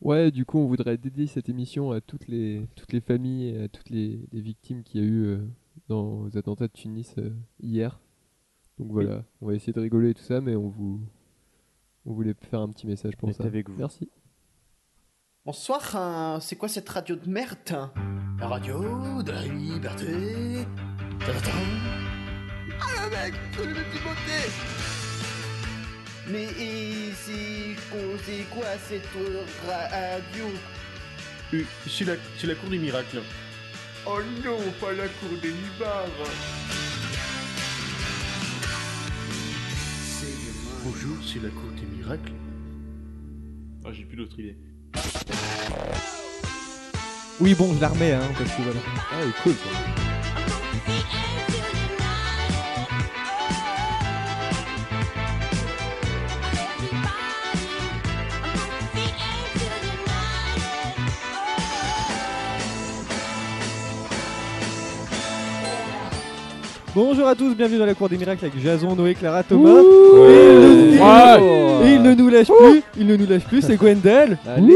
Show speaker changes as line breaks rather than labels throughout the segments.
Ouais, du coup, on voudrait dédier cette émission à toutes les, toutes les familles, et à toutes les, les victimes qu'il y a eu euh, dans les attentats de Tunis euh, hier. Donc voilà, on va essayer de rigoler et tout ça, mais on vous, on voulait faire un petit message pour
On est
ça.
avec vous.
Merci.
Bonsoir, hein, c'est quoi cette radio de merde hein La radio de la liberté. Ta-ta-ta. Ah le mec, c'est le petit beauté Mais et c'est quoi- c'est quoi cette euh, radio
Euh, C'est la, c'est la cour des miracles.
Oh non, pas la cour des libards
Bonjour, c'est la cour des miracles.
Ah, j'ai plus d'autre idée.
Oui, bon, je la remets, hein, parce que voilà.
Ah, et cool. quoi.
Bonjour à tous, bienvenue dans la cour des miracles avec Jason, Noé, Clara, Thomas.
Ouais.
Et il ne nous lâche plus, il ne nous lâche plus, c'est Gwendel.
Allez.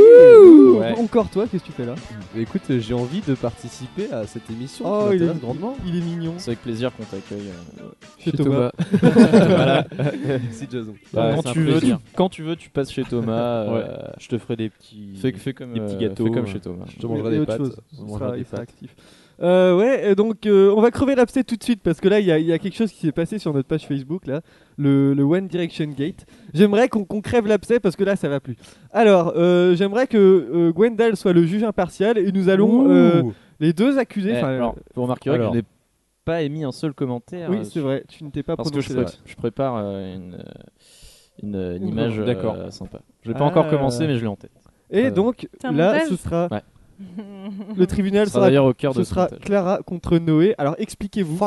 Ouais. Encore toi, qu'est-ce que tu fais là
Écoute, j'ai envie de participer à cette émission.
Oh,
qui
il est-
m'intéresse grandement.
Il est mignon.
C'est avec plaisir qu'on t'accueille. euh,
Chez
Chez
Thomas.
Thomas.
Merci Jason.
Bah,
Ouais,
quand,
c'est
tu
un
veux, tu,
plaisir.
quand tu veux, tu passes chez Thomas. euh,
Je te ferai des petits,
fais, fais comme,
des petits
euh,
gâteaux.
fais comme
euh,
chez Thomas.
Je te
Il y a
mangerai des
autre
pâtes.
chose.
Je
Ce
mangerai
sera-
des
il sera
pâtes.
actif. Euh, ouais, et donc euh, on va crever l'abcès tout de suite parce que là il y, a- il y a quelque chose qui s'est passé sur notre page Facebook là, le, le One Direction Gate. J'aimerais qu'on qu'on crève l'abcès parce que là ça va plus. Alors euh, j'aimerais que euh, Gwendal soit le juge impartial et nous allons euh,
Ouh.
les deux accusés.
Eh,
enfin,
alors,
euh,
vous remarquerez que
alors.
je n'ai pas émis un seul commentaire. euh,
oui c'est vrai, tu ne t'es pas
Parce que je,
prononcé là-dessus.
pré- je prépare euh, une, euh, une, euh, une
Une-
image euh,
d'accord.
sympa. Je l'ai
Ah.
pas encore commencé, mais je l'ai en tête.
Et
Euh,
donc
C'est un
là
montage
ce sera
Ouais.
le tribunal
Ce sera
sera,
d'ailleurs au cœur de
ce
ce
sera
montage.
Clara contre Noé. Alors expliquez-vous.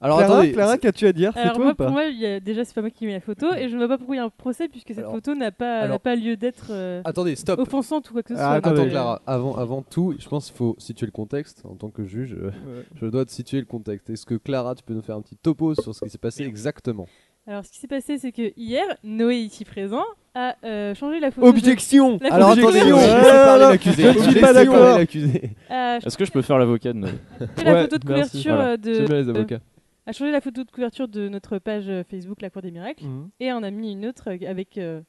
Alors
Clara,
attendez,
Clara, qu'as-tu à dire C'est
Alors
toi
moi,
ou pas
pour moi, il y a- déjà c'est pas moi qui ai mis la photo et je ne vois pas pourquoi il y a un procès puisque cette
Alors-
photo n'a pas,
alors-
n'a pas lieu d'être euh,
attendez, stop.
offensante ou quoi que ce
Ah,
soit.
attends,
Attends
Donc,
ouais.
Clara, avant, avant tout, je pense qu'il faut situer le contexte. En tant que juge, euh,
Ouais.
je dois te situer le contexte. Est-ce que Clara, tu peux nous faire un petit topo sur ce qui s'est passé exactement
Alors, ce qui s'est passé, c'est que hier, Noé, ici présent, a euh, changé la photo. de-
Objection.
La Alors,
Objection.
attendez,
Ouais,
laissez
voilà.
l'accusé.
Je ne suis pas
Laissez parler
d'accord.
l'accusé.
a changé
Est-ce que je peux faire l'avocat de Noé
la
Ouais,
photo de
merci.
couverture
Voilà.
euh,
J'aime
de.
bien les avocats.
a changé la photo de couverture de notre page euh, Facebook La Cour des Miracles
Mhm.
et on a mis une autre euh, avec. euh,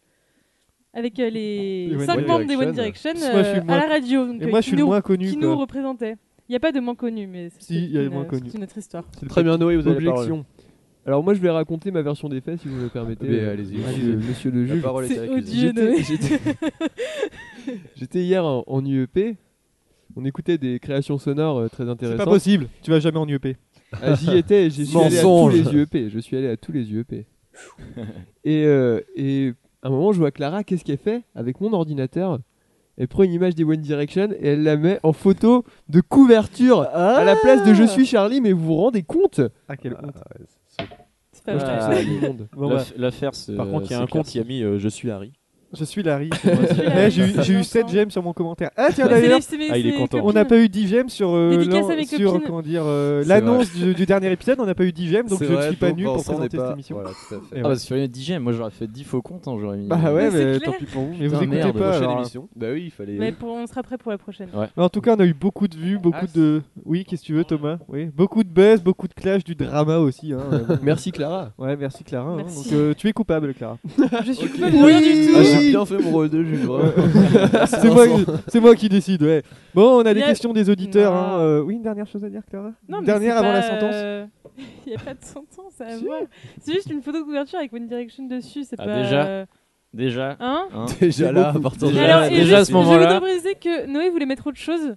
avec euh, les
Les One
cinq membres des
Direction.
One Direction
Parce que moi, je suis
euh,
le
à
moins-
la radio donc,
Et
euh,
moi, je
qui
suis le
nous-
moins connu.
qui nous
quoi.
représentait. Il n'y a pas de moins connu, mais c'est
Si, il y a les
une,
moins connus.
c'est une autre histoire.
Très bien, Noé, vous avez la
Objection. Ah,
parole. Alors moi, je vais raconter ma version des faits, si vous me le permettez.
Mais,
euh,
allez-y.
monsieur- Monsieur le
La
juge.
parole est
C'est
à
odieux.
l'accusé.
J'étais-
Noé.
J'étais j'étais hier en, en UEP. On écoutait des créations sonores euh, très
C'est pas
intéressantes.
possible, tu vas jamais en UEP.
Ah, J'y étais, et j'y suis allé à tous
Mensonge.
les UEP. Je suis allé à tous les UEP. Et, euh, et à un moment, je vois Clara, qu'est-ce qu'elle fait avec mon ordinateur Elle prend une image des One Direction et elle la met en photo de couverture à la place de Je suis Charlie, mais vous vous rendez compte
Ah, quelle honte.
C'est pas
Moi, je
vrai.
trouve ça immonde.
Bon, bah,
L'aff- L'affaire, c'est.
Par contre, il y a un compte qui a mis euh, Je suis Harry.
je suis Larry.
suis
Eh,
Larry,
J'ai eu-
c'est
j'ai eu
Vincent.
7 j'aime sur mon commentaire. Ah, tiens,
C'est
d'ailleurs,
les- c'est mes-
Ah, il est
c'est
content.
copines.
on n'a pas eu 10 j'aime sur, euh,
Dédicace
l'an-
avec
sur
copine.
comment dire euh,
C'est
l'annonce du, du dernier épisode. On n'a pas eu 10 j'aime, donc je
C'est
ne
vrai,
suis pas
donc,
nu
Vincent
pour
n'est
présenter
pas-
cette émission.
Voilà, tout à fait.
Et
Ah,
voilà.
bah, sur une DJM, moi j'aurais fait 10 faux comptes, hein, j'aurais mis.
Bah ouais,
Ouais, c'est
mais tant
clair.
pis pour vous. Mais vous
Putain,
écoutez
merde.
pas. hein.
Prochaine
alors.
émission. Bah oui, il fallait.
Mais pour- on sera prêt pour la prochaine.
Mais en tout cas, on a eu beaucoup de vues, beaucoup
Ah,
de. Oui, qu'est-ce que tu veux, Thomas Oui, beaucoup de buzz, beaucoup de clash, du drama aussi. hein. Euh, bon.
Merci Clara.
Ouais, merci Clara. hein.
Merci.
Donc, euh, tu es coupable, Clara.
Je suis
Ok.
pas bien du tout.
Ah, j'ai bien fait mon rôle de juge. vraiment.
Ah, C'est moi, c'est moi qui décide, ouais. Bon, on a
Il
des
y a-
questions des auditeurs.
Non.
hein, euh, oui, une dernière chose à dire, Clara
Non, mais
Dernière
c'est
avant
pas,
la sentence
euh, Il n'y a pas de sentence à avoir. C'est juste une photo de couverture avec One Direction dessus. C'est
Ah,
pas.
déjà
euh,
Déjà.
Hein
hein.
Déjà
Euh,
là, à partir de
Déjà,
Alors,
là.
et
déjà,
juste,
à ce moment-là-
Je voudrais préciser que Noé voulait mettre autre chose.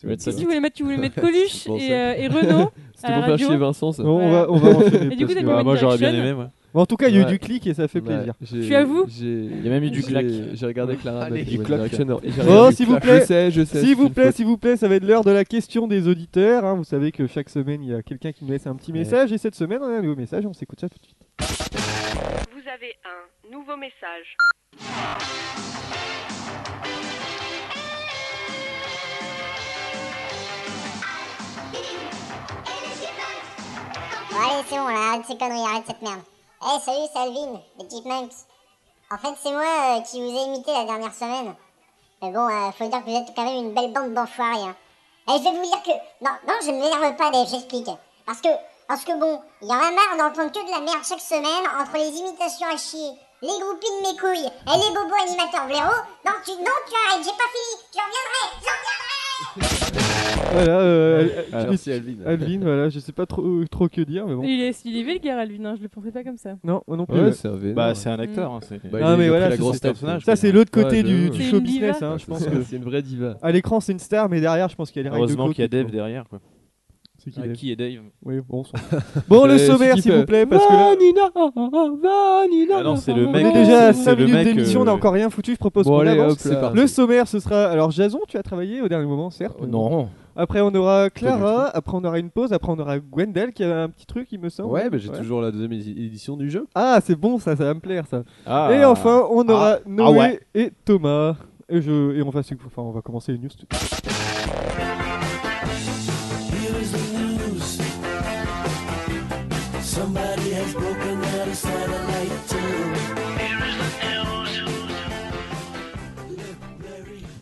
Tu veux être ça
Qu'est-ce qu'il voulait mettre Tu voulais mettre Coluche
Je pensais.
et, euh, et Renaud.
C'était
À
pour
la
faire
radio.
chier Vincent. Ça.
Non, on
Voilà.
va, on va enchaîner.
Et du coup,
parce
t'as
que-
mis
Ah,
One
moi j'aurais bien
Direction.
aimé, moi.
Bon, en tout cas, il y a eu
Ouais.
du clic et ça fait plaisir.
Tu avoues
Il
y a même eu du claque.
J'ai regardé Clara.
Allez,
mettre
du
One
claque.
Direction, non, et j'ai
Oh,
regardé
s'il
du
vous
claque.
plaît.
Je sais, je sais. c'est
S'il vous
une
plaît,
faute.
s'il vous plaît, ça va être l'heure de la question des auditeurs. hein. Vous savez que chaque semaine, il y a quelqu'un qui nous laisse un petit message. Et cette semaine, on a un nouveau message. On s'écoute ça tout de suite.
Vous avez un nouveau message.
Bon allez, c'est bon, là, arrête ces conneries, arrête cette merde. Eh, salut, c'est Alvin, les Chipmunks. En fait, c'est moi euh, qui vous ai imité la dernière semaine. Mais bon, euh, faut dire que vous êtes quand même une belle bande d'enfoirés. Hein. Et je vais vous dire que. Non, non, je ne m'énerve pas, Dave, j'explique. Parce que. Parce que bon, il y en a marre d'entendre que de la merde chaque semaine entre les imitations à chier, les groupies de mes couilles et les bobos animateurs blaireaux. Non, tu, non, tu arrêtes, j'ai pas fini, tu reviendrai, je reviendrai
Voilà, euh, Al- Al-
Ah, Merci Alvin.
Alvin, voilà, je sais pas trop, trop que dire, mais bon.
Il est, il est vulgaire, Alvin, hein, je le pensais pas comme ça.
Non, moi non plus.
Ouais, c'est un vénère.
Bah, c'est un acteur. hein, c'est-
Bah,
Ah,
il-
mais
il a
voilà,
pris
ça,
la grosse
c'est un
tête.
personnage.
ça, c'est l'autre
Ouais,
côté
de
du,
ouf.
du
C'est
show
une diva.
business, hein, je pense que.
C'est une vraie diva.
À l'écran, c'est une star, mais derrière, je pense qu'il y a les règles de
Heureusement qu'il y a
coke,
Dave
quoi.
derrière. Quoi.
C'est qui,
Ah,
Dave
qui est Dave
Oui, bon, on s'en fout. Bon, le
Euh,
sommaire,
Skip,
s'il vous plaît,
Hmm.
parce que là.
Vanina, Vanina.
Ah non, c'est le
On
mec.
est déjà à
c'est
5
le
minutes
mec,
d'émission, on n'a
euh,
encore rien foutu, je propose
Bon,
qu'on
allez,
avance.
hop là. C'est parti.
Le sommaire, ce sera... Alors Jason, tu as travaillé au dernier moment, certes. mais bon.
Non.
Après, on aura Clara, après, on aura une pause, après, on aura Gwendal qui a un petit truc, il me semble.
Ouais, mais j'ai toujours la deuxième édi- édition du jeu.
Ah, c'est bon, ça, ça va me plaire, ça.
Ah.
Et enfin, on aura Noé
ouais.
et Thomas. Et, je... et on, va... Enfin, on va commencer les news tout de suite.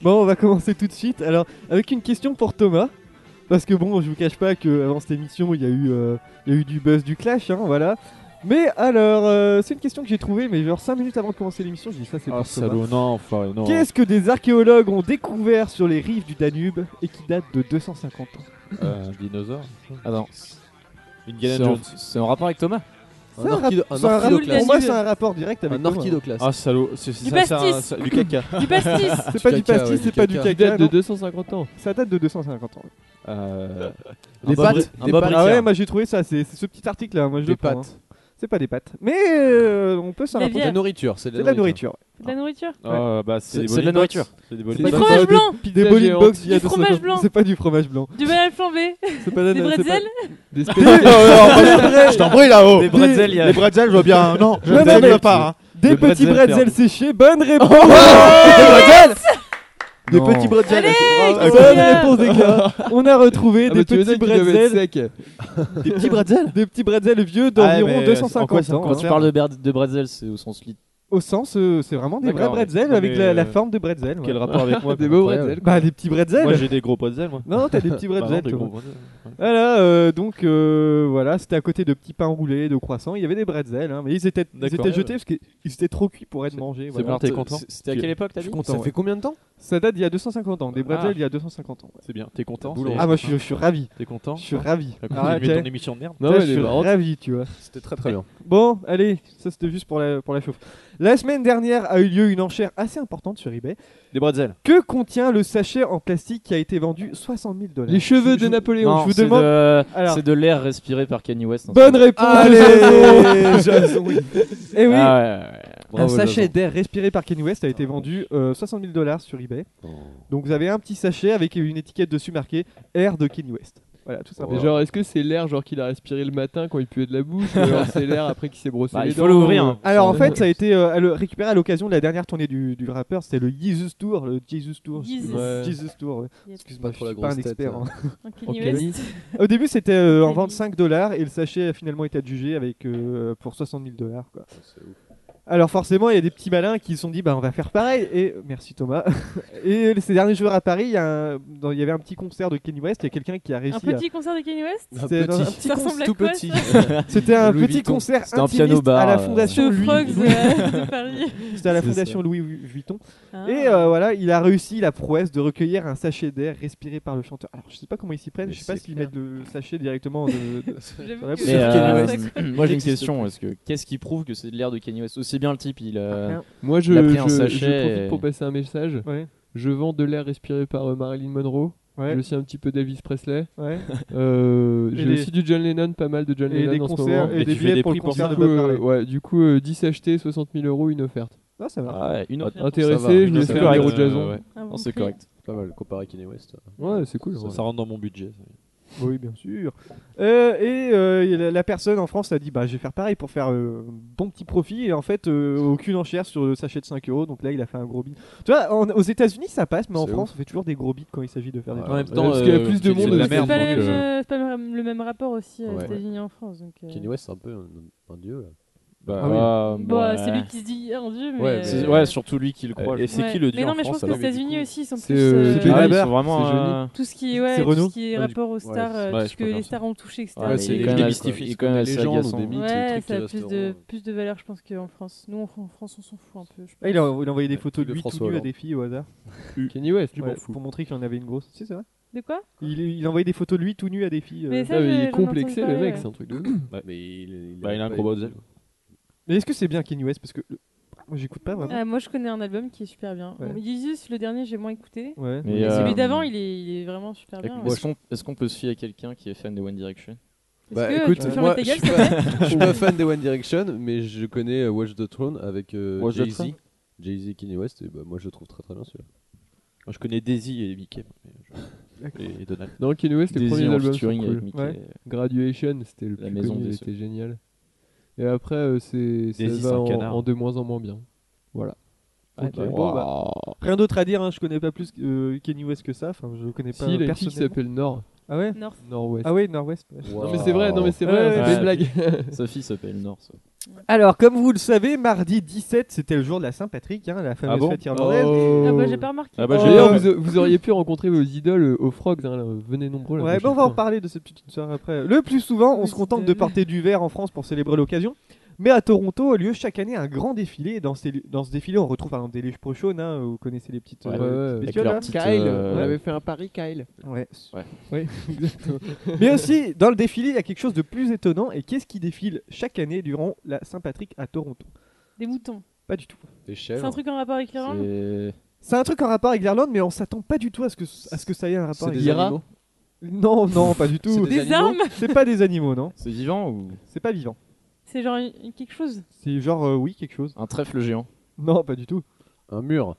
Bon, on va commencer tout de suite. Alors, avec une question pour Thomas. Parce que bon, je vous cache pas qu'avant cette émission, il y, a eu, euh, il y a eu du buzz, du clash, hein, voilà. Mais alors, euh, c'est une question que j'ai trouvée, mais genre 5 minutes avant de commencer l'émission, j'ai dit ça c'est
Ah,
pour Thomas.
salaud, non, enfoiré, non.
Qu'est-ce que des archéologues ont découvert sur les rives du Danube et qui date de 250 ans
Un dinosaure Ah non. Une
Indiana
Galena
Jones.
Jones. C'est en rapport avec Thomas
C'est un
orchido-
C'est un rapport-
orchidoclaste.
Pour moi, c'est un rapport direct avec
Un
Thomas.
orchidoclaste.
Ah, salaud. c'est-
Du
ça- ça-
pastis.
ça- Du caca.
Du pastis
C'est pas du
caca,
pastis,
ouais,
c'est
du
pas du
caca.
caca.
Il date de
non.
250 ans.
Ça date de 250 ans.
Euh,
Des
un
pattes,
bas-
des
un bas
pattes.
Ah ouais,
brécaire.
moi j'ai trouvé ça, c'est c'est ce petit article là, moi je
Des
le prends,
pattes.
hein. C'est pas des pâtes, mais euh, on peut s'en
De
rapprocher.
La
la
bière.
nourriture, c'est
C'est de la nourriture.
De la nourriture
Ah, bah, c'est
C'est-
des
c'est de la
bonnes box.
nourriture.
C'est des bonnes
C'est
Du
pas-
box.
pas
fromage
de
blanc
Des
Pizza
bowling
géante.
box, il y a
Du fromage
250.
blanc.
C'est pas du fromage blanc.
Du mal flambé
C'est pas
Des bretzels
Des
Des
spéciales-
Je t'en prie là-haut. Des bretzels, il y a.
Les bretzels, je vois bien. un- Non, je
Non,
ne
non, mais-
pas part. hein.
Des
Le
petits
bretzel
bretzels
perdu.
séchés, bonne réponse.
Des
Non.
petits bretzels.
Ah,
Allez,
Bonne
Claire.
réponse des gars. On a retrouvé
Ah,
des
mais tu veux
petits
dire qu'il devait être
bretzels
sec.
Des petits bretzels
des petits bretzels vieux d'environ
mais en
250
quoi ça
ans.
Quand
hein.
tu parles de, ber- de bretzel, c'est au sens lit.
Au sens, euh, c'est vraiment des vrais
D'accord, ouais.
bretzels
Non,
avec
mais,
la, la
euh,
forme de bretzel.
Quel
ouais.
rapport avec moi
Des beaux
Incroyable.
bretzels.
Bah, des petits bretzels.
Moi, j'ai des gros bretzels, moi.
Non, t'as des petits
Bah non,
bretzels.
des
toi.
gros bretzels.
Voilà, euh, donc euh, voilà, c'était à côté de petits pains roulés, de croissants. Il y avait des bretzels, hein, mais ils étaient, ils
D'accord.
étaient jetés parce qu'ils étaient trop cuits pour être mangés. voilà.
bon, t'es content
C'était
à quelle époque,
t'as
t'as
dit
dit
Ça
ouais.
fait combien de temps
Ça date d'il y a 250 ans. Des bretzels,
Ah.
il y a 250 ans. ouais.
C'est bien. T'es content
Boulot.
c'est-
Ah, moi, je suis, je suis ravi.
T'es content
Je suis ravi.
T'as
Ah,
continué
tiens.
ton émission de merde
Non,
Là,
mais
je
elle est
suis
marrante.
ravi, tu vois.
C'était très très bien.
Bon, allez, ça c'était juste pour la, pour la chauffe. La semaine dernière a eu lieu une enchère assez importante sur eBay.
Des bretzels.
Que contient le sachet en plastique qui a été vendu 60 000 dollars
Les cheveux de Napoléon.
Non,
je vous
c'est
demande-
de-
Alors-
C'est de l'air respiré par Kanye West. en fait.
Bonne réponse
Allez,
Et oui
Ah ouais, ouais, ouais.
Un sachet d'air respiré par Kanye West a été vendu euh, 60 000 dollars sur eBay. Donc vous avez un petit sachet avec une étiquette dessus marquée Air de Kanye West. Voilà, tout
Mais
simplement.
genre, est-ce que c'est l'air genre qu'il a respiré le matin quand il puait de la bouche Ou alors c'est l'air après qu'il s'est brossé
Bah,
les
il
dents
faut l'ouvrir. hein.
Alors en fait, ça a été euh, à le- récupéré à l'occasion de la dernière tournée du, du rappeur. C'était le Jesus Tour, le Jesus Tour. je sais
Jesus.
plus.
Ouais.
Jesus Tour, ouais. Excuse-moi, je
Pour la
suis pas un
grosse tête,
expert.
là.
hein.
Un Kanye
En
West.
caniste.
Au début, c'était euh, en
Très
vente
bien.
5 dollars et le sachet a finalement été adjugé avec, euh, pour 60 000 dollars. Alors forcément, il y a des petits malins qui se sont dit, bah, on va faire pareil. Et merci Thomas. et euh, ces derniers jours à Paris, il y, a un- dans- il y avait un petit concert de Kenny West. Il y a quelqu'un qui a réussi.
Un
à-
petit concert de Kanye West
C'était dans un petit
Ça ressemble à
tout
quoi,
petit.
ça
C'était un
Louis
petit
Vuitton.
concert
C'était un
intimiste
piano-bar,
à la
euh,
fondation
De
Louis,
Frogs
Louis-
euh, de Paris.
c'était à la
C'est
fondation Louis Vuitton.
Ah.
Et euh, voilà, il a réussi la prouesse de recueillir un sachet d'air respiré par le chanteur. Alors je sais pas comment ils s'y prennent.
Mais
je sais pas
c'est
s'ils mettent le sachet directement. de- de-
J'avoue
Sur la
que-
Sauf
Mais, euh,
Kanye
moi j'ai une
Existe
question, est-ce que qu'est-ce qui prouve que c'est de l'air de Kanye West Aussi bien le type, il euh,
Moi, je,
Il a
je,
pris un
je
sachet
profite
et-
pour passer un message.
Ouais.
Je vends de l'air respiré par euh, Marilyn Monroe.
Ouais.
Je suis un petit peu Davis Presley.
Ouais.
Euh,
Et
J'ai
des-
aussi du John Lennon, pas mal de John
et des
Lennon en ce
concerts
moment.
et,
Et
des
tu fais
billets
des
pour le
prix pour
concert
ça.
de
Du coup,
Bob
euh,
Marley.
ouais, du coup euh, 10 achetés, 60 000 euros, une offerte.
Ah, ça va.
ah ouais, une offre.
Intéressé,
va,
je
une
me
offerte.
fais un héros de
Euh,
Jason.
ouais.
Un bon
Non, c'est
prix.
correct.
Pas mal comparé à Kanye West.
Ouais, c'est cool.
Ça,
ouais.
ça rentre dans mon budget. ça.
Ah Oui, bien sûr. Euh, et euh, la, la personne en France a dit bah, je vais faire pareil pour faire euh, un bon petit profit. Et en fait, euh, aucune enchère sur le sachet de 5 euros. Donc là, il a fait un gros bid. Tu vois, en- aux États-Unis, ça passe, mais en
C'est
France, on fait toujours des gros bids quand il s'agit de faire des
Ouais.
trucs.
En même temps,
temps, parce qu'il y a
euh,
plus de
c'est
monde
de la
aussi.
C'est
merde.
pas, la
donc,
même,
euh,
euh, c'est pas le même- le même rapport aussi aux
Ouais.
États-Unis et en France. Donc, euh,
Kanye West, c'est un peu un, un dieu là. Bah,
Ah oui.
ah,
euh,
Bon,
ouais.
c'est lui qui se dit un dieu, mais.
Ouais,
euh,
C'est- ouais, surtout lui qui le croit.
Et
je
c'est
ouais.
qui le dieu
Mais non,
en
mais je pense
France
que
alors
aux États-Unis aussi, ils sont
c'est,
plus.
euh,
euh,
c'est
crois. Ah, ils
Weber,
sont vraiment.
c'est Johnny.
euh,
Tout ce qui est, ouais,
C'est
tout
Renault
ce qui est
Ouais,
rapport aux
ouais,
stars,
c'est-
euh,
ouais,
tout
je
ce que
préfère
les
ça.
stars ont touché, etc.
Ouais, c'est
les
quand même
gens,
assez-
quoi.
c'est quand même
Les
assez
légendes ou
agaçant.
des mythes,
Ouais,
des trucs
ça
qui
a plus
resteront,
de,
euh,
plus de valeur, je pense, qu'en France. Nous, en, en France, on s'en fout un peu. je
Ah, il, a, il a envoyé des
Ouais,
photos de
de
lui tout
François
nu à
Hollande.
des filles au hasard.
Kenny West,
Ouais, pour montrer qu'il en avait une grosse. Si, c'est vrai.
pense. De quoi
Il, il a envoyé des photos de lui tout nu à des filles. euh.
Mais ça,
Ah, mais
je-
il
j'en
est
entends
complexé
parler,
le mec,
ouais.
c'est un truc de ouf.
Ouais, mais il,
Bah, il a un
pas
gros
eu-
bordel.
Mais est-ce que c'est bien Kenny West Parce que le- moi, j'écoute pas vraiment.
Ah, moi, je connais un album qui est super bien.
Ouais.
Bon, Yeezus, le dernier, j'ai moins écouté.
Ouais.
Mais,
Mais
euh,
celui d'avant, il est, il est vraiment super
avec
bien.
moi,
ouais.
Est-ce qu'on est-ce qu'on peut se fier à quelqu'un qui est fan de One Direction
Est-ce
Bah,
que
écoute,
tu peux fermer
moi,
ta
je
gueule,
suis
s'il te plaît
Je suis pas fan des One Direction, mais je connais euh, Watch the Throne avec euh,
Watch the
Jay-Z.
Throne.
Jay-Z et Kanye West, et bah, moi je le trouve très très bien celui-là.
Moi, Je connais Daisy et Mickey. mais je- Et Donald.
Non, Kenny West, les
Daisy
premiers
en
albums sont
featuring avec
cool.
Mickey.
Ouais.
Graduation, c'était le
La
plus
maison
connu,
des
c'était génial. Et après, euh, c'est ça
Daisy, c'est
va
un
en,
canard.
en de moins en moins bien. Voilà.
Ok,
Ouais,
bon, bah, Rien d'autre à dire, hein, je connais pas plus euh, Kenny West que ça. Enfin, je connais
Si,
pas
il a une fille qui
personnellement.
s'appelle Nord,
Ah ouais
North.
Nord-Ouest.
Ah ouais, Nord-West.
Non mais c'est vrai, non mais c'est vrai,
Ouais,
c'est
ouais,
pas une
ouais.
blague.
Sophie s'appelle Nord. ça.
Alors, comme vous le savez, mardi 17, c'était le jour de la Saint-Patrick, hein, la fameuse
Ah bon
fête irlandaise.
Ah bah,
Oh.
j'ai pas remarqué.
Ah bah, j'ai-
D'ailleurs, vous, vous auriez pu rencontrer vos idoles euh, aux Frogs, hein, là, euh, venez nombreux. Là,
Ouais,
moi,
bah, on
je
va en
crois.
parler de cette petite soirée après. Le plus souvent, on
Oui,
se contente
c'est
de
vrai.
porter du verre en France pour célébrer l'occasion. Mais à Toronto a lieu chaque année un grand défilé. Et dans, ces- dans ce défilé, on retrouve par exemple des luges prochaunes. Hein, vous connaissez les petites.
Ouais,
euh,
ouais,
petites
ouais.
bestioles,
Avec leur
là.
petite,
Kyle,
euh,
on avait fait un pari, Kyle.
Ouais.
Ouais.
Ouais, exactement. Mais aussi, dans le défilé, il y a quelque chose de plus étonnant. Et qu'est-ce qui défile chaque année durant la Saint-Patrick à Toronto
Des moutons.
Pas du tout.
Des
C'est un
chèvres.
truc en rapport avec l'Irlande
c'est-
C'est un truc en rapport avec l'Irlande, mais on s'attend pas du tout à ce que, à ce que ça ait un rapport
C'est
avec
des
l'Irlande.
animaux.
Non, non, pas du tout.
C'est
Des
animaux.
armes
C'est pas des animaux, non
C'est vivant ou
C'est pas vivant.
C'est genre une- quelque chose.
C'est genre, euh, oui, quelque chose.
un trèfle géant
Non, pas du tout.
Un mur.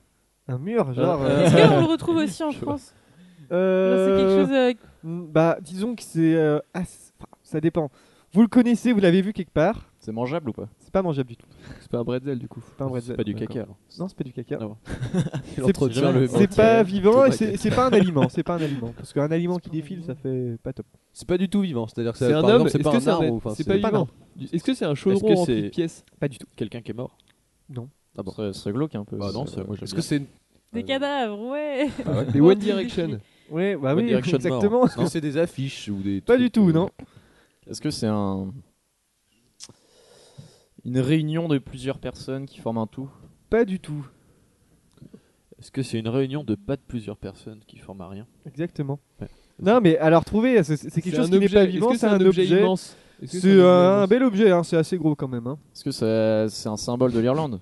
Un mur, genre.
Est-ce
euh,
qu'on le retrouve aussi en France Non, C'est quelque chose. euh,
euh, Bah, disons que c'est. euh, ass- enfin, ça dépend. Vous le connaissez, vous l'avez vu quelque part.
C'est mangeable ou pas
C'est pas mangeable du tout.
C'est pas un bretzel du coup.
C'est pas un bretzel.
Pas du
D'accord.
caca alors.
Non, c'est pas du caca.
Non.
entretient
C'est
le
c'est pas vivant
Thomas
et c'est c'est pas un aliment. C'est pas un aliment. Parce qu'un aliment qui défile, ça fait pas top.
C'est pas du tout vivant, c'est-à-dire que
C'est un
par
homme,
exemple,
est-ce
c'est pas
que
un
c'est un
arbre.
être-
enfin,
c'est pas
pas
vivant Est-ce que c'est un chaudron
que
rempli de
c'est-
pièces
Pas du tout.
Quelqu'un qui est mort.
Ah bon. Ce serait glauque un peu.
Bah non,
ça.
c'est- moi, j'aime
Est-ce
bien.
que c'est
Des
Euh,
cadavres, ouais.
Les One Direction.
Ouais,
Ah
bah
One
oui,
Direction
exactement.
mort
hein.
Est-ce que c'est des affiches ou des
Pas
trucs,
du tout,
euh,
non.
Est-ce que c'est un une réunion de plusieurs personnes qui forment un tout
Pas du tout.
Est-ce que c'est une réunion de pas de plusieurs personnes qui forment à rien
Exactement.
Ouais.
Non, mais alors trouver, c'est- c'est quelque chose qui n'est pas vivant, c'est un objet.
immense. Est-ce que
C'est un,
objet immense
bel objet, hein, c'est assez gros quand même. hein.
Est-ce que ça- c'est un symbole de l'Irlande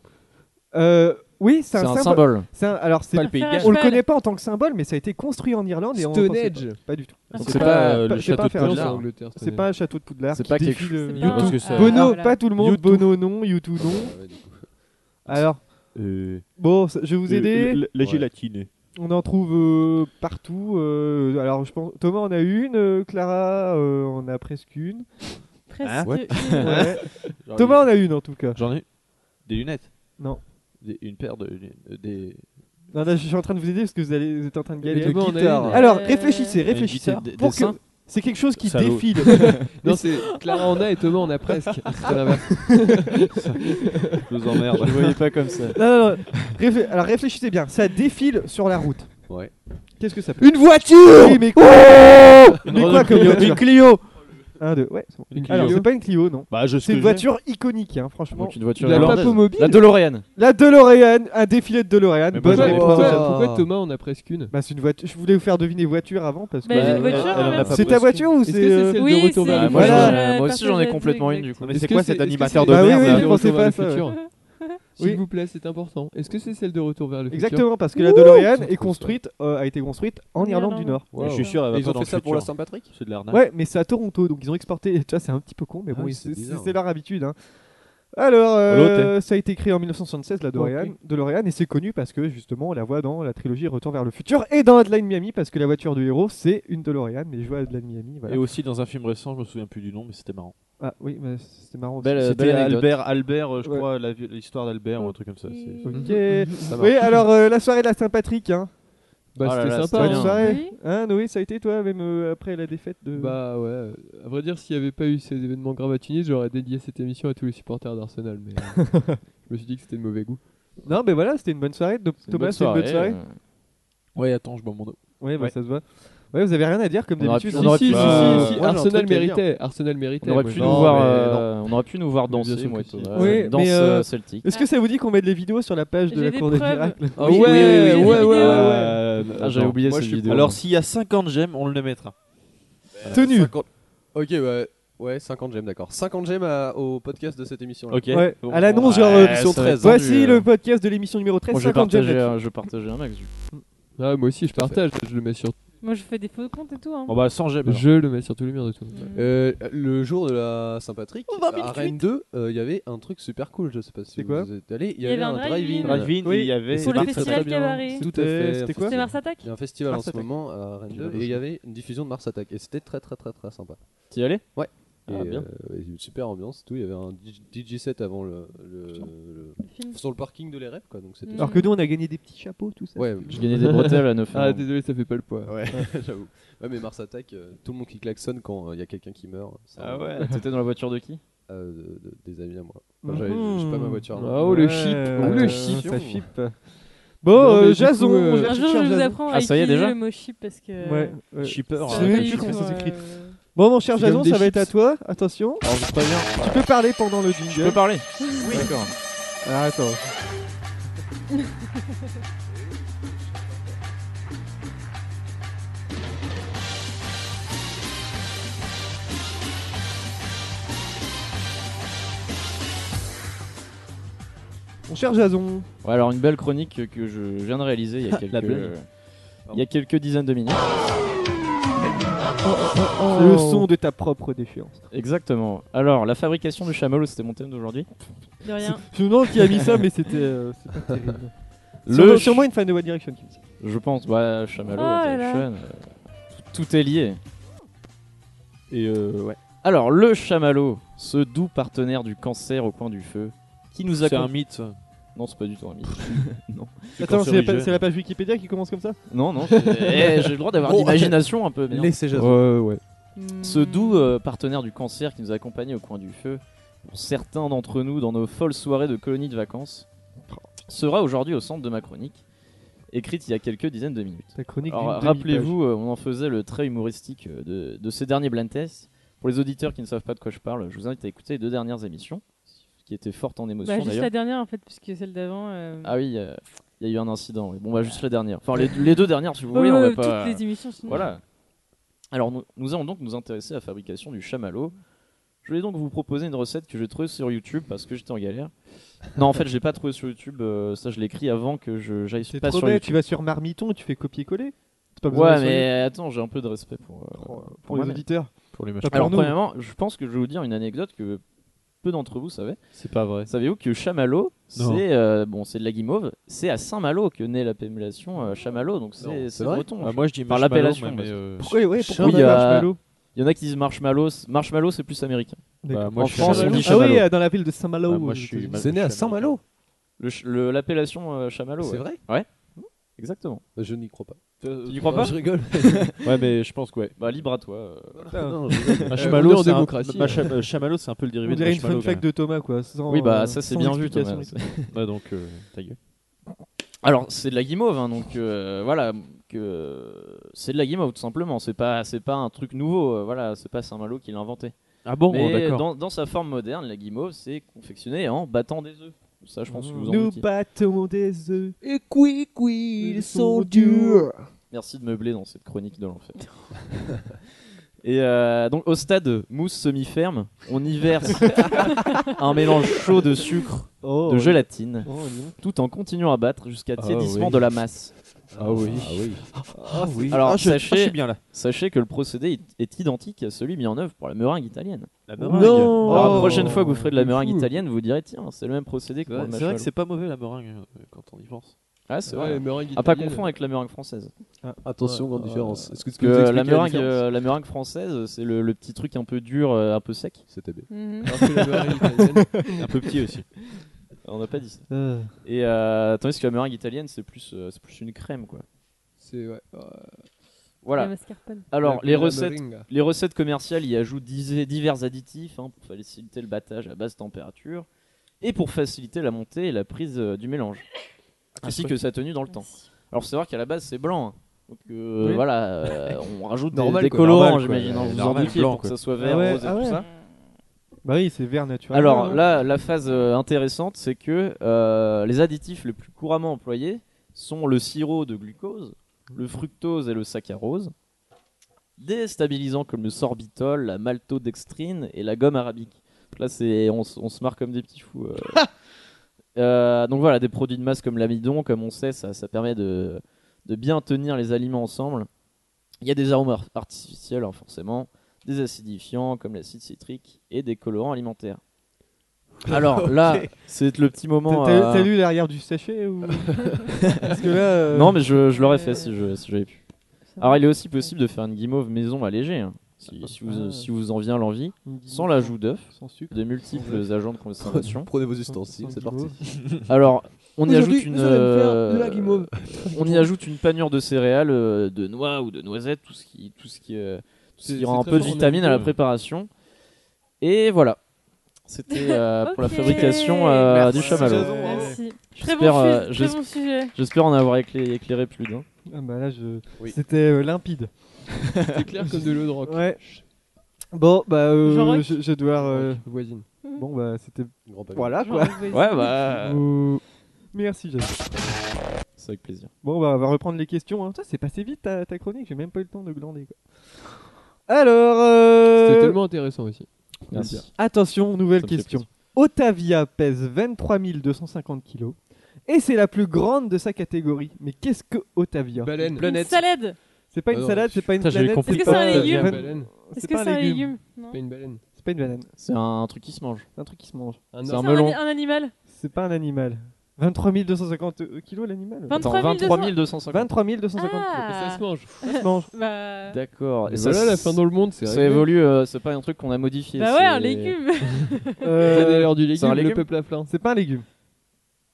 Euh, oui, c'est
C'est
un,
un
symbo-
symbole.
c'est un- alors, c'est-
Faire un
on le
cheval.
connaît pas en tant que symbole, mais ça a été construit en Irlande et on
Stone
pensait
Age.
Pas, pas du tout.
Ah,
Donc
c'est
c'est
pas-
pas euh,
pas-
le
c'est pas
château de
faire un
C'est en
Poudlard.
Angleterre,
C'est pas un château de Poudlard.
C'est
qui
pas quelque
défie
chose-
le-
C'est pas un-
parce que ça-
ah,
Bono,
voilà.
pas tout le monde.
YouTube.
Bono non, YouTube non.
Ah
ouais, du coup.
Alors,
euh,
bon, ça- je vais vous aider.
La
Ouais.
gélatine.
On en trouve euh, partout. euh, alors, je pense, Thomas en a une, euh, Clara euh, en a presque une.
Presque.
ouais.
une-
Ouais.
Genre
Thomas en a une en tout cas.
une- J'en ai. Des lunettes.
Non.
Des- Une paire de. lunettes, euh, Des.
Non, là, je suis en train de vous aider parce que vous, allez, vous êtes en train de
Mais
galérer.
Thomas en a une.
Euh,
Alors, réfléchissez, réfléchissez.
guitare, des-
Pour que
dessin.
c'est quelque chose qui
Salaud.
défile.
Non, c'est Clara en a et Thomas en a presque. C'est l'inverse.
Je vous emmerde.
Je le voyais pas comme ça.
Non, non, non. Réfl- Alors réfléchissez bien, ça défile sur la route.
Ouais.
Qu'est-ce que ça peut
Une voiture Oh
Oui, mais quoi, mais quoi comme voiture
Clio
Un, deux, ouais, c'est bon.
Une
Alors,
Clio.
c'est pas une Clio, non.
Bah, je
C'est une voiture iconique, hein, franchement.
Donc une voiture
La
irlandaise.
papomobile
La DeLorean.
La DeLorean, un défilé de DeLorean.
Mais
Bonne
moi, j'avais
Pourquoi
pas
réponse.
pensé
pourquoi-
Oh.
pourquoi Thomas en a presque une
Bah, c'est une voiture. Je voulais vous faire deviner voiture avant parce que.
Bah, j'ai une
Bah,
voiture.
elle en a
ouais.
pas
c'est ta voiture ou
Est-ce que
c'est.
c'est
euh,
celle
Oui,
de Retour vers
c'est-
le
Ah,
futur
moi,
Voilà.
j'en ai- moi
Partage
aussi j'en
la
ai complètement
truc,
une du coup.
Mais
Est-ce
c'est
que
quoi cet
est-ce que
animateur
c'est
de
celle
merde,
de
là
Retour
Pensez
vers
pas
le
à ça,
futur
Oui.
S'il vous plaît, c'est important. Est-ce que c'est celle de Retour vers le futur
Exactement, parce que la DeLorean
Ouh.
est construite, euh, a été construite en
En
Irlande
Irlande.
du Nord.
Wow.
Je suis sûr, elle va
Ils
pas
ont
dans
fait
le
ça pour la
futur.
Saint-Patrick
C'est de l'arnaque.
Ouais, mais c'est à Toronto, donc ils ont exporté. Tu vois, c'est un petit peu con, mais
Ah
bon,
oui,
c'est
c'est
c'est-
bizarre.
c'est leur habitude. hein. Alors, euh,
Voilà,
ça a été créé en 1976, la DeLorean,
Ok.
DeLorean, et c'est connu parce que justement, on la voit dans la trilogie Retour vers le futur et dans Hotline Miami, parce que la voiture du héros, c'est une DeLorean, mais je vois Hotline Miami. Voilà.
Et aussi dans un film récent, je me souviens plus du nom, mais c'était marrant.
Ah oui, mais c'était marrant. aussi.
Belle, euh,
C'était
belle anecdote.
ben, Albert, Albert, euh, je
Ouais.
crois, la vie- l'histoire d'Albert ou un truc comme ça. c'est-
Ok.
Ça marche.
Oui, alors euh, la soirée de la Saint-Patrick, hein.
Bah,
Oh là
c'était sympa.
là, c'était
hein.
bien.
soirée.
Oui.
Hein, Noé, ça a été toi, même euh, après la défaite de.
Bah ouais, euh, à vrai dire, s'il n'y avait pas eu ces événements graves à Tunis, j'aurais dédié cette émission à tous les supporters d'Arsenal, mais euh, je me suis dit que c'était de mauvais goût.
Non, mais voilà, c'était une bonne soirée. Donc, Thomas, c'était une bonne soirée.
euh,
Ouais, attends, je bois mon eau.
Ouais, bah,
Ouais.
ça se voit. Ouais, vous avez rien à dire comme
On aurait
d'habitude.
pu- on aurait pu-
si,
bah,
si, si, moi, j'ai un
Arsenal
truc à dire.
méritait, Arsenal méritait.
On aurait
moi,
pu
je-
nous
Non,
voir,
mais non.
euh, on aurait pu nous voir
Bien
danser,
sûr
moi, et
que
toi,
si.
euh,
Oui, mais,
danse
euh,
euh, celtique.
Est-ce que ça vous dit qu'on met de les vidéos sur la page de
Ah. J'ai
la
des
Cour des
preuves.
miracles
Ah ouais,
Oui, oui, oui,
ouais,
j'ai
ouais,
des
ouais,
vidéos.
ouais.
Euh, ah, j'avais
non,
oublié
moi,
cette
je suis
vidéo.
pour. Alors, s'il y a 50 j'aime, on le mettra.
Tenue.
50. Ok, ouais. Ouais, 50 j'aime, d'accord. 50 j'aime à- au podcast de cette émission.
ok.
Ouais,
Bon.
à l'annonce, genre.
Ouais,
euh,
ça
émission
va être
13.
tendu,
Voici
euh.
le podcast de l'émission numéro 13,
Moi, je vais
50
partager, hein.
j'aime.
un- je partageais un max. du coup.
Ah, moi aussi, je
Tout à fait.
partage, je le mets sur,
Moi, je fais des faux comptes et tout. Hein.
Bon, bah, 100 j'aime. alors.
je le mets sur tous les murs de tout.
Euh, le jour de la Saint-Patrick, à Rennes 2, euh, il y avait un truc super cool. Je sais pas si
C'est quoi
vous êtes allé. Il
Il
y avait un drive-in.
Drive-in,
Oui.
il y avait.
Pour le
Marc-
festival cabaret.
Tout à fait.
C'était quoi
C'est Mars Attack
Il y a un festival
Mars
en ce
Attack.
moment euh, à Rennes
J'ai
2 et
pas
il
bossé.
y avait une diffusion de Mars Attack et c'était très très très très sympa.
T'y allais
Et,
Ah, bien.
euh, il y avait une super ambiance, et tout. Il y avait un DJ set avant le, le- le-
le film.
sur le parking de les rêves quoi. Donc c'était.
Mm.
Alors que nous, on a gagné des petits chapeaux, tout ça.
Ouais,
Je gagnais des bretelles à 9
Ah, désolé, ça fait pas le poids.
ouais, j'avoue. Ouais, mais Mars Attack, euh, tout le monde qui klaxonne quand euh, il y a quelqu'un qui meurt. ça-
Ah
Ah
ouais T'étais dans la voiture de qui
euh, de- de- des amis à moi. Enfin, j'avais- J'ai pas ma voiture. là.
Ah, oh, le chip,
Ouais,
oh, le
euh,
chip.
ça chip. Bon,
Non, mais
euh,
du coup,
Jason,
euh,
on va
Un
chercher
jour, je
Jason.
vous apprends euh, à
Ah, ça y est,
utiliser
déjà
le mot chip parce que.
Ouais, ouais.
Shipper.
Je
hein.
sais même
ils
plus comment
sont,
ça s'écrit.
euh,
Bon, mon cher
C'est comme
Jason,
des
ça va être
chips.
à toi. Attention,
Alors, je préviens.
tu peux parler pendant le jingle.
Je peux parler Oui. D'accord.
Ah, attends. Mon cher Jason,
Ouais, alors une belle chronique que je viens de réaliser il y a quelques,
blague.
il y a quelques dizaines de minutes.
c'est le son de ta propre défiance.
Exactement. Alors, la fabrication du chamallow, c'était mon thème d'aujourd'hui.
De rien.
Je me demande qui a mis ça, mais c'était euh, c'est pas terrible.
Le
Sûrement- Sûrement une fan de One Direction qui a mis ça.
Je pense, bah, chamallow,
Oh là
Direction, euh, tout tout est lié. Et euh, ouais. Alors, le chamallow, ce doux partenaire du cancer au coin du feu, qui nous a...
C'est un
con-
mythe. ça.
Non, c'est pas du tout un mythe.
Attends, c'est la, pa-
cancérigène.
c'est la page Wikipédia qui commence comme ça
non, non, c'est- Eh, j'ai le droit d'avoir
Bon,
l'imagination un peu. merde.
Laissez
Ouais,
Jason.
ouais.
Hmm.
Ce doux euh, partenaire du cancer qui nous accompagnait au coin du feu, pour certains d'entre nous dans nos folles soirées de colonies de vacances, sera aujourd'hui au centre de ma chronique, écrite il y a quelques dizaines de minutes.
Ta chronique
Alors
d'une
rappelez-vous, euh, on en faisait le trait humoristique euh, de, de ces derniers blind tests. Pour les auditeurs qui ne savent pas de quoi je parle, je vous invite à écouter les deux dernières émissions, qui étaient fortes en
Bah,
émotion
juste
d'ailleurs.
la dernière en fait, puisque celle d'avant. euh,
Ah oui, euh, il y a eu un incident. oui. Bon bah juste la dernière. Enfin les, les deux dernières, si vous
oh,
voulez, on va
toutes
pas...
les émissions sont.
Voilà. Alors, nous, nous allons donc nous intéresser à la fabrication du chamallow. Je vais donc vous proposer une recette que j'ai trouvée sur YouTube parce que j'étais en galère. Non, en fait, je l'ai pas trouvé sur YouTube. euh, ça, je l'ai écrit avant que je j'aille
C'est
pas
trop
sur
bête,
YouTube.
tu vas sur Marmiton et tu fais copier-coller. C'est pas besoin
Ouais,
d'aller sur
mais attends, j'ai un peu de respect pour, euh,
YouTube.
pour,
pour, pour les
moi-même.
auditeurs.
Pour les machins.
Pas pour
Alors,
nous.
premièrement, je pense que je vais vous dire une anecdote que peu d'entre vous savaient.
C'est pas vrai.
Savez-vous que chamallow,
Non.
c'est euh, bon, c'est de la guimauve. C'est à Saint-Malo que naît l'appellation euh, chamallow, donc
Non,
c'est
c'est
c'est
vrai
breton.
Ah, moi, je dis
Par
marshmallow,
l'appellation,
moi, mais.
parce
euh,
Pourquoi, ouais, pourquoi
Oui,
on a
euh,
Marshmallow
Il y en a qui disent marshmallow. c- Marshmallow, c'est plus américain.
bah,
D'accord.
moi,
en
je suis
France, on
chamallow.
dit
Ah
chamallow.
oui, euh, dans la ville de Saint-Malo.
Ah, moi, je
aux
suis
États-Unis.
mal-
C'est né à Saint-Malo.
Le ch- le- L'appellation euh, chamallow.
C'est
ouais.
vrai
Exactement.
Je n'y crois pas.
Euh,
Tu n'y crois pas
Je rigole.
Ouais, mais je pense que ouais.
Bah libre à toi. euh.
Non, je rigole.
on est
Marshmallow,
en
c'est un-
démocratie.
ma- cha- Chamallow, c'est un peu le
On
dérivé de
dirait une fun
marshmallow.
fact de Thomas, quoi. sans-
Oui bah
euh,
ça c'est
sans
bien vu
explication
Thomas.
et tout.
quand même. Ouais, donc, euh, ta gueule.
Alors c'est de la guimauve hein, donc euh, voilà que c'est de la guimauve tout simplement. C'est pas c'est pas un truc nouveau. euh, voilà c'est pas Saint Malo qui l'a inventé.
Ah bon,
Mais
d'accord.
dans, dans sa forme moderne la guimauve c'est confectionnée en battant des œufs. Ça je pense que vous en
Nous
doutez.
battons des œufs.
Et oui, oui,
ils sont durs.
Merci de meubler dans cette chronique de l'enfer. Et euh, donc au stade mousse semi-ferme, on y verse un mélange chaud de sucre,
Oh,
de
ouais.
gélatine,
Oh, dis donc.
tout en continuant à battre jusqu'à
Ah
tiédissement
oui.
de la masse.
Ah oui.
Ah, oui.
Alors
Ah, je- ah, je
sachez,
suis bien là.
sachez que le procédé est- est identique à celui mis en œuvre pour la meringue italienne.
La
meringue.
Non.
Alors la
Oh,
prochaine fois que vous ferez de la
c'est
meringue
fou.
italienne, vous direz tiens, c'est le même procédé que pour le
C'est vrai que
marshmallow.
c'est pas mauvais la meringue euh, quand on y pense.
Ah c'est
Ouais,
vrai.
meringue
À pas
italienne.
confondre avec la meringue française.
Attention, grande différence. Est-ce que tu
Parce que
peux nous
euh,
expliquer
la meringue,
différence
euh, la meringue française, c'est le, le petit truc un peu dur, euh, un peu sec.
C'était bien.
euh,
Mhm.
Alors que la meringue italienne,
Un peu petit aussi.
On n'a pas dit ça.
Euh,
Et euh, tandis que la meringue italienne, c'est plus, euh, c'est plus une crème quoi.
C'est ouais.
Voilà.
La mascarpone.
Alors,
La-
les
la
recettes,
moringa.
les recettes commerciales y ajoutent dis- divers additifs hein, pour faciliter le battage à basse température et pour faciliter la montée et la prise euh, du mélange, ainsi que sa tenue dans le temps. Alors, faut savoir qu'à la base, c'est blanc. hein. Donc, euh,
Oui.
voilà, euh, on rajoute des-
Normal,
des,
quoi,
colorants,
normal, quoi.
j'imagine, hein, vous en
Normal,
doutiez,
blanc,
pour que
quoi.
ça soit vert,
Ah ouais,
rose et
ah
tout
ouais.
ça.
Bah oui, c'est vert naturel.
Alors
hein.
là, la phase euh, intéressante, c'est que euh, les additifs les plus couramment employés sont le sirop de glucose, le fructose et le saccharose, des stabilisants comme le sorbitol, la maltodextrine et la gomme arabique. Donc Là, c'est on, s- on se marre comme des petits fous. euh. Euh, donc voilà, des produits de masse comme l'amidon, comme on sait, ça, ça permet de, de bien tenir les aliments ensemble. Il y a des arômes ar- artificiels, hein, forcément, des acidifiants comme l'acide citrique et des colorants alimentaires. Alors là, c'est le petit
T'as-
moment.
T'as
euh,
t'as lu l'arrière du sachet ou Parce que là. euh,
Non, mais je, je l'aurais
Euh,
fait si je- si j'avais pu.
Ça
Alors,
va.
il est aussi possible de faire une guimauve maison allégée, hein, si, si vous,
Ah.
si vous en vient l'envie,
euh,
sans l'ajout d'œuf,
Sans sucre.
de multiples agents de conservation.
Prenez vos
sans-
ustensiles,
sans
c'est
guimauve.
parti.
Alors, on y ajoute une.
Nous allons faire de
euh,
la guimauve.
on y ajoute une panure de céréales, euh, de noix ou de noisettes, tout ce qui, tout ce qui, euh, tout ce
C'est-
qui rend
c'est
un
très
peu de
fort,
vitamine à la
ouais.
préparation. Et voilà. C'était euh, pour la
Ok.
fabrication euh,
Merci.
du chamallow.
Jason, bravo.
Merci. Très
J'espère,
bon,
euh,
sujet,
j'es-
très bon sujet.
J'espère en avoir éclairé, éclairé plus d'un.
Ah bah là, je.
Oui.
C'était euh, limpide.
C'est clair comme de l'eau de rock.
Ouais. Bon, bah, euh,
Jean-Roch
je, je dois. euh,
Voisine.
Bon, bah, c'était.
Grand pavé.
Voilà
Ah,
Genre,
quoi.
vas-y.
Ouais, bah.
Ou- Merci, Jason.
C'est avec plaisir.
Bon, bah, on va reprendre les questions. hein. Putain, c'est passé vite ta, ta chronique, j'ai même pas eu le temps de glander quoi. Alors. euh,
C'était tellement intéressant aussi.
Merci.
Attention, nouvelle
Ça me fait
question. Otavia pèse 23 250 kilos et c'est la plus grande de sa catégorie. Mais qu'est-ce que Otavia
Baleine.
Une salade.
C'est pas
Ah
une
non,
salade, c'est pas une
putain, j'avais
planète.
compris
Est-ce que c'est
pas-
un légume
Une
c'est
baleine.
Est-ce que c'est un légume Non.
Pas une baleine.
C'est pas une banane,
C'est un truc qui se mange.
c'est un truc qui se mange.
Un
C'est
C'est
arbre.
un,
melon.
ani- un animal.
C'est pas un animal. 23 250 euh, kilos l'animal
Vingt-
23
23
250.
23 250
Et ça
Ah.
se mange.
kilos. Ça se mange.
Bah,
D'accord.
Et
Ah, Et ça,
voilà
s-
la fin dans le monde, c'est
ça
réglé.
évolue, euh, c'est pas un truc qu'on a modifié.
bah ouais, un
c'est-
légume.
Euh,
Donnez l'heure du
c'est un
légume, le
légume
peuple à plein.
c'est pas un légume.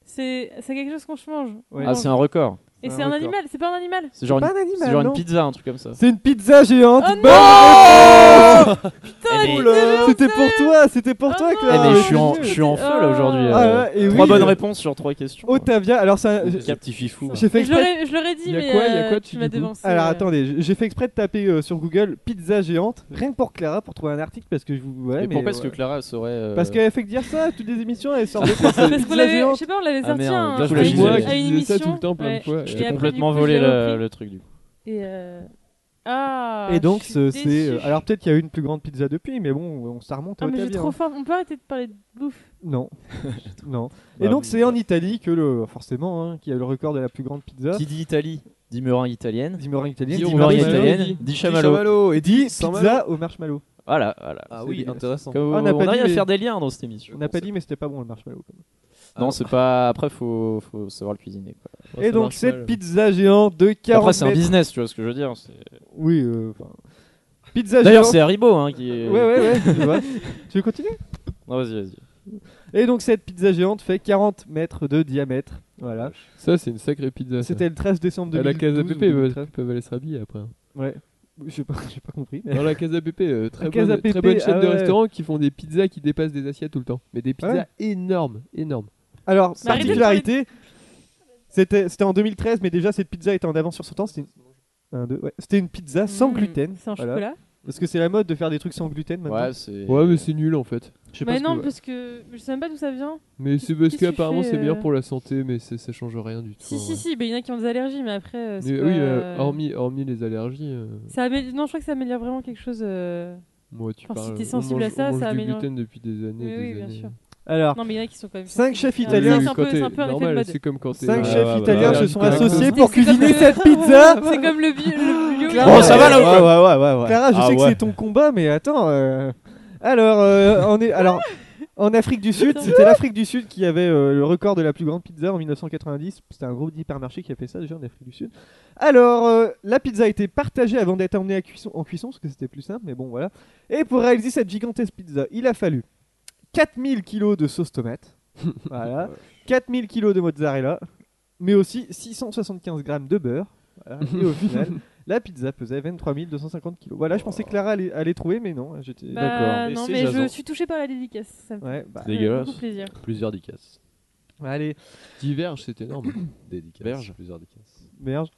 C'est c'est quelque chose qu'on se mange.
Ouais.
Ah, c'est un record.
Et
un
c'est un
record.
animal. C'est pas un animal.
C'est genre,
pas
une...
un animal,
c'est genre une
non.
pizza, un truc comme ça.
C'est une pizza géante. Oh
Oh
Bonne
non
réponse
Putain,
Eh mais-
il
C'était pour toi, c'était pour
Oh
toi
non.
Eh,
Claire.
mais je suis en,
Euh,
je suis en feu là aujourd'hui.
Ah
euh,
ouais, et
trois
oui.
bonnes réponses sur trois questions.
Otavia, alors ça,
Quel petit fifou.
Euh,
hein.
j'ai fait
Mais je
exprès.
l'aurais- je l'aurais
Y
dit,
a
mais
quoi, y a
euh,
quoi dessus,
tu m'as
du coup
dévancé.
Alors
euh.
attendez, j- j'ai fait exprès de taper euh, sur Google pizza géante, rien que pour Clara, pour trouver un article parce que je vous. Ouais,
Et
mais
pourquoi est-ce que
ouais.
Clara saurait. euh,
Parce qu'elle fait que dire ça, toutes les émissions, elle sort de quoi c'est
Parce qu'on
Pizza
l'avait, je
géante.
sais pas, on l'avait
Ah,
sorti
merde,
un-
là, je
à
l'ai
une-
dit,
moi
ouais.
à
qui
une
disais ça
émission.
tout le temps plein
Ouais.
de fois.
Je
et
t'ai
J'ai
après,
complètement
du coup,
volé
je l'ai
le,
repris.
le truc du coup.
Et, euh, ah,
Et donc
je suis
ce- c'est. euh,
déçue.
Alors peut-être qu'il y a eu une plus grande pizza depuis, mais bon, on ça remonte à
Ah, mais j'ai
Otavia,
trop
hein.
faim. On peut arrêter de parler de bouffe.
Non. non.
Bah,
Et donc
oui.
c'est en Italie que le. Forcément, hein, qu'il y a le record de la plus grande pizza.
Qui dit Italie dit meringue italienne.
Dit meringue italienne.
Dit
dit
meringue
marshmallow,
italienne. Dit chamallow.
et dit
dit Pizza au marshmallow.
Voilà, voilà.
Ah
C'est
oui,
dégueulasse.
intéressant.
Comme
Ah, on
on
n'a pas dit,
arrive à
mais-
faire des liens dans cette émission.
On n'a pas dit, Ah. mais c'était pas bon le marshmallow. quand même.
Non, c'est pas. Après, faut, faut savoir le cuisiner. Quoi.
Et donc cette pizza géante de 40
Après, c'est un
mètres-
business, tu vois ce que je veux dire. c'est-
Oui, euh, enfin. Pizza
D'ailleurs,
géante.
c'est Haribo hein, qui. est-
Ouais, ouais, ouais. tu vois. Tu veux continuer
Non, vas-y, vas-y.
Et donc, cette pizza géante fait 40 mètres de diamètre. Voilà.
Ça, c'est une sacrée pizza. ça.
C'était le 13 décembre
à
2012.
la Casa
ou
Pepe,
2013.
ils peuvent aller se rhabiller après. hein.
euh, Ouais. Je sais pas, j'ai pas compris. mais-
Dans la Casa Pepe, euh, très,
La
bonne,
Casa
très
Pepe,
bonne chaîne
ah
de
ouais.
restaurants qui font des pizzas qui dépassent des assiettes tout le temps. Mais des pizzas
Ouais.
énormes, énormes.
Alors,
Mais arrêtez de
particularité, c'était c'était en 2013, mais déjà, cette pizza était en avance sur son temps. C'était une... un, deux, ouais. C'était une pizza Ah, sans
Mm,
gluten.
Sans
Voilà.
chocolat.
Parce que c'est la mode de faire des trucs sans gluten maintenant.
Ouais, c'est.
Ouais, mais c'est nul en fait.
Je sais pas
Mais
ce
Bah non,
que-
parce que je sais même pas d'où ça vient.
Mais c'est parce
Qu'est-ce que tu
qu'apparemment,
fais,
c'est meilleur
euh
pour la santé, mais c'est- ça change rien du tout.
Oh,
Si,
en
si,
vrai.
si, mais il y en a qui ont des allergies, mais après. euh, c'est
Mais
pas,
oui,
euh,
euh, hormis, hormis les allergies, euh,
ça amé- Non, je crois que ça améliore vraiment quelque chose. euh,
moi tu
Enfin, si
parles.
t'es
on
sensible
mange-
à ça,
on mange
ça
du
améliore.
gluten depuis des années.
Oui,
des
oui, bien
années.
sûr.
Alors,
Non, mais il y en a qui sont quand même.
cinq chefs
Ah,
italiens.
c'est un peu-
Quand t'es-
c'est un peu arrêté
normal,
de mode.
C'est comme quand t'es.
Cinq
euh,
chefs
ouais,
italiens
ouais,
se
ouais,
sont
ouais.
associés pour
C'est comme
cuisiner
le-
cette pizza.
C'est comme le, bi- le bio.
Clara, Bon, Oh, ça va, là,
ouais, ouais, ouais, ouais, ouais.
Clara, je
Ah
sais que
ouais.
c'est ton combat, mais attends. euh, Alors, euh, on est... Alors, en Afrique du Sud, c'était l'Afrique du Sud qui avait euh, le record de la plus grande pizza en 1990. C'était un groupe d'hypermarchés qui a fait ça déjà en Afrique du Sud. Alors, euh, la pizza a été partagée avant d'être emmenée à cuisson, en cuisson, parce que c'était plus simple, mais bon, voilà. Et pour réaliser cette gigantesque pizza, il a fallu 4000 kilos de sauce tomate, voilà, 4000 kilos de mozzarella, mais aussi 675 grammes de beurre, Voilà. Et au final, la pizza pesait 23 250 kilos. Voilà, je pensais que Clara allait, allait trouver, mais non, j'étais
Bah, non, mais je suis touchée par la dédicace. Ça me fait
Ouais, bah,
Ouais,
Dégueulasse.
beaucoup plaisir.
Plusieurs dédicaces.
allez,
Diverge, c'est énorme.
Dédicace.
Berge.
Plusieurs dédicaces.
merde.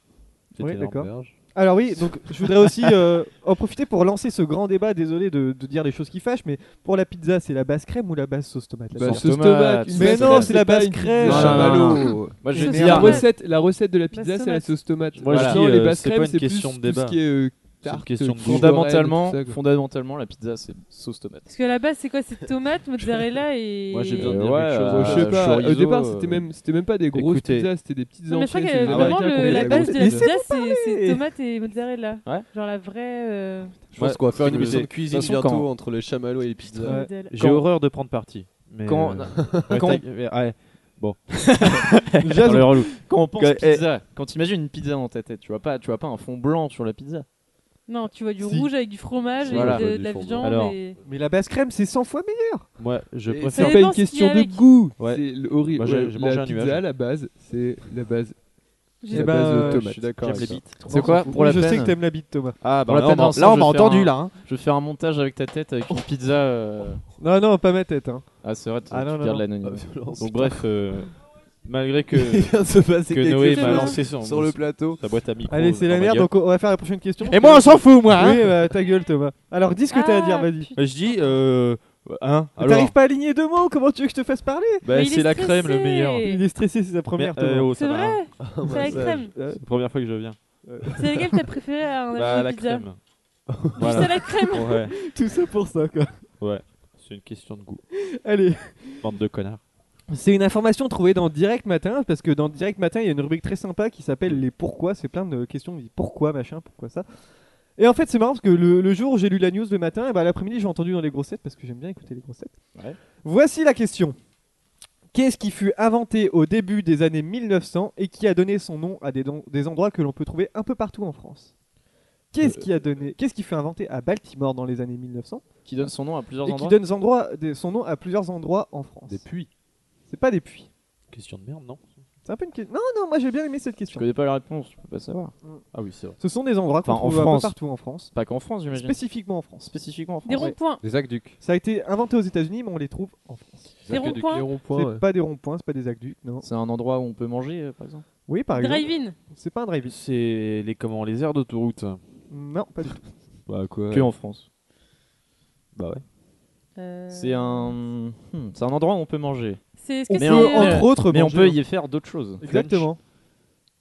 C'est
Oui,
énorme.
d'accord.
Berge.
Alors oui, donc je voudrais aussi euh, en profiter pour lancer ce grand débat. Désolé de, de dire les choses qui fâchent, mais pour la pizza, c'est la basse crème ou la basse sauce tomate la
Bah,
sauce
ce
tomate.
tomate, une
Mais
basse
non,
crème,
c'est la
pas
base
une
crème.
pizza.
Non,
Chamallow.
Moi je
Je
vais
sais
La
dire.
pas.
recette, la recette de la pizza,
Basse
c'est la
tomate.
sauce tomate.
Moi, je
Voilà.
dis,
Sinon,
euh,
les basses
c'est pas
crèmes,
une
c'est plus
question de
tout ce
débat.
qui est euh,
C'est une
tarte,
question de goût.
chou-
Fondamentalement,
Lorraine, tout ça, quoi.
fondamentalement, la pizza c'est sauce tomate.
Parce que la base, c'est quoi C'est tomate, mozzarella et.
Moi, j'ai besoin de
Euh,
dire
ouais,
quelque chose.
euh,
Je sais pas,
chorizo,
au départ
euh,
c'était même, c'était même pas des grosses
écoutez.
pizzas, c'était des petites
Non, mais je crois
entrées.
que
c'est les
vraiment
Américains qui
le-
ont
la
fait
base de la
grosse pizza.
pizza, c'est c'est tomate et mozzarella.
Ouais.
Genre la vraie. euh,
Je pense qu'on va faire une
Ouais,
émission de
c'est-
cuisine
de toute façon,
bientôt
quand-
entre les chamallows et les pizzas.
Ouais.
modèle.
J'ai
Quand-
horreur de prendre parti. Mais
Quand-
euh, ouais,
quand-
t'as- mais- ouais.
Dans le relou.
Quand on
Quand-
pense
eh,
pizza,
Quand t'imagines une pizza dans ta tête, tu vois pas, tu vois pas un fond blanc sur la pizza.
Non, tu vois du
Si.
rouge avec du fromage
Voilà.
et de- de,
Du
la
fromage.
viande.
Alors,
et-
Mais la basse crème, c'est 100 fois meilleur.
moi je
Et
préfère
C'est pas
dépend
une
ce qu'il y a
question de
avec.
goût.
Ouais.
C'est le horrible.
Moi, j'ai- j'ai mangé
la
un
pizza,
nuage.
la base, c'est la base.
J'ai-
la
ben,
base de
euh,
Je
tomate.
suis d'accord.
J'aime
avec
les
ça.
bites.
C'est quoi pour la
je sais
peine
que t'aimes la bite, Thomas.
Ah
Pour la
là,
peine,
on m'a-
Vincent,
là, on
je
m'a
vais faire
entendu
un-
là. hein. Je vais faire un montage avec ta tête avec une pizza. euh,
Non, non, pas ma tête. Hein.
Ah c'est vrai, tu
Ah, non,
tu
non,
gardes
non.
l'anonymat.
Ah, violence.
Donc bref, euh, malgré que,
Il vient de se passer
que
quelque
Noé
chose
m'a
là.
lancé son,
chose sur le plateau.
sa boîte à micro.
Allez, c'est
dans
la
ma
merde,
gueule.
donc on va faire la prochaine question.
Et moi on s'en fout moi. hein.
Oui, bah, ta gueule, Thomas. Alors, dis ce que t'as à dire,
Ah,
vas-y.
putain.
Euh, Je dis, euh, hein,
Mais
alors,
T'arrives pas à aligner deux mots, comment tu veux que je te fasse parler
bah,
Mais il
c'est
est
la crème le
stressé.
meilleur.
Et-
Il est stressé, c'est sa première.
Mais, euh,
Thomas.
oh, ça
C'est
va, hein.
vrai C'est la
ça,
crème.
Euh,
C'est la première fois que je viens.
C'est laquelle t'as préféré à un
Bah,
avis de
la
pizza
crème.
Juste à
voilà.
la crème
Ouais,
euh, Tout ça pour ça, quoi.
ouais. C'est une question de goût.
Allez.
Bande de connards.
C'est une information trouvée dans Direct Matin, parce que dans Direct Matin, il y a une rubrique très sympa qui s'appelle les pourquoi. C'est plein de questions, on dit pourquoi machin, pourquoi ça. Et en fait, c'est marrant parce que le, le jour où j'ai lu la news le matin, et ben, l'après-midi, j'ai entendu dans les grossettes, parce que j'aime bien écouter les grossettes.
Ouais.
Voici la question. Qu'est-ce qui fut inventé au début des années 1900 et qui a donné son nom à des, don- des endroits que l'on peut trouver un peu partout en France
Euh,
Qu'est-ce qui a donné Qu'est-ce qui fut inventé à Baltimore dans les années 1900
Qui donne son nom à plusieurs
et qui
endroits.
donne endroits- des- son nom à plusieurs endroits en France
Des puits.
C'est pas des puits.
Question de merde, non
C'est un peu une question. Non, non, moi j'ai bien aimé cette
Je
question.
connais pas la réponse, je peux pas savoir. Ah oui c'est vrai.
Ce sont des endroits qu'on
Enfin, en
trouve un peu
France.
partout en France,
Pas qu'en France j'imagine.
spécifiquement en France.
Spécifiquement en France.
Des ronds-points.
Des aqueducs.
Ça a été inventé aux États-Unis, mais on les trouve en France.
Des
Les
ronds-points.
C'est
ronds-points. ouais.
pas des ronds-points, c'est pas des aqueducs, non.
C'est un endroit où on peut manger euh, par exemple.
Oui, par exemple.
Drive-in.
C'est pas un drive-in.
Eh C'est les comment les aires d'autoroute.
Non, pas du tout.
Bah quoi
Que en France.
Bah ouais.
Euh,
C'est un, hmm, c'est un endroit où on peut manger.
C'est est-ce que
Mais
c'est.
en-
euh,
Entre autres,
Mais on
manger,
peut
hein.
y faire d'autres choses.
Exactement.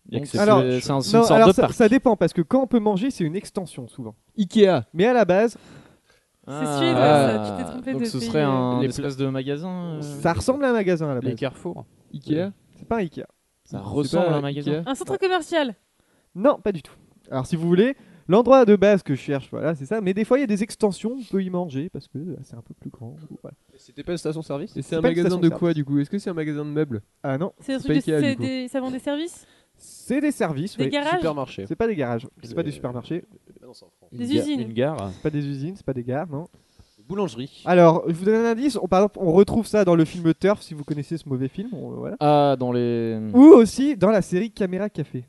Donc,
Donc,
c'est
alors,
c'est un- c'est une
Non,
sorte
alors
de
ça,
parc.
ça dépend parce que quand on peut manger, c'est une extension souvent.
Ikea.
Mais à la base,
C'est suédois,
Ah.
ça, tu t'es trompé
Donc
de
ce
pays,
serait
euh.
un
Les
espèce de magasin. euh,
ça ressemble à un magasin à la
Les
base.
carrefours.
Ikea.
C'est pas un Ikea.
Ça ressemble à un magasin.
Un centre commercial.
Non, pas du tout. Alors si vous voulez, l'endroit de base que je cherche, voilà, c'est ça. Mais des fois, il y a des extensions, on peut y manger parce que euh, c'est un peu plus grand. ou voilà.
C'était pas une station-service
Et c'est
C'est
un
pas une
magasin
station
de
de
quoi du coup Est-ce que c'est un magasin de meubles
Ah non,
C'est un
C'est
truc de.
pas Ikea, du
c'est
coup.
des- Ça vend des services
c'est des services.
Des
oui.
garages
Supermarché.
C'est pas des garages, c'est
Mais-
pas des supermarchés,
Des
Ga-
usines.
Une gare.
c'est pas des usines, c'est pas des gares, non.
Boulangerie.
Alors, je vous donne un indice, on, par exemple, on retrouve ça dans le film Turf, si vous connaissez ce mauvais film, on- voilà.
Ah, dans les.
Ou aussi dans la série Caméra Café.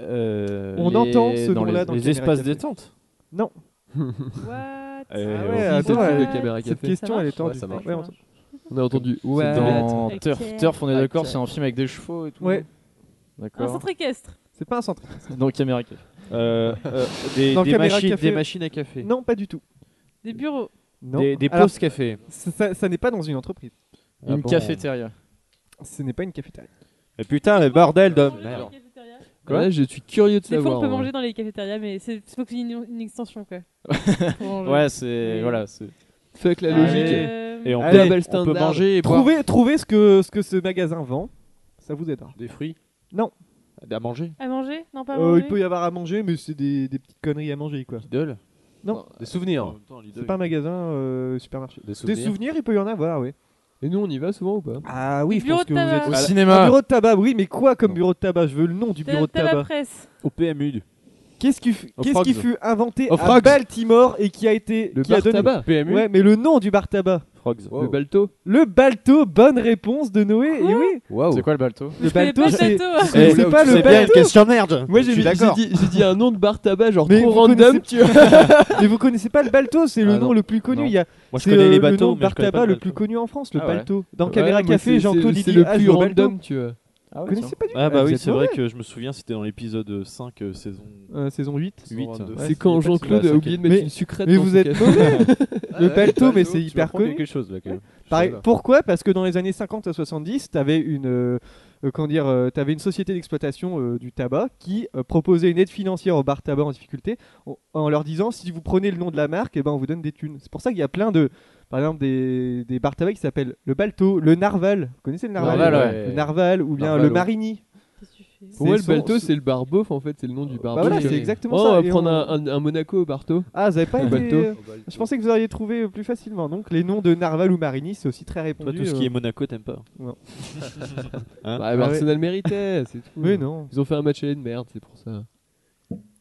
Euh,
On
les-
entend ce
dans
nom-là
les-
dans
les
Caméra
espaces
Café.
détente.
What
Euh,
Ah
oui.
ouais,
C'est
attends,
le film
elle-
de Caméra
cette
Café.
question elle est
marche.
tendue.
Ouais, ça marche.
Ouais, on-
On a entendu.
C'est
Ouais.
dans
Ok.
Turf. Turf, on est d'accord,
Ok.
c'est un film avec des chevaux et tout.
Ouais.
Un
D'accord.
centre équestre.
C'est pas un centre.
Dans Caméra Café.
Euh, euh, des,
Dans
des
Caméra
machines,
Café.
des machines à café.
Non, pas du tout.
Des bureaux.
Non.
Des, des
Alors,
pauses café.
ça, ça- ça n'est pas dans une entreprise.
Une cafétéria.
Ce n'est pas une cafétéria.
Mais putain, mais bordel
On
de
peut manger dans
merde.
les cafétérias.
Quoi
Là, je suis curieux de
Des fois,
savoir.
on peut
hein.
manger dans les cafétérias, mais c'est c'est faut que c'est une, une extension quoi. Pour manger.
Ouais, c'est.
Oui.
Voilà. c'est-
Fuck la logique.
Euh,
bah, Et on,
Allez,
peut,
double
on peut
standard.
manger et boire
Trouvez, trouvez ce, que, ce que ce magasin vend, ça vous aidera.
des fruits.
Non.
À manger.
À manger Non, pas à
Euh,
manger.
il peut y avoir à manger, mais c'est des, des petites conneries à manger quoi.
Lidl.
Des souvenirs.
C'est pas un magasin, euh, supermarché.
Des
Des souvenirs, il peut y en avoir, oui.
Et nous, on y va souvent ou pas
Ah oui,
je Bureau pense de que vous tabac. êtes-
Au
Voilà.
Un
cinéma.
bureau de tabac, oui, mais quoi comme bureau de tabac Je veux le nom du
T'as-
bureau de
t'as la
tabac.
presse.
Au PMU.
Qu'est-ce qui, fu-
Au
qu'est-ce qui
Frogs.
fut inventé
Au
à
Frogs.
Baltimore et qui a été.
Le
qui a
bar
donné...
tabac.
PMU.
Ouais, mais le nom du bar tabac.
Frogs.
Le balto
Le balto, bonne réponse de Noé. Et oui,
C'est quoi le balto
le
connais
balto,
pas le hein.
c'est
balto.
c'est-
Eh,
c'est pas le
C'est bien une
balto.
question merde.
Moi
Je
ben, j'ai
suis
j'ai
d'accord.
dit, j'ai dit un nom de bar tabac genre
Mais
trop
vous
random, tu vois.
Mais vous connaissez pas le balto, c'est le
Ah,
nom
non.
le plus connu.
Non.
Il y a
Moi je
c'est,
connais
euh,
les
le nom
bateaux,
de
mais je connais
Bartaba
pas
le,
le
plus
balto.
connu en France, le
Ah ouais.
balto. Dans
Ouais,
Caméra
mais
Café,
c'est-
Jean-Claude
c'est-
Didier.
C'est le
Haas,
plus
le balto.
random, tu vois.
Ah
Vous
ouais,
connaissez pas du tout
Ah bah
Ah, vous
oui,
êtes
c'est vrai
mauvais.
que je me souviens, c'était dans l'épisode 5, euh, saison
Euh, Saison 8.
8.
Ouais,
c'est quand
c'est pas-
Jean-Claude
c'est
a
pas-
oublié de mettre
Mais-
une sucrète
Mais
dans
vous
son
êtes
café.
mauvais
Ouais,
Le balto, mais c'est
tu
hyper
m'apprends
connu.
quelque chose là quand même.
Pareil,
Celle-là.
pourquoi Parce que dans les années 50 à 70, t'avais une, euh, euh, comment dire, euh, t'avais une société d'exploitation euh, du tabac qui euh, proposait une aide financière aux bars tabac en difficulté en, en leur disant si vous prenez le nom de la marque, eh ben on vous donne des thunes. C'est pour ça qu'il y a plein de, par exemple des, des bars tabac qui s'appellent le Balto, le Narval. Vous connaissez le Narval
Narval,
Le
ouais.
Narval ou bien
Narvalo.
le Marini.
Qu'est-ce que tu fais
Pour moi, le
son-
balto,
son-
c'est le barbeau, en fait, c'est le nom du
Bah
barbeau.
voilà,
tu vois.
c'est exactement
Oh,
ça.
on va
Et
prendre
on-
un, un- un Monaco au barto.
Ah, vous avez pas
Le
été.
Balto.
euh, Je pensais que vous auriez trouvé euh, plus facilement. Donc les noms de Narval ou Marini, c'est aussi très
Toi,
répandu.
tout ce qui
euh.
est Monaco, t'aimes pas Hein
Bah, Arsenal méritait, c'est tout.
Oui, non.
Ils ont fait un match aller de merde, c'est pour ça.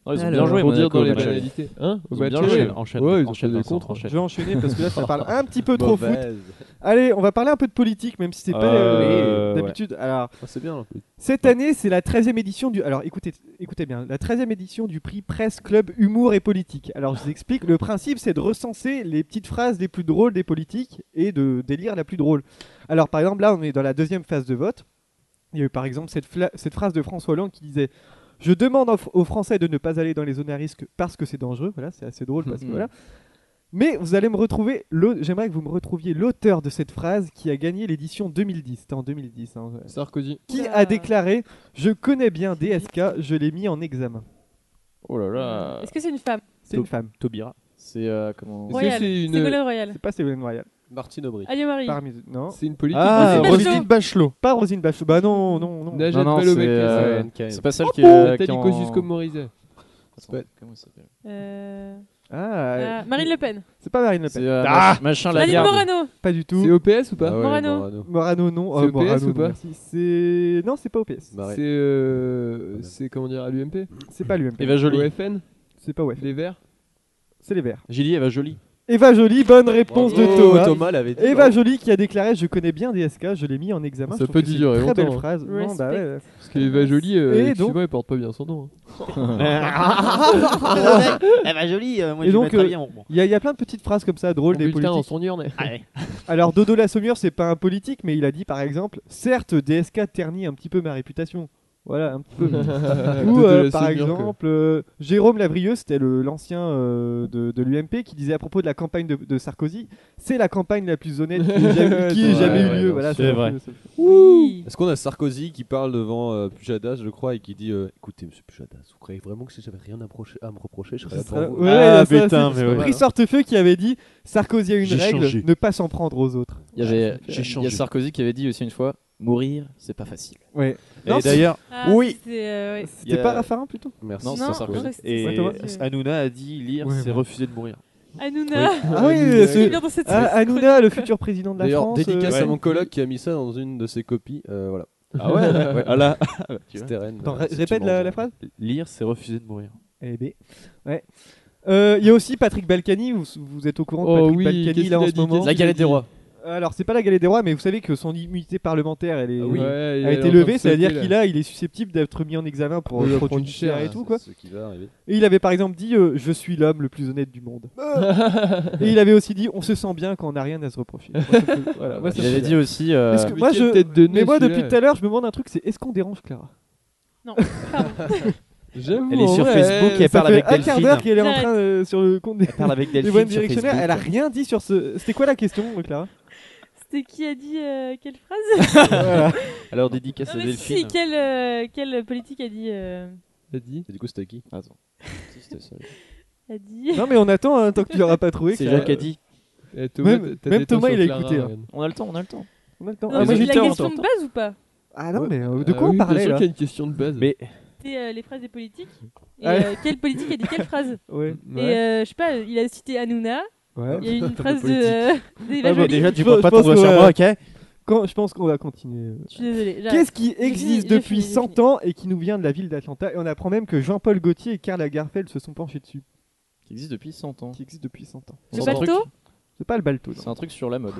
Ah, ils ont
Alors,
bien joué,
pour dire
Monaco,
dans les
au match aller.
banalités. Hein Au
Ils ont
match
bien
aller.
joué. Enchaîne,
Ouais, ils ont
enchaîne,
fait des
Vincent,
contres.
enchaîne.
Je vais enchaîner parce que là, ça parle un petit peu trop foot.
Mauvaise.
Allez, on va parler un peu de politique, même si c'est pas euh,
Euh,
d'habitude. Alors,
Ah, c'est bien.
cette année, c'est la 13e édition du. Alors, écoutez, écoutez bien, la 13e édition du prix Presse Club Humour et Politique. Alors, je vous explique. Le principe, c'est de recenser les petites phrases les plus drôles des politiques et de d'élire la plus drôle. Alors, par exemple, là, on est dans la deuxième phase de vote. Il y a eu, par exemple, cette, fla- cette phrase de François Hollande qui disait. Je demande aux- aux Français de ne pas aller dans les zones à risque parce que c'est dangereux. Voilà, c'est assez drôle parce que voilà. Mais vous allez me retrouver, l'au- j'aimerais que vous me retrouviez l'auteur de cette phrase qui a gagné l'édition 2010. C'était en 2010. hein.
Sarkozy.
Qui
Ah.
a déclaré Je connais bien DSK, je l'ai mis en examen.
Oh là là.
Est-ce que c'est une femme
C'est une femme.
Tobira.
C'est euh, comment
Est-ce que
Royal.
c'est une,
Ségolène Royal.
C'est pas Ségolène Royal.
Martine Aubry.
Allez Marie.
Parmi... Non.
c'est une politique
Ah,
mais-
Roselyne Bachelot.
Roselyne Bachelot. Pas Rosine Bachelot. Bah non, non, non.
Nage
Non, non,
après le
c'est,
mec.
euh,
euh,
C'est pas celle qui
Nathalie
est. qui est en-
Kosciusko comme Morizet.
Attends, Comment ça s'appelle
Euh,
Ah, elle-
ah, Marine Le Pen.
c'est pas Marine Le
C'est
Pen.
euh,
Ah
mach- machin la
Aline
garde.
Morano.
Pas du
C'est
tout.
OPS ou pas
ouais,
Morano.
Morano, non.
C'est
Euh,
OPS
Morano,
ou
non,
pas
merci. C'est. Non, c'est pas OPS.
Barré.
C'est euh, c'est comment dire à l'UMP
C'est pas l'UMP.
Eva Jolie.
FN
C'est pas OF.
Les Verts
C'est les Verts.
J'ai dit, elle va jolie.
Eva Jolie, bonne réponse de Thomas.
Thomas l'avait dit.
Eva
hein.
Jolie qui a déclaré Je connais bien DSK, je l'ai mis en examen.
Ça
Je trouve
peut
que c'est
durer
une Très belle
longtemps, hein.
phrase. Non, bah ouais.
Parce que Eva Jolie, euh,
Et
excuse-moi, elle porte pas bien son nom. hein.
Elle va jolie, euh, moi
Et
je
donc,
vais très
euh,
bien. mon bon.
Il y, a- il y a plein de petites phrases comme ça, drôles
Mon
des
bulletin en
politiques.
son urne.
Alors Dodo la Saumure, c'est pas un politique, mais il a dit par exemple, certes DSK ternit un petit peu ma réputation. Voilà, un petit peu.
Ah,
Ou
Dodo
euh,
la
par
Saumure, quoi.
exemple, euh, Jérôme Lavrieux, c'était le- l'ancien euh, de, de l'UMP, qui disait à propos de la campagne de, de Sarkozy, c'est la campagne la plus honnête qui ait jamais, qui ait
Ouais,
jamais
ouais,
eu lieu.
ouais,
Voilà,
c'est
un
vrai.
peu ça.
Oui.
Est-ce qu'on a Sarkozy qui parle devant euh, Pujadas, je crois, et qui dit euh, Écoutez, monsieur Pujadas, vous croyez vraiment que si j'avais rien à, brocher- à me reprocher, je serais là
Ce sera-
devant vous
Ouais,
Ah,
il y a ça
putain,
aussi.
mais ouais.
Brice Hortefeux qui avait dit Sarkozy a une
J'ai
règle,
changé.
ne pas s'en prendre aux autres.
Il y avait
J'ai
il y
changé.
a Sarkozy qui avait dit aussi une fois Mourir, c'est pas facile.
Ouais. Non,
Et d'ailleurs,
Ah,
Oui.
c'est, euh, ouais.
il y
C'était
a-
pas Raffarin plutôt
Merci.
Non, c'est
Non,
pas
je
Sarkozy.
crois que c'était
Et
Sarkozy, ouais.
Hanouna a dit lire,
Ouais,
c'est
ouais.
refuser de mourir.
Hanouna.
Ah oui,
Hanouna.
ce-
C'est bien dans cette
Ah,
cette
Hanouna, le futur président de la
D'ailleurs,
France.
dédicace
euh,
à mon coloc qui a mis ça dans une de ses copies. euh, voilà.
Ah ouais, Ah là, tu vois.
C'était Rennes.
Attends,
Voilà,
ré-
si tu
répète la,
manges.
la phrase.
Lire, c'est refuser de mourir.
Eh ben, ouais. Euh, Il y a aussi Patrick Balkany, vous, vous êtes au courant
Oh
de Patrick
oui, qu'est-ce
Balkany
qu'il
là en
a
ce
dit,
moment
qu'est-ce
La galette des rois.
Euh, Alors, c'est pas la galette des rois, mais vous savez que son immunité parlementaire elle est,
Ouais, elle
a
est en
été
train de
levée, c'est-à-dire
sauter,
qu'il
là.
a, il est susceptible d'être mis en examen pour
Oui, il va
produit
prendre cher,
chimique et
là,
tout quoi.
C'est ce qui va arriver.
Et il avait par exemple dit euh, Je suis l'homme le plus honnête du monde.
Ah
et il avait aussi dit On se sent bien quand on n'a rien à se reprocher. Moi, ça me fait- voilà, moi, ça
Il
me
avait
fait
dit aussi. euh,
Est-ce que-
Mais
moi,
quelle
je-
tête de
Mais
nez,
moi,
celui-là.
depuis tout à l'heure, je me demande un truc, c'est est-ce qu'on dérange Clara
Non, pardon.
J'avoue,
Elle est
en
sur
vrai,
Facebook
elle-
et elle
Ça
parle
fait
avec
un quart
Delphine.
d'heure qu'elle est en
J'arrête.
train euh, sur le compte des,
Elle parle avec
des
Delphine
One
sur Facebook.
Directionnaires. Elle a rien dit sur ce. C'était quoi la question, Clara
C'était qui a dit euh, quelle phrase
Alors dédicace
Non,
à
mais
Delphine.
si, quelle, euh, quelle politique a dit euh,
elle dit.
Et du coup, c'était qui
Ah,
Attends. Si, c'était ça.
a dit
Non, mais on attend hein, tant que tu l'auras pas trouvé.
C'est
Clara.
Jacques qui a dit.
Eh, Thomas,
Même-
t'as
même
des temps
Thomas,
sur
il a
Clara,
écouté, hein.
regarde.
On a le temps, on a le temps.
On attend.
Non,
Ah,
mais
moi,
c'est
j'ai-
la
tort,
question
j'ai
de
tort.
base ou pas
Ah non, mais euh, de
Ah
quoi on
oui, bien
parlait
sûr
là
qu'il y a une question de base.
Mais-
C'était euh, les phrases des politiques. Et
Ouais.
euh, quelle politique a dit quelle phrase
Ouais.
Et euh, je sais pas, il a cité Hanouna.
Ouais.
Ah,
Il y a eu une phrase de.
politique.
euh, d'Eva
Ah bah,
Jolie.
Déjà, tu
Je-
peux
je
pas
pense
trouver
que,
sur
ouais.
moi, ok
Quand, je pense qu'on va continuer.
Je suis désolée. j'arrête.
Qu'est-ce qui
fini,
existe
j'ai
depuis
fini, j'ai
100
fini.
ans et qui nous vient de la ville d'Atlanta Et on apprend même que Jean-Paul Gaultier et Karl Lagerfeld se sont penchés dessus.
Qui existe depuis 100 ans.
Qui existe depuis 100 ans.
Le
Sans truc.
bateau
C'est pas le balto. non.
C'est un truc sur la mode.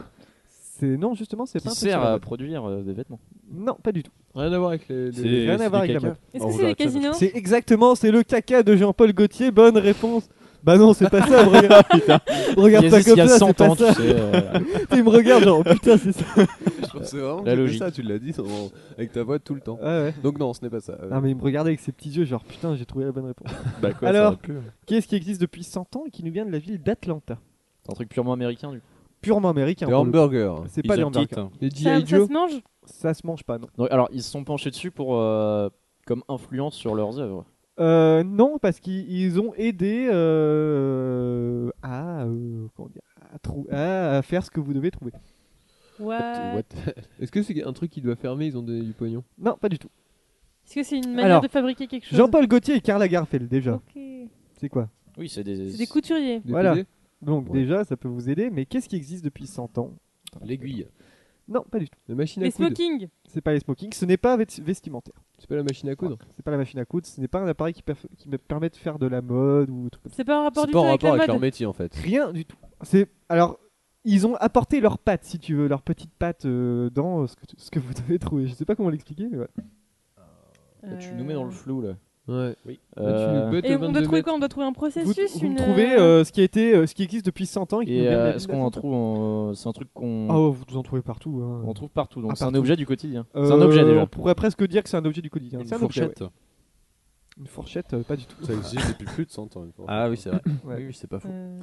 C'est non, justement, c'est
Qui
pas un truc
sert
sur la
à
mode.
produire euh, des vêtements.
Non, pas du tout.
Rien à voir avec les.
C'est-
les-
Rien à
du
voir avec la
caca.
mode.
Est-ce que c'est les casinos
C'est exactement, c'est le caca de Jean-Paul Gaultier. Bonne réponse. Bah non, c'est pas ça. Regarde, regarde
Ah, Il
pas
existe
comme
il y a
ça. c'est
100
pas
ans, tu
ça.
sais. euh,
Il me regarde genre oh, putain, c'est ça.
C'est vraiment
La
que
logique.
ça, tu l'as dit en- avec ta voix tout le temps.
Ouais, ouais.
Donc non, ce n'est pas ça.
Non mais il me regardait avec ses petits yeux genre putain, j'ai trouvé la bonne réponse.
Bah
quoi, ça Alors- aurait Qu'est-ce qui existe depuis 100 ans et qui nous vient de la ville d'Atlanta
C'est un truc purement américain, du coup.
Purement américain.
Les
pour le coup.
hamburgers.
C'est pas les hamburgers.
hein.
Les
ça,
G.I.
ça
Joe.
se mange
Ça se mange pas non.
Donc, alors, ils se sont penchés dessus pour euh, comme influence sur leurs œuvres.
Euh, non, parce qu'ils ils ont aidé euh, à, euh, comment dire, à, trou- à- à faire ce que vous devez trouver.
What
Est-ce que c'est un truc qui doit fermer Ils ont donné du pognon.
Non, pas du tout.
Est-ce que c'est une manière
Alors,
de fabriquer quelque chose
Jean-Paul Gaultier et Karl Lagerfeld, déjà.
Ok. C'est
C'est quoi
Oui, c'est des.
des couturiers.
Des
Voilà.
PD
Donc, déjà, ça peut vous aider, mais qu'est-ce qui existe depuis 100 ans
L'aiguille.
Non, pas du tout.
La machine à
Les
coudre.
smoking.
C'est pas les smoking, ce n'est pas vest- vestimentaire.
C'est pas la machine à coudre.
C'est pas la machine à coudre, ce n'est pas un appareil qui, perf- qui me permet de faire de la mode ou truc comme ça.
C'est pas en rapport
C'est
du
pas
tout
en
avec
rapport
la
avec leur
mode.
métier en fait.
Rien du tout. C'est alors ils ont apporté leurs pattes, si tu veux, leurs petites pattes euh, dans euh, ce que, tu- ce que vous devez trouver. Je sais pas comment l'expliquer, mais voilà.
Là, Tu nous mets dans le flou, là.
Ouais.
Euh,
Là, tu nous bottes
Euh, Et
au
on
22
doit trouver
mètres.
quoi On doit trouver un
Vous,
processus
vous me
une...
trouvez euh, ce qui a été, euh, ce qui existe depuis 100 ans et qui nous
Et
vient de la
euh,
ville
est-ce qu'on en
d'Atlanta.
trouve en- euh, C'est un truc qu'on
Ah, ouais, vous en trouvez partout. hein.
on trouve partout. Donc,
Ah,
c'est un
partout.
objet du quotidien.
Euh,
C'est un objet
On
déjà.
pourrait presque dire que c'est un objet du quotidien.
Une
C'est un objet,
fourchette.
ouais. Une fourchette, euh, pas du tout.
Ça existe depuis plus de 100 ans. une fourchette.
Ah oui, c'est vrai.
Ouais.
Oui, Euh, oui, c'est pas faux.
euh,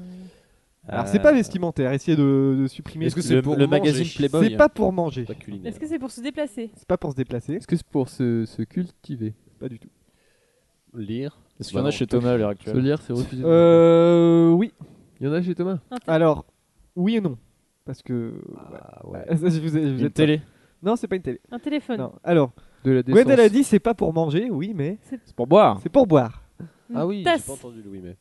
Ah,
Alors c'est pas vestimentaire. Essayez de, de supprimer.
Est-ce que c'est
Le,
pour hein
le
manger
magazine Playboy.
C'est pas pour manger.
Pas culinaire.
Est-ce que c'est pour se déplacer
C'est pas pour se déplacer.
Est-ce que c'est pour se, se cultiver
Pas du tout.
Lire.
Est-ce qu'il y en a chez Thomas à l'heure
Se
actuelle
lire, c'est refuser. de-
Euh, oui.
Il y en a chez Thomas
Alors, oui et non, parce que.
Ah ouais.
Ah, ça, je vous ai- je vous ai
Une
pas-
télé.
Non, c'est pas une télé.
Un téléphone
Non. Alors,
De la
Gwendal a
décence.
dit c'est pas pour manger, oui, mais
C'est pour boire.
c'est pour boire.
Une
Ah oui, j'ai
tasse.
pas entendu Louis, mais.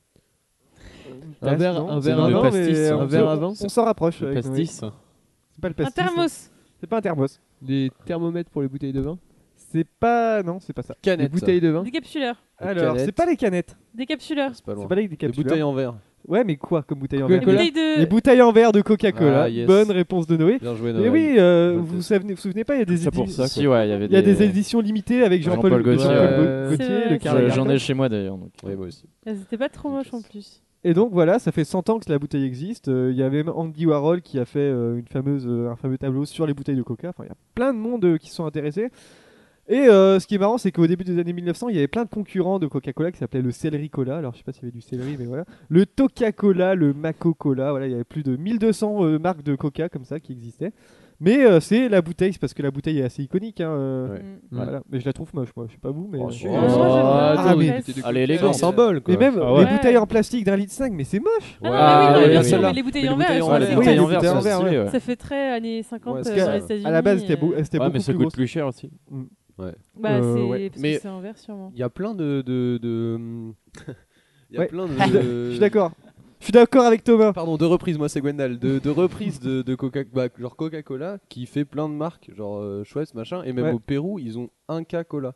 Un verre- un
Non,
verre
non,
avant.
mais
pastis,
on
un
se-
verre avant.
On s'en rapproche.
Le
avec Noé.
pastis.
C'est pas le
Un
pastis.
thermos.
C'est pas un thermos.
Des thermomètres pour les bouteilles de vin
C'est pas. Non, c'est pas ça.
Des bouteilles de vin
Des capsuleurs.
Alors, c'est pas les canettes.
Des capsuleurs.
C'est pas
C'est
loin.
pas les
Des
capsules.
bouteilles en verre.
Ouais, mais quoi comme bouteille en
Coca-
verre
Des
Cola.
bouteilles de...
Les bouteilles en verre de Coca-Cola.
Ah, yes.
Bonne réponse de Noé.
Bien joué,
Et
Noël.
oui, euh,
Bonne
vous vous
tête.
souvenez, vous souvenez pas, il y a des
C'est pour
éditions.
ça,
Si, ouais, il y avait
Il y a des éditions limitées avec
Jean-Paul
Jean-Paul Gaultier,
Gaultier,
ouais.
Gaultier,
C'est vrai,
le
c'est
Karl
vrai.
J'en ai
Lagerfeld.
chez moi d'ailleurs. donc. bah,
Oui, moi aussi.
Ah, C'était pas trop moche en plus.
Et donc voilà, ça fait 100 ans que la bouteille existe. Euh, Il y a même Andy Warhol qui a fait euh, une fameuse, euh, un fameux tableau sur les bouteilles de coca. Enfin, il y a plein de monde euh, qui sont intéressés. Et euh, ce qui est marrant, c'est qu'au début des années 1900, il y avait plein de concurrents de Coca-Cola qui s'appelaient le Celery Cola. Alors, je sais pas s'il y avait du céleri, mais voilà. Le Toca-Cola, le Maco-Cola. Voilà, il y avait plus de 1200 euh, marques de Coca comme ça qui existaient. Mais euh, c'est la bouteille, c'est parce que la bouteille est assez iconique. hein, euh,
Ouais.
Mm.
voilà. Mais je la trouve moche, moi. Je sais pas vous, mais.
Oh, si.
Ah, moi,
attends,
j'aime bien
mais-
les
Ah,
fesses.
Allez,
C'est un
élégant.
symbole quoi.
Mais même
Ah ouais.
les bouteilles en plastique d'un litre 5, mais c'est moche!
Ah
Ah,
non, mais oui, non,
ouais,
bien
ouais,
sûr,
ouais.
mais les bouteilles
Mais
en
les bouteilles
verre, elles
en
sont
Ouais, les
Oui,
stylées.
bouteilles en
les
verre,
bouteilles en
c'est
verre,
stylé, ouais.
Ça fait très années 50
Ouais,
euh,
c'est
aux
ça.
États-Unis.
À la base, c'était beau-
euh,
c'était
Ouais,
beaucoup
mais ça
plus
coûte
gros.
plus cher aussi.
Bah,
Euh,
c'est
ouais.
parce
Mais-
que c'est en verre sûrement.
Il y a plein de. de, de... Il y a
Ouais.
plein
Je
de.
suis d'accord. Je suis d'accord avec Thomas.
Pardon, de reprises, moi c'est Gwendal. De, de reprises de, de Coca, bah, genre Coca-Cola qui fait plein de marques, genre euh, Schweppes, machin. Et même
Ouais.
au Pérou, ils ont un K-Cola.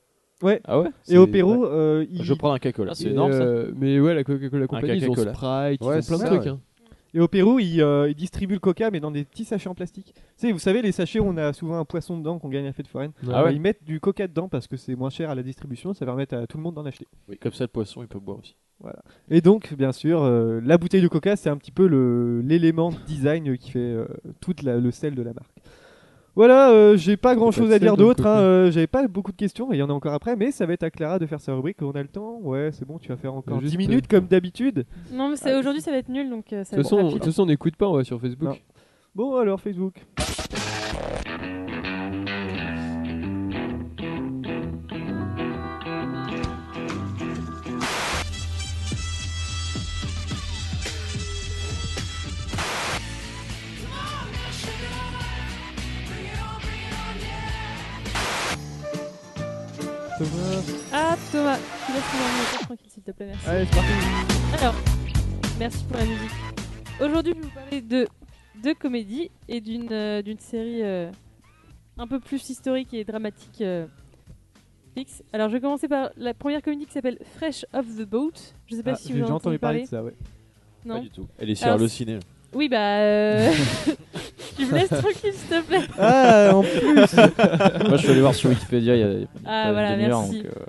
Ah ouais
Et au
C'est-
Pérou, euh, il-
Je prends un Coca-Cola.
Ah, c'est
Et,
énorme, ça.
euh, Mais ouais, la Coca-Cola Company, ils ont
Coca-Cola.
Sprite, ils
Ouais,
ont plein de
c'est ça,
trucs.
ouais.
hein.
et au Pérou, il, euh, il distribue le coca, mais dans des petits sachets en plastique. Tu sais, vous savez, les sachets où on a souvent un poisson dedans qu'on gagne à la fête foraine.
Ah ouais
Ils mettent du coca dedans parce que c'est moins cher à la distribution, ça permet à tout le monde d'en acheter.
Oui, Comme ça, le poisson, il peut boire aussi.
Et donc, bien sûr, euh, la bouteille de coca, c'est un petit peu le- l'élément design qui fait euh, toute la- le sel de la marque. Voilà, euh, j'ai pas grand chose
de
à
sel
dire
dans le
d'autre. hein,
coca.
euh, J'avais pas beaucoup de questions, il y en a encore après, mais ça va être à Clara de faire sa rubrique. On a le temps Ouais, c'est bon, tu vas faire encore
Juste,
10 minutes comme d'habitude.
Non, mais c'est- aujourd'hui ça va être nul donc euh, ça
De toute
va être
façon, de
rapide.
toute façon, on n'écoute pas, on va sur Facebook.
Non. Bon, alors, Facebook.
Ah Thomas, tu laisses mon ordinateur tranquille s'il te plaît, merci.
Allez, c'est parti.
Alors, merci pour la musique. Aujourd'hui, je vais vous parler de deux comédies et d'une euh, d'une série euh, un peu plus historique et dramatique euh, fixe. Alors, je vais commencer par la première comédie qui s'appelle Fresh Off the Boat. Je sais pas
Ah,
si
J'ai
vous en
déjà
avez entendu parler.
de ça, ouais.
Non.
Pas du tout. Elle est sur
Alors,
le ciné.
Oui, bah. euh, tu me laisses tranquille, s'il te plaît.
Ah, Moi, je suis allé voir sur Wikipédia il y a, il y a
Ah,
pas une
voilà,
demi-heure,
merci.
donc euh,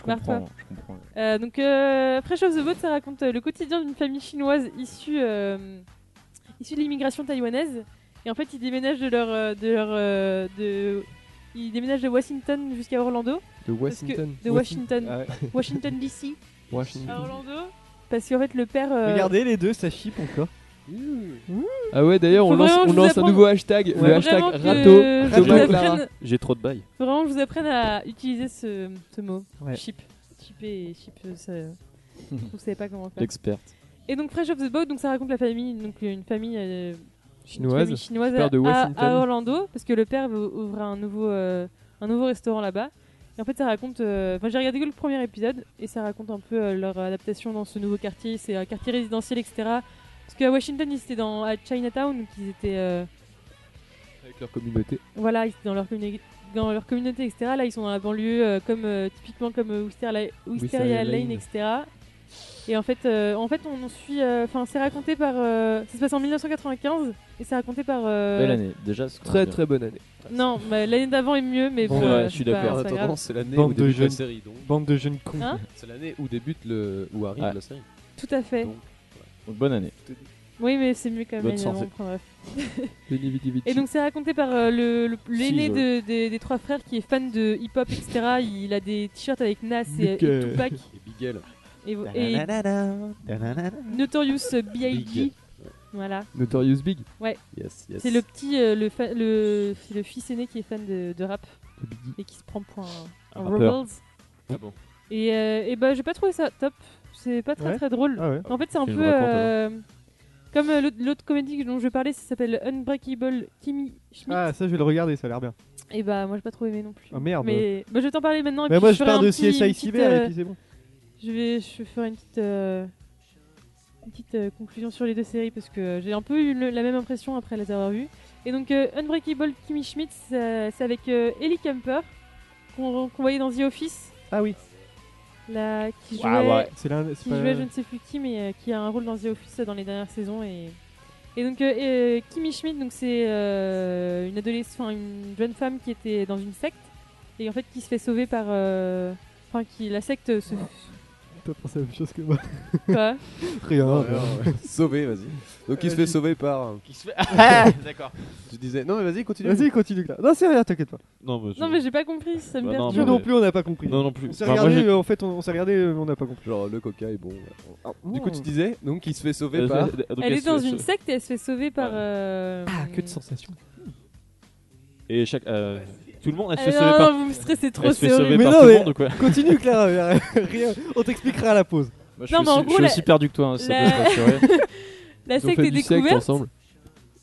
je
Barre-toi.
comprends. Je comprends.
Euh, donc, euh, Fresh of the Boat, ça raconte euh, le quotidien d'une famille chinoise issue, euh, issue de l'immigration taïwanaise. Et en fait, ils déménagent de leur. euh, de leur euh, de... Ils déménagent de Washington jusqu'à Orlando.
De
Parce que-
Washington.
De Washington.
Ah ouais.
Washington DC.
Washington.
À Orlando. Parce qu'en fait, le père. euh,
Regardez les deux, ça chip encore.
Ah ouais, d'ailleurs, on
Faut
lance,
vraiment
on
que je vous
lance un
apprendre-
nouveau hashtag,
Faut
le hashtag
vraiment que
râteau
je
de
vous
Mac
apprenne-
Lara.
J'ai trop de bail.
Faut vraiment que je vous apprenne à utiliser ce, ce mot.
Ouais.
Chip. Chip et chip, euh, ça. Vous savez pas comment faire.
L'experte.
Et donc Fresh of the Boat, donc ça raconte la famille, donc une famille euh, une famille
Chinoise.
chinoise
père de
à-
Washington.
à, Orlando, parce que le père veut- ouvre un nouveau euh, un nouveau restaurant là-bas. Et en fait, ça raconte. euh, Enfin, j'ai regardé que le premier épisode et ça raconte un peu euh, leur adaptation dans ce nouveau quartier. C'est un quartier résidentiel, etc. Parce qu'à Washington, ils étaient dans à Chinatown, donc ils étaient euh,
Avec leur communauté.
voilà, ils étaient dans leur communi- dans leur communauté, etc. Là, ils sont dans la banlieue, euh, comme euh, typiquement comme euh, Wisteria, Wisteria
Wisteria
Lane,
Lane.
etc. Et en fait, euh, en fait, on en suit. euh, Enfin, c'est raconté par. euh, ça se passe en 1995 et c'est raconté par. euh,
Belle année, déjà. c'est
Très
bien.
très bonne année.
Non, mais l'année d'avant est mieux, mais
Bon,
bon,
ouais,
euh,
je suis
c'est pas-
d'accord.
c'est pas grave.
c'est l'année
Bande
où
de
débute la
jeunes.
série. donc.
Bande de jeunes cons.
Hein
C'est l'année où débute le où arrive
Ouais.
la série.
Tout à fait.
Donc,
Donc, bonne année.
Oui, mais c'est mieux quand même.
Bonne
l'année d'avant,
santé.
enfin, bref.
Lenny Vidi Vici.
Et donc c'est raconté par euh, le- le- l'aîné
Si,
de- des- des trois frères qui est fan de hip-hop, etc. Il a des t-shirts avec Nas et, et
Nickel.
Tupac
et Bigel.
et, et Notorious B.I.G.
Big.
Voilà.
Notorious Big.
Yes, yes.
C'est le petit, euh, le, fa- le, c'est le fils aîné qui est fan de, de rap et qui se prend pour un, un
rappeur.
Rebels. Et, euh, et bah j'ai pas trouvé ça top. C'est pas très
Ouais.
très drôle.
Ah ouais.
En fait, c'est un
Tu
peu
le racontes,
euh, comme euh, l'autre- l'autre comédie dont je parlais, ça s'appelle Unbreakable Kimmy Schmidt.
Ah, ça je vais le regarder, ça a l'air bien.
Et bah, moi, j'ai pas trop aimé non plus.
Ah, merde.
Mais bah, je vais t'en parler maintenant. et
Mais
puis
moi je
je ferai
pars
un
de
petit- une
CSI
petite,
Cyber
euh,
et puis c'est bon.
Je vais je ferai une petite, euh, une petite euh, conclusion sur les deux séries parce que euh, j'ai un peu eu le- la même impression après les avoir vues. Et donc, euh, Unbreakable Kimmy Schmidt, ça- c'est avec euh, Ellie Kemper qu'on qu'on voyait dans The Office,
Ah oui.
la, qui jouait
C'est là. c'est
qui
pas-
jouait je ne sais plus qui, mais euh, qui a un rôle dans The Office euh, dans les dernières saisons. Et, et donc, euh, euh, Kimmy Schmidt, donc c'est euh, une adolescente, enfin, une jeune femme qui était dans une secte et en fait qui se fait sauver par, euh, enfin qui la secte se
T'as pensé à la même chose que moi.
quoi
Rien. rien.
Sauvé, vas-y. Donc il se
Euh,
fait sauver par. euh,
D'accord.
Tu disais non mais vas-y continue.
Vas-y, continue là. Non, c'est rien, t'inquiète pas.
Non, mais.
Non mais j'ai pas compris, ça me
Bah
perturbe.
Nous
mais-
non plus, on n'a pas compris.
Non, non plus.
On s'est
Enfin, moi,
regardé,
j'ai-
euh, en fait, on, on s'est regardé, euh, mais on n'a pas compris.
Genre le coca est bon. ouais.
Mmh.
Du coup tu disais donc il se fait sauver
Euh,
par.
donc,
elle est dans
se-
une secte et elle se fait sauver par. euh,
Ah,
sensations.
Et chaque. euh, Tout le monde, elle
Ah non,
se fait sauver
non,
par.
vous me stressez trop,
Elle se fait
c'est horrible.
sauver
Mais
par
non,
tout le
mais-
monde ou quoi
Continue, Clara. euh, rien. On t'expliquera à la pause.
Moi, je suis,
Non, mais en
aussi- je
gros,
suis
la-
aussi perdu que toi, hein, si ça peut
la-
te rassurer.
La
Ils ont
secte
fait
est
du sexe
découverte
ensemble.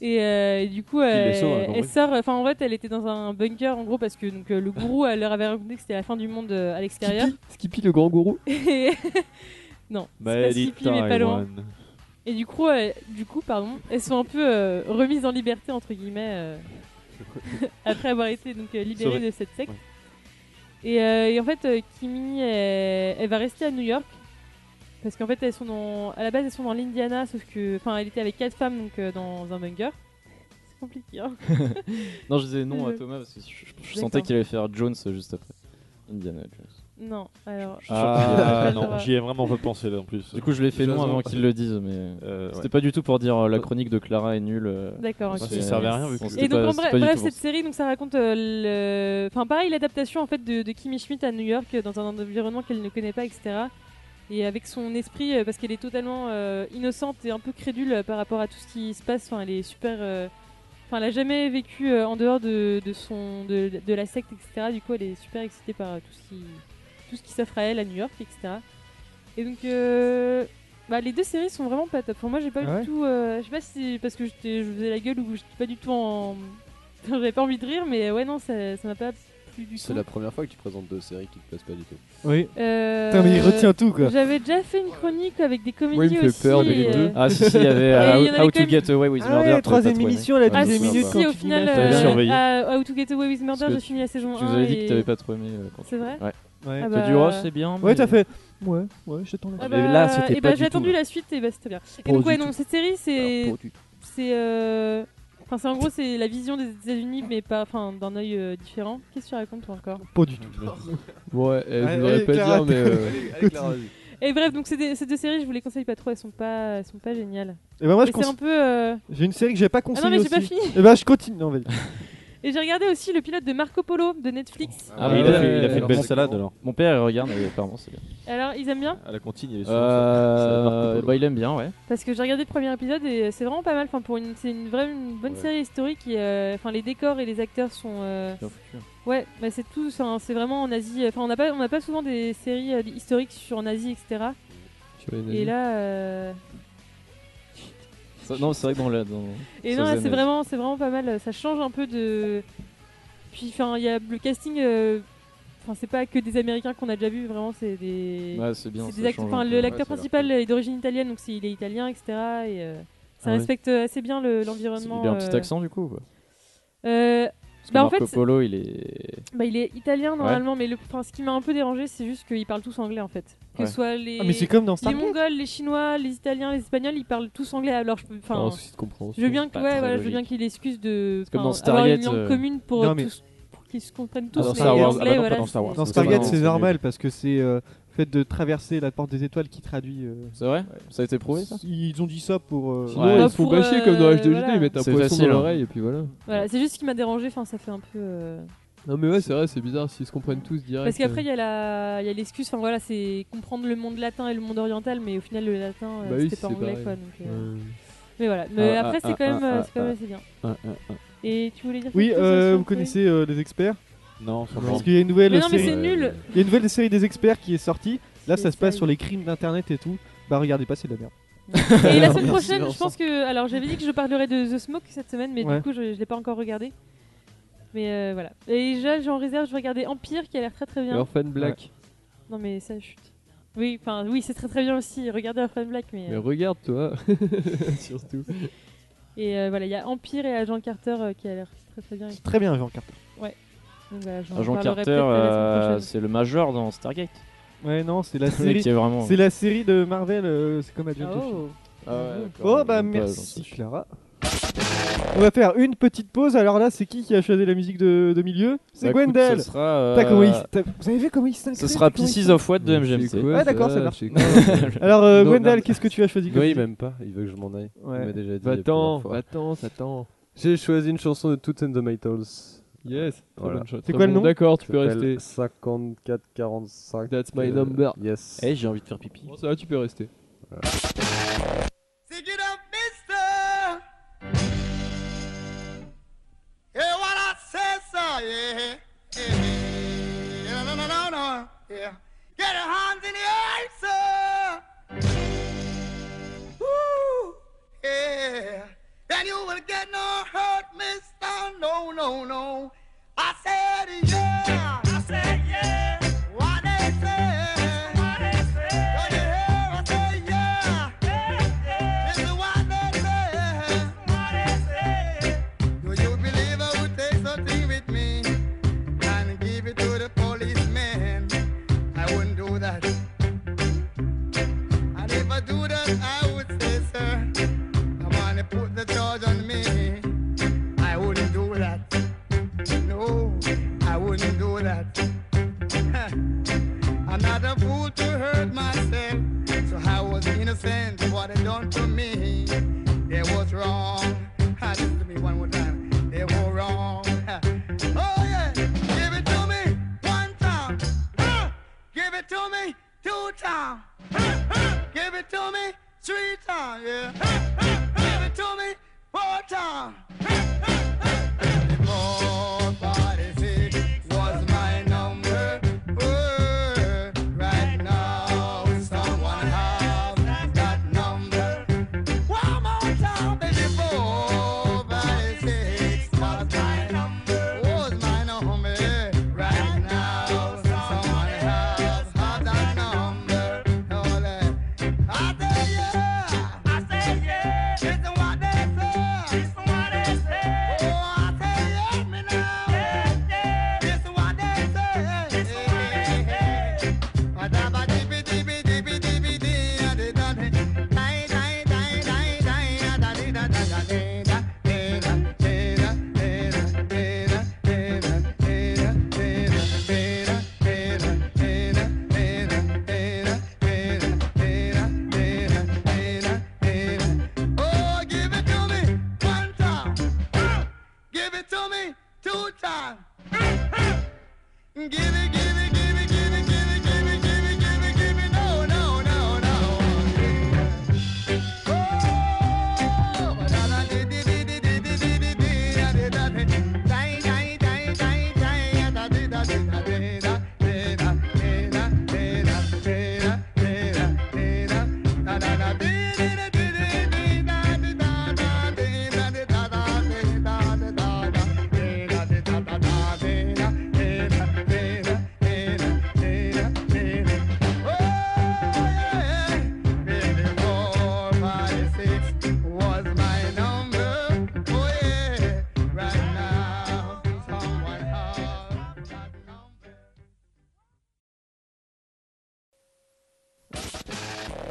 Et, euh, et du coup, euh,
les sauve, hein,
elle,
compris.
sort. Enfin, en fait, elle était dans un bunker, en gros, parce que donc, euh, le gourou elle leur avait raconté que c'était la fin du monde euh, à l'extérieur.
Skippy, Skippy le grand gourou.
Et- non,
Bah,
c'est pas Skippy, mais pas loin. Et du coup, euh, du coup, pardon, elles sont un peu euh, remises en liberté entre guillemets euh, après avoir été donc euh, libérées
Sauvées.
de cette secte. Et, euh, et en fait, euh, Kimi, euh, elle va rester à New York parce qu'en fait, elles sont dans, à la base, elles sont dans l'Indiana, sauf que, enfin, elle était avec quatre femmes donc euh, dans un bunker. C'est compliqué. hein.
Non, je disais non à
Je-
Thomas parce que je, je- je
D'accord.
sentais qu'il allait faire Jones euh, juste après. Indiana Jones.
Non, alors.
Je suis sûr qu'il y a-
Ah,
non, j'y ai vraiment pas pensé là en plus.
Du coup, je l'ai fait non
Jason.
avant qu'il le dise, mais.
Euh, ouais.
C'était pas du tout pour dire euh, la chronique de Clara est nulle. euh,
D'accord.
c'est-
ok.
Ça servait à rien, vu que-
bon, c'était
Et donc,
pas-
en
c'était
bref,
pas du
bref,
tout
cette série, donc, ça raconte, euh, le... enfin, pareil, l'adaptation en fait de, de Kimmy Schmidt à New York euh, dans un environnement qu'elle ne connaît pas, etc. Et avec son esprit, euh, parce qu'elle est totalement euh, innocente et un peu crédule euh, par rapport à tout ce qui se passe. Enfin, elle est super. euh, Enfin, elle a jamais vécu euh, en dehors de, de son de, de la secte, etc. Du coup, elle est super excitée par euh, tout ce qui tout ce qui s'offre à elle à New York, etc. Et donc, euh, bah, les deux séries sont vraiment pas top. Pour moi, j'ai pas
Ah ouais
du tout. euh, je sais pas si c'est parce que j'étais- je faisais la gueule ou j'étais pas du tout en. J'avais pas envie de rire, mais ouais, non, ça ça m'a pas plu du tout.
C'est la première fois que tu présentes deux séries qui te plaisent pas du tout.
Oui.
Euh,
Putain, mais il retient tout, quoi.
J'avais déjà fait une chronique avec des comédies
Moi, il me fait
aussi.
peur de les
et,
deux.
euh,
Ah, si, si, il y avait
Ah, il y en
euh,
avait
How, How
quand
to
même-
Get Away with
Ah
Murder.
ouais,
t'avais
troisième
pas trouvé.
émission, la
Ouais,
Ah, si,
deuxième
c'est
minute.
sympa.
si,
quand
au
tu
final,
finis,
t'avais
euh,
surveillé.
à- à How to Get Away with Murder,
Parce que
j'ai fini la saison 1.
Tu nous avais dit
et-
que t'avais pas trop aimé. euh, quand
C'est vrai
Ouais.
Ouais,
T'as
Ah bah-
dit, oh, c'est bien.
ouais
mais-
t'as fait. Ouais, ouais, j'attends la.
Ah
Mais là,
bah,
c'était
et
pas
bah,
du
j'ai attendu
tout. Ah,
la suite et bah c'était bien. Et donc ouais non cette série c'est c'est. euh, Enfin, c'est en gros, c'est la vision des États-Unis, mais pas, enfin, d'un œil euh, différent. Qu'est-ce que tu racontes toi encore
Pas du tout.
Bon, ouais, euh, je
Allez,
voudrais pas
Clara,
dire, mais. euh,
Allez, allez, Clara, vas-y.
Et bref, donc ces deux, ces deux séries, je vous les conseille pas trop. Elles sont pas, elles sont pas géniales.
Et ben moi, je
Mais c'est
conse-
un peu. euh,
J'ai une série que j'ai pas
non,
conseillée.
mais j'ai
aussi.
pas fini.
Et ben je continue. Non, vas-y.
Et j'ai regardé aussi le pilote de Marco Polo de Netflix.
Ah, oui, il, a fait, il a fait une
Alors,
belle
c'est
salade
comment
alors. Mon père, il regarde, et apparemment, c'est bien.
Alors, ils aiment bien
Ah,
À la contine, il y avait
Euh, bah, il aime bien, ouais.
Parce que j'ai regardé le premier épisode et c'est vraiment pas mal. Enfin, pour une, c'est une vraie une bonne série historique. et, euh, Enfin, les décors et les acteurs sont. euh,
Bien foutu.
Ouais, bah c'est tout. enfin, C'est vraiment en Asie. Enfin, on n'a pas, on n'a pas souvent des séries euh, historiques sur en Asie, etc.
sur les nazis.
Et là, euh,
Ça- non, c'est vrai que dans la. Dans...
et
ça
non, là,
faisait nazi.
c'est vraiment, c'est vraiment pas mal. Ça change un peu de. Puis, enfin, il y a le casting. euh, Enfin, c'est pas que des Américains qu'on a déjà vu. Vraiment, c'est des.
Ouais, c'est bien.
C'est
ça
des
change
acteurs-
un
enfin,
peu.
Ouais,
le- l'acteur
ça a l'air
principal est d'origine italienne, donc c'est- il est italien, etc. Et euh, ça
Ah ouais.
respecte assez bien le- l'environnement.
Il a un petit
euh,
accent du coup. ou Quoi.
euh,
Parce que
Bah, en
Marco
fait-
Polo, il est.
bah, il est italien normalement, mais le, enfin, ce qui m'a un peu dérangé, c'est juste qu'ils parlent tous anglais en fait. Que
Ouais.
ce soit les,
Ah, mais c'est comme dans Star
les Mongols, les Chinois, les Italiens, les Espagnols, ils parlent tous anglais. Alors je peux,
Par un
Oh,
enfin,
souci de compréhension.
je veux bien que,
pas
ouais,
très
voilà, je veux bien
logique.
qu'il excuse de,
comme
enfin,
dans
avoir une
Stargate,
langue
euh,
commune pour,
Non,
euh,
mais-
tous, pour qu'ils se comprennent tous.
Ah, dans
mais
Star
les
Wars. Ah, bah
anglais,
non, pas
voilà,
dans Star Wars.
c'est-
Dans
c'est
Stargate,
vraiment-
c'est
c'est
normal parce que c'est euh, le fait de traverser la porte des étoiles qui traduit. euh,
C'est vrai Ça a été prouvé ça
Ils ont dit ça pour. euh,
Sinon,
Ouais.
ils
Bah,
se font
pour,
bâcher
euh,
comme dans H2G,
voilà.
ils mettent un
C'est
poisson
facile,
dans
hein.
l'oreille et puis voilà.
Voilà, c'est juste ce qui m'a dérangé. Enfin, ça fait un peu. euh,
Non, mais ouais, c'est vrai, c'est bizarre s'ils se comprennent tous direct.
Parce
euh,
qu'après, il y a la- il y a l'excuse, enfin voilà, c'est comprendre le monde latin et le monde oriental, mais au final, le latin, euh,
Bah oui,
c'était pas
c'est
anglais,
pareil.
quoi. donc, euh,
euh,
Mais voilà, mais
Ah,
après,
ah,
c'est quand
ah,
même, euh,
ah,
c'est pas
ah.
mal, c'est bien.
Ah, ah, ah.
Et tu voulais dire
Oui,
quelque
euh,
chose sur
vous
le truc
connaissez euh, les experts
Non, sans
Parce qu'il y a une nouvelle
Mais non, mais
série-
c'est
euh,
nul.
il y a une nouvelle série des experts qui est sortie. Là,
C'est
ça se passe
ça.
sur les crimes d'internet et tout. Bah regardez pas, c'est de la merde.
Et la semaine prochaine, je pense que. Alors, j'avais dit que je parlerais de The Smoke cette semaine, mais
Ouais.
du coup, je, je l'ai pas encore regardé. Mais euh, voilà. Et déjà, j'en réserve, je vais regarder Empire qui a l'air très très bien.
et Orphan Black.
Non, mais ça chute. Oui, enfin, oui, c'est très très bien aussi. Regardez Orphan Black, mais.
Mais
euh,
regarde, toi, surtout.
Et euh, voilà, il y a Empire et Agent Carter euh, qui a l'air très très bien.
Très bien, Jean Carter.
Donc voilà, j'en
Agent
parlerai
Carter,
peut-être, euh, la semaine
euh,
prochaine.
c'est le major dans Stargate.
Ouais, non, c'est la
Le mec
série.
qui est vraiment. euh,
C'est la série de Marvel. euh, c'est comme Agent
Ah,
of Shield.
oh.
Oh bah merci Clara. On va faire une petite pause. Alors là, c'est qui qui a choisi la musique de, de milieu C'est Gwendal.
Ce sera. euh,
T'as comment il- t'as- Vous avez vu comment il s'incruste
Ce sera
comment il-
Pieces of What
Bah,
de MGMT.
Ah, d'accord, ça marche.
Va-t'en,
Alors euh,
Non,
Gwendal,
non.
qu'est-ce que tu as choisi comme
Oui,
musique
même pas. Il veut que je m'en aille. Il m'a
Ouais.
déjà dit.
Bah,
la première fois.
va-t'en, ça tend.
J'ai choisi une chanson de Toots and the Maytals.
Yes, très
Voilà.
bonne chose.
C'est
Très
quoi le
bon,
nom
D'accord, tu peux
S'appelle
rester.
54 45.
That's my
euh,
number.
Yes.
Eh, j'ai envie de faire pipi.
Bon, ça va, tu peux rester.
Sing it up, mister. Yeah, what I said, sir. Yeah, yeah. yeah. No, no, no, no. Yeah. Get your hands in the air, sir. Woo. Yeah. And you will get no hurt, mister. No, no, no. I said, yeah. I said, yeah. What they say. What they say. Don't you hear? I said, yeah. This is what they say. Do you believe I would take something with me and give it to the policeman? I wouldn't do that. And if I do that, I would say, sir, I want to put the charge on me. I wouldn't do that. No, I wouldn't do that. I'm not a fool to hurt myself, so I was innocent. What they done to me, they was wrong. Ha, Listen to me one more time. They were wrong. Ha. Oh yeah, give it to me one time. Ha! Give it to me two times. Give it to me three times. Yeah. Ha, ha, ha. Give it to me four times. More bodies, it was my number. Word. Right now, someone has that number. One more time, baby, four bodies, it was my number. Was my number. oh, Right now, someone has that number. Oh, let- I say Oh, yeah. I say yeah. Listen what they say. Listen what they Oh,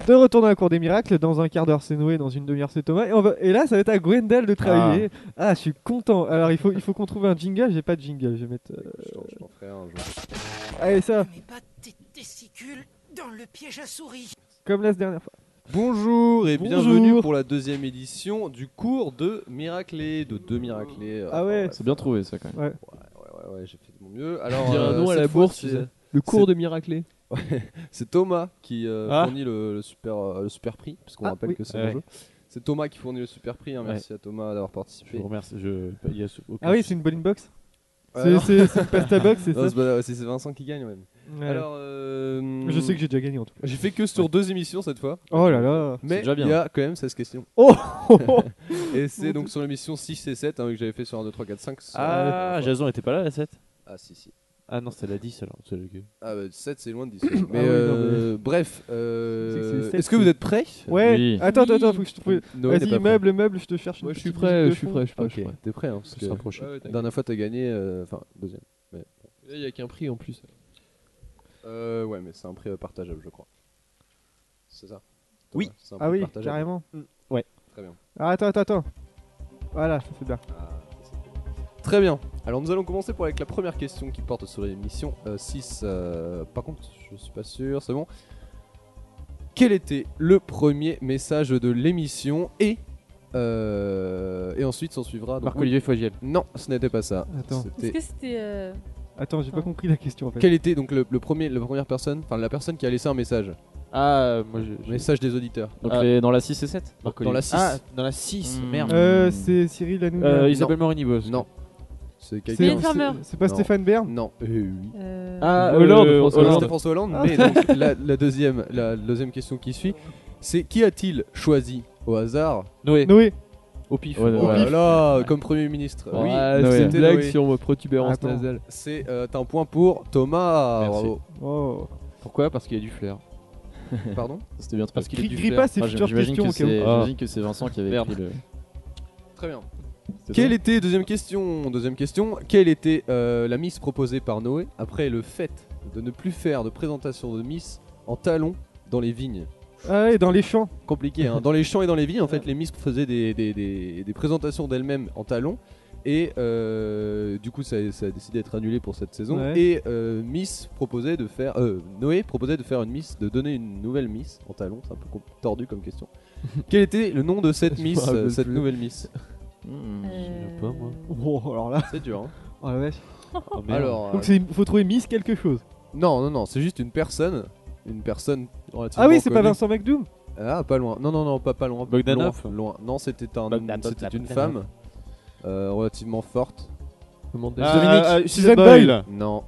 de retour dans la cour des miracles. Dans un quart d'heure, c'est Noé. Dans une demi-heure, c'est Thomas. Et, on va- et là, ça va être à Gwendal de travailler. Ah, je suis content. Alors, il faut, il faut qu'on trouve un jingle. J'ai pas de jingle. Je vais mettre. euh, Allez, ça.
Mets pas tes testicules dans le piège à souris.
Comme la dernière fois.
Bonjour et
Bonjour.
bienvenue pour la deuxième édition du cours de Miraclé, de deux Miraclés. euh,
Ah ouais.
C'est bien trouvé ça quand même.
Ouais.
Ouais, ouais, ouais, j'ai fait de mon mieux. Alors, euh,
Dire un nom à
cette
la
fois,
bourse,
c'est-
tu sais. Le cours
c'est-
de Miraclé.
Ouais, c'est Thomas qui euh,
Ah.
fournit le, le super, euh, le super prix, parce qu'on
Ah,
rappelle
oui.
que c'est
Ouais.
mon jeu. C'est Thomas qui fournit le super prix, hein, merci à Thomas d'avoir participé.
Je vous remercie. Je... il y a aucun-
Ah oui, c'est une bowling box.
Ouais,
C'est-
alors-
C'est c'est une pasta box, c'est
Non,
ça.
c'est pas- C'est c'est Vincent qui gagne, même.
Ouais.
Alors, euh,
Je sais que j'ai déjà gagné en tout cas.
J'ai fait que sur deux émissions cette fois.
Oh là là.
Mais
déjà bien.
il y a quand même 16 questions.
Oh
Et c'est donc sur l'émission 6 et 7 hein, que j'avais fait sur 1, 2, 3, 4, 5. sur-
Ah, Jason était pas là la 7
Ah si, si.
Ah non, c'était la 10 alors. c'est le gueux.
Ah bah 7 c'est loin de 10. mais
oui, non,
euh,
Je
bref,
sais que
euh,
c'est sept,
est-ce que vous
c'est-
êtes prêts
Ouais.
Oui.
Attends, attends, attends, faut que je trouve.
Noé n'est
Vas-y,
pas prêt.
meuble, meuble, je te cherche. une
Moi, je suis
petite musique
prêt,
de
je suis
fond.
prêt, je suis prêt.
Ok, t'es prêt hein, parce
Je
que
serai prochain.
la dernière fois t'as gagné, euh, enfin deuxième.
Il n'y a qu'un prix en plus.
Euh, ouais mais c'est un prix euh, partageable je crois. C'est ça
Oui.
Thomas, c'est un
Ah
prix
oui,
partageable.
carrément.
Mm. Très bien.
Ah, attends, attends, attends. Voilà, ça c'est bien.
Ah, ça, c'est- Très bien. Alors nous allons commencer pour avec la première question qui porte sur l'émission euh, 6. euh, par contre je suis pas sûr, c'est bon. Quel était le premier message de l'émission et... euh, et ensuite s'en suivra... donc-
Marc-Olivier Fogiel.
Non, ce n'était pas ça.
Attends.
Est-ce
C'était
que c'était. euh,
Attends, j'ai pas
Attends.
compris la question en fait.
Quel était donc le, le premier, la première personne, enfin la personne qui a laissé un message
Ah, moi je. je-
Message des auditeurs.
Donc
Ah.
les- dans la 6 et 7
Dans la 6.
Ah, dans la 6,
Hmm.
merde.
Euh, c'est Cyril Hanouna.
Euh, il
non.
s'appelle Morinibos.
Non. C'est
C'est-
quelqu'un.
Mylène Farmer.
c'est- C'est pas
Non.
Stéphane Bern
Non. Euh, oui.
euh,
Ah,
Hollande,
euh,
François
Hollande.
Hollande.
C'était François Hollande.
Ah.
Mais donc, la, la deuxième, la, deuxième question qui suit, c'est qui a-t-il choisi au hasard
Noé.
Noé.
Au pif.
Ouais,
Oh
ouais.
là là, comme premier ministre.
Ouais.
Oui.
Ah,
Noé.
c'est une
C'était
blague
Noé.
sur ma protubérance
Attends.
nasale.
C'est euh, t'as un point pour Thomas.
Merci.
Oh.
Bravo.
Pourquoi Parce qu'il y a du flair.
Pardon
C'était bien
Parce
trouvé.
qu'il
du
grille
fer.
pas ses
Ah,
Moi,
futures
Ah, J'imagine
questions au
que
cas où.
c'est-
Ah.
j'imagine que c'est Vincent qui avait
Merde.
pris le.
Très bien.
C'était
Quelle
ça
était deuxième question Deuxième question. Quelle était euh, la miss proposée par Noé après le fait de ne plus faire de présentation de miss en talons dans les vignes
Ah ouais, dans les champs.
Compliqué. Hein dans les champs et dans les vignes, en fait, les miss faisaient des, des- des- des présentations d'elles-mêmes en talons. Et euh, du coup, ça, ça a décidé d'être annulé pour cette saison.
Ouais.
Et euh, Miss proposait de faire, euh, Noé proposait de faire une Miss, de donner une nouvelle Miss en talons. C'est un peu com- tordu comme question. Quel était le nom de cette
Je me
Miss,
rappelle
cette
plus.
nouvelle Miss
Hmm.
euh,
pas, moi.
Oh, alors là.
C'est dur. Hein
Oh la vache.
Oh, merde.
Alors, euh,
Donc il faut trouver Miss quelque chose.
Non, non, non, c'est juste une personne. Une personne relativement
Ah oui, c'est pas
connue.
Vincent McDoom.
Ah, pas loin. Non, non, non, pas, pas loin.
Bogdanov
Loin, loin. Non, c'était un,
Bogdanov,
c'était une
Bogdanov.
femme euh, relativement forte.
Comment
Euh,
Ah,
dire
ah, ah,
Suzanne
Suzanne
Boyle.
Boyle.
Non.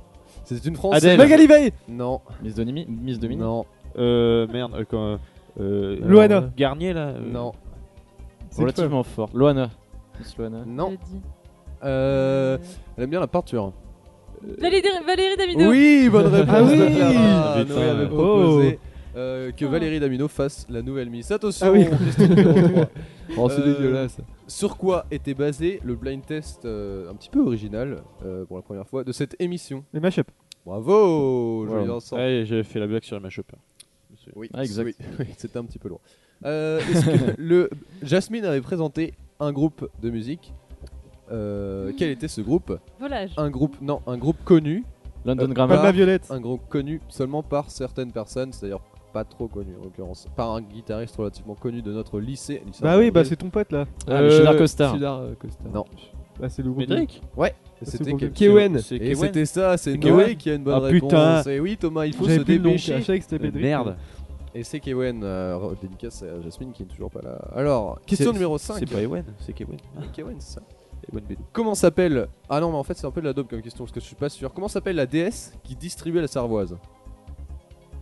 C'était une française.
Adèle.
Magali Veil.
Non.
Miss Dominique Miss Dominique
Non.
Euh, merde. euh, quand, euh,
Loana.
alors, Garnier là. euh,
Non.
C'est une femme.
Relativement fort. Loana. Miss Loana.
Non.
je dis.
Euh, elle aime bien la peinture.
Valérie, Valérie Damido.
Oui, bonne réponse.
Ah oui.
de Clara.
Ah,
Noé
putain.
avait
Oh.
proposé, euh, que
Ah.
Valérie Damino fasse la nouvelle Miss. Attention.
Ah oui.
question numéro trois.
Oh, c'est
Euh,
dégueulasse.
Sur quoi était basé le blind test euh, un petit peu original euh, pour la première fois de cette émission
Les mashups. Euh,
Bravo,
voilà.
joli ensemble.
Ouais, j'avais fait la blague sur Emma Chopper.
Oui,
Ah, exact.
oui, oui, c'était un petit peu loin. Euh, est-ce que le Jasmine avait présenté un groupe de musique. Euh, quel était ce groupe
Volage.
Un groupe, non, un groupe connu,
London
Euh,
Grammar.
Palma Ah, Violette.
un groupe connu seulement par certaines personnes, c'est-à-dire pas trop connu en l'occurrence, par un guitariste relativement connu de notre lycée. lycée
Bah oui, bah
Armand-Diaz.
c'est ton pote là.
Ah, mais Cheddar Costard.
Cheddar, euh, Costard.
Non.
Bah c'est le groupe. de-
Médric
c'était
c'est
quelqu'un-
Kewen.
C'est
Et
Kewen.
c'était ça, c'est
C'est
Noé
Kewen
qui a une bonne
Ah,
réponse.
putain.
Et oui, Thomas, il faut se
J'avais plus le nom. Je
dépêcher.
savais que c'était
Euh,
Médric.
Merde.
Et c'est Kewen, euh, re- dédicace à Jasmine qui est toujours pas là. Alors, question
C'est-
numéro 5.
C'est pas Ewen, c'est Kewen. Ah,
Kewen, c'est ça. Comment s'appelle Ah non, mais en fait, c'est un peu de la dope comme question parce que je suis pas sûr. Comment s'appelle la déesse qui distribuait la sarvoise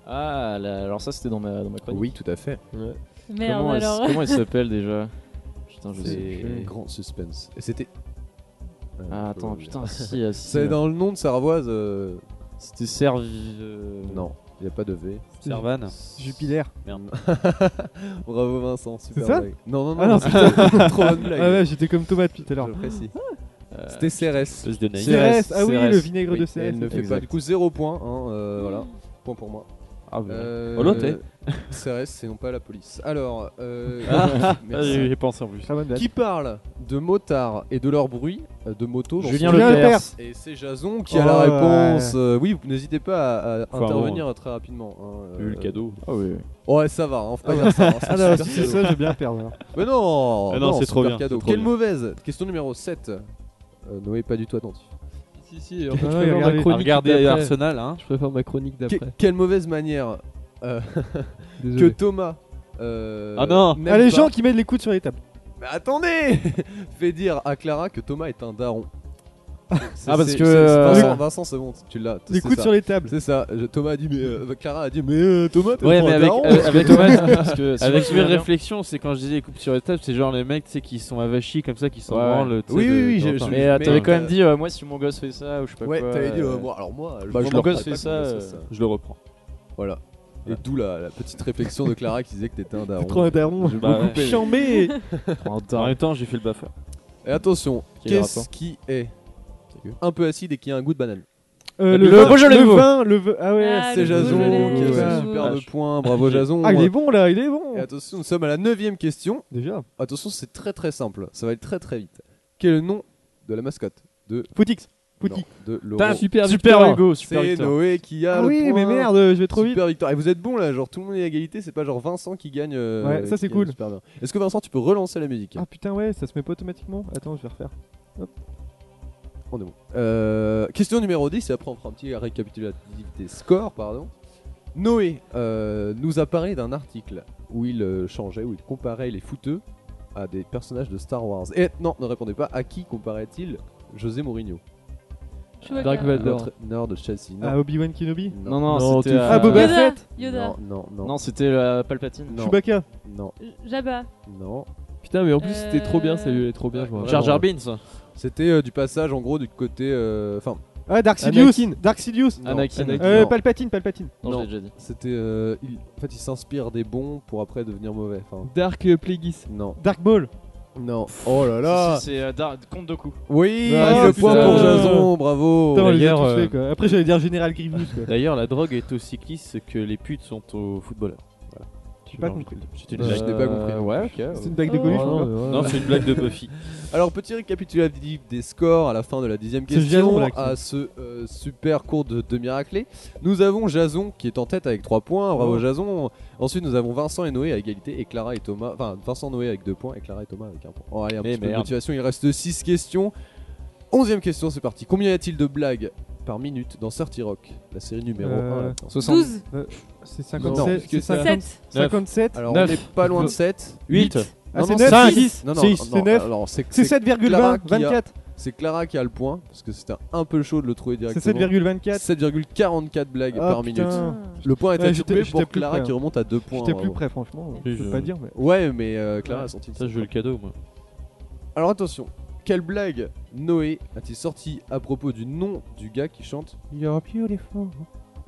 Ah, là, alors ça c'était dans ma, dans ma chronique.
Oui, tout à fait.
Merde,
Comment elle,
alors.
comment elle s'appelle déjà Putain, je
C'est
sais.
un grand suspense. Et c'était. Euh, je
Ah, attends,
peux-
putain, si, ah, si.
C'est dans le nom de sarvoise. euh,
C'était servi. euh,
Non, il a pas de V. Euh,
Servan.
Jupiter.
Bravo Vincent, super.
ça
blague. Non, non, non,
Ah non,
c'est une trop bonne
Ah
blague.
ouais, j'étais comme Thomas depuis tout à l'heure. Ah.
J'apprécie.
euh,
C'était CRS.
Espèce de naïf.
C'est-
CRS, ah oui,
CRS.
le vinaigre
Oui,
de
Et
CRS.
elle ne fait pas.
exact.
Mmh.
Du coup, zéro point. hein, euh, voilà, point pour moi.
Ah, bah.
Euh,
Oh, l'autre,
CRS, c'est non pas la police. Alors, euh,
Ah,
merci.
j'y ai pensé en plus. Très bonne blague.
Qui parle de motards et de leur bruit euh, de moto dans
Julien
son-
Julien Lepers.
Et c'est Jason qui a
Oh,
la
ouais.
réponse. Euh, oui, vous n'hésitez pas à, à
Enfin,
intervenir très rapidement. hein,
Vu le
euh,
cadeau. Ah oui.
Ouais, ça va, hein, faut pas dire ça. hein,
Ah
un
non,
super
si c'est
cadeau.
ça, je vais bien perdre, hein. alors.
Mais non,
Ah non, c'est trop
super
bien,
Cadeau.
c'est trop
Quelle
bien.
mauvaise Question numéro 7. Euh, Noé, pas du tout attentif.
Si,
si,
on peut Ah ouais, faire regardez- ma chronique
regardez
d'après.
Arsenal, hein.
Je préfère ma chronique
Que-
d'après.
quelle mauvaise manière euh, que
Désolé.
Thomas. euh,
Ah non.
n'aime
Ah, les
pas-
gens qui mettent les coudes sur les tables.
Mais attendez Fais dire à Clara que Thomas est un daron. C'est-
Ah, parce
c'est-
que,
c'est-
euh,
Vincent,
les-
Vincent, c'est bon, tu l'as.
les
c'est
coudes
ça.
sur les tables.
C'est ça. Je- Thomas a dit, mais euh, Clara a dit, mais euh, Thomas, t'es
Ouais,
pas
mais
un
avec-
daron,
euh,
parce
avec
que-
Thomas, parce que si je
Avec
me
mes
souviens bien-
réflexions, c'est quand je disais les coupes sur les tables, c'est genre les mecs, tu sais, qui sont avachis comme ça, qui s'en
Ouais, ouais.
branlent. tu sais,
Oui,
de-
oui, oui,
de
j'ai-
leur part.
mais, euh, t'avais quand même dit, euh, moi, si mon gosse fait ça, ou je sais pas
Ouais,
quoi.
t'avais dit,
euh,
euh, moi, alors moi, je
bah, mon gosse
reprends
fait
pas
ça,
que mon gosse
euh,
fasse ça.
Je le reprends.
Voilà. Et d'où la, la petite réflexion de Clara qui disait que t'étais un daron.
trop un daron.
J'ai
Bah,
beaucoup
ouais.
aimé.
Chambé
En même temps, j'ai fait le baffeur.
Et attention,
Quel
qu'est-ce
rapport
qui est un peu acide et qui a un goût de banane
Euh,
Le
vin-
Beaujolais
le
nouveau.
vin, le vin- Ah ouais,
Ah,
C'est
le
Jason
Beaujolais
qui a
nouveau.
ce superbe point. Bravo Jason.
Ah, il est bon là, il est bon.
Et attention, nous sommes à la neuvième question.
Déjà.
Attention, c'est très très simple. Ça va aller très très vite. Quel est le nom de la mascotte de
Footix.
non,
Footix.
de
Putain,
l'Euro
Super,
Super Hugo, Super
C'est
Victor.
Noé qui a
Ah
le
oui,
point.
mais merde, je vais trop vite.
Super victoire. Et vous êtes bon là, genre tout le monde est à égalité, c'est pas genre Vincent qui gagne. euh,
Ouais, ça,
qui
c'est
gagne
cool.
super bien. Est-ce que Vincent, tu peux relancer la musique
Ah putain, ouais, ça se met pas automatiquement. Attends, je vais refaire.
On est bon. Euh, question numéro 10, et après on fera un petit récapitulatif des scores, pardon. Noé euh, nous a parlé d'un article où il euh, changeait, où il comparait les fouteux à des personnages de Star Wars. Et non, ne répondez pas, à qui comparait-il José Mourinho
Dark
À
Vador.
Notre nord de Chelsea. Non,
Ah, Obi-Wan Kenobi
Non,
Non,
non, c'était.
t'es
euh,
Ah, Boba
Yoda.
Fett
Yoda.
Non, non, non,
Non, c'était euh, Palpatine.
non,
Chewbacca
non,
Jabba.
non.
Putain, mais en plus, c'était trop bien,
Euh,
ça lui allait trop bien. je me rappelle.
Jar Jar Binks.
C'était euh, du passage en gros du côté. euh, Enfin,
Ah, Dark Sidious
Anakin.
Dark Sidious
non,
Anakin.
Euh,
non.
Palpatine, Palpatine.
Non,
Non.
je l'ai déjà dit.
C'était. euh, il- En fait, il s'inspire des bons pour après devenir mauvais. Enfin,
Dark euh, Plagueis.
non,
Dark Ball.
non. Oh là là
Si, si, C'est euh, Dar- Comte Doku.
Oui,
Ah,
le point
putain.
pour Jason, bravo.
Putain, on les a
d'ailleurs,
tous fait,
euh,
quoi. Après, j'allais dire Général Grievous. Quoi.
D'ailleurs, la drogue est aux cyclistes ce que les putes sont aux footballeurs. Voilà. J'ai
pas compris.
C'était une
Euh,
blague.
je n'ai pas compris.
Ouais, ok.
C'est une blague
Oh.
de Coluche.
Ah,
encore.
Non, c'est une blague de Buffy.
Alors petit récapitulatif des scores à la fin de la dixième
C'est Jason,
question
là, qui-
à ce euh, super cours de, de Miraclé. Nous avons Jason qui est en tête avec 3 points. Bravo
Oh.
Jason. Ensuite nous avons Vincent et Noé à égalité et Clara et Thomas. Enfin Vincent Noé avec 2 points et Clara et Thomas avec 1 point. Oh, allez, un
Mais
petit peu de
merde.
motivation. Il reste 6 questions. Onzième question, c'est parti. Combien y a-t-il de blagues par minute dans Certi Rock, la série numéro
Euh,
1 là-dedans
12.
C'est
Non,
57.
parce
C'est
que ça-
50
7.
57.
Alors on
Neuf.
n'est pas loin de 7.
Huit.
Ah, c'est
non,
9.
cinq.
6.
Non, non, non,
c'est 9.
alors, c'est-
C'est
c'est
7,20.
Clara qui a-
24.
C'est Clara qui a le point, parce que c'était un peu chaud de le trouver
C'est
directement.
7,24.
7,44 blagues
Ah,
par
putain.
minute.
Ah.
Le point est
Ouais,
attribué
j'étais-
pour
j'étais plus
Clara
près,
qui
hein.
remonte à 2 points.
J'étais plus
bravo.
près, franchement. hein.
Oui,
Je peux
je-
pas dire, mais.
Ouais, mais euh, Clara a sorti. une
Ça, je veux le cadeau, moi.
Alors attention, quelle blague Noé a-t-il sorti à propos du nom du gars qui chante You're beautiful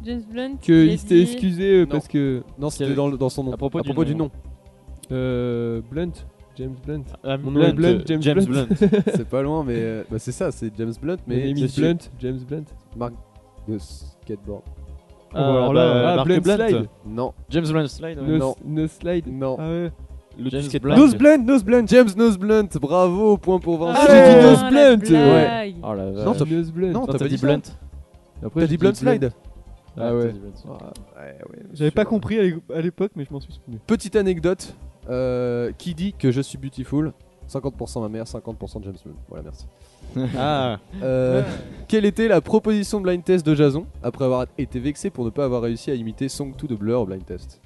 James Blunt.
Que
Lady-
il s'était excusé euh,
Non.
parce que.
Non, c'était
Quel-
dans, le- dans son nom.
À propos du
du
nom.
nom.
euh, Blunt. James Blunt.
Mon
nom est Blunt, James
James
Blunt.
Blunt.
c'est pas loin, mais euh, bah, c'est ça, c'est James Blunt, mais
Mais
c'est
Blunt. James Blunt.
Marc de skateboard.
Ah,
alors
bah,
là, ah,
Marc
Blunt
Blunt.
Slide.
Non,
James Blunt Slide. ouais.
No,
Non.
no Slide.
non.
Ah ouais.
Le
James
disquette
Blunt.
blague.
Nose Blunt, Nose Blunt.
James Nose Blunt, bravo, point pour Vincent.
Ah,
j'ai dit
la
Nose Blunt.
blague.
Oh la vache.
Non,
Ah, Nose Blunt.
Non,
Non,
t'as pas
dit
dit ça.
Blunt.
Après,
T'as
j'ai
dit Blunt Slide
Ah ouais.
J'avais pas compris à l'é- à l'époque, mais je m'en suis souvenu.
Petite anecdote, euh, qui dit que je suis beautiful 50% ma mère, 50% James Bond. Voilà, merci.
Ah,
Euh, quelle était la proposition blind test de Jason après avoir été vexé pour ne pas avoir réussi à imiter Song 2 de Blur au blind test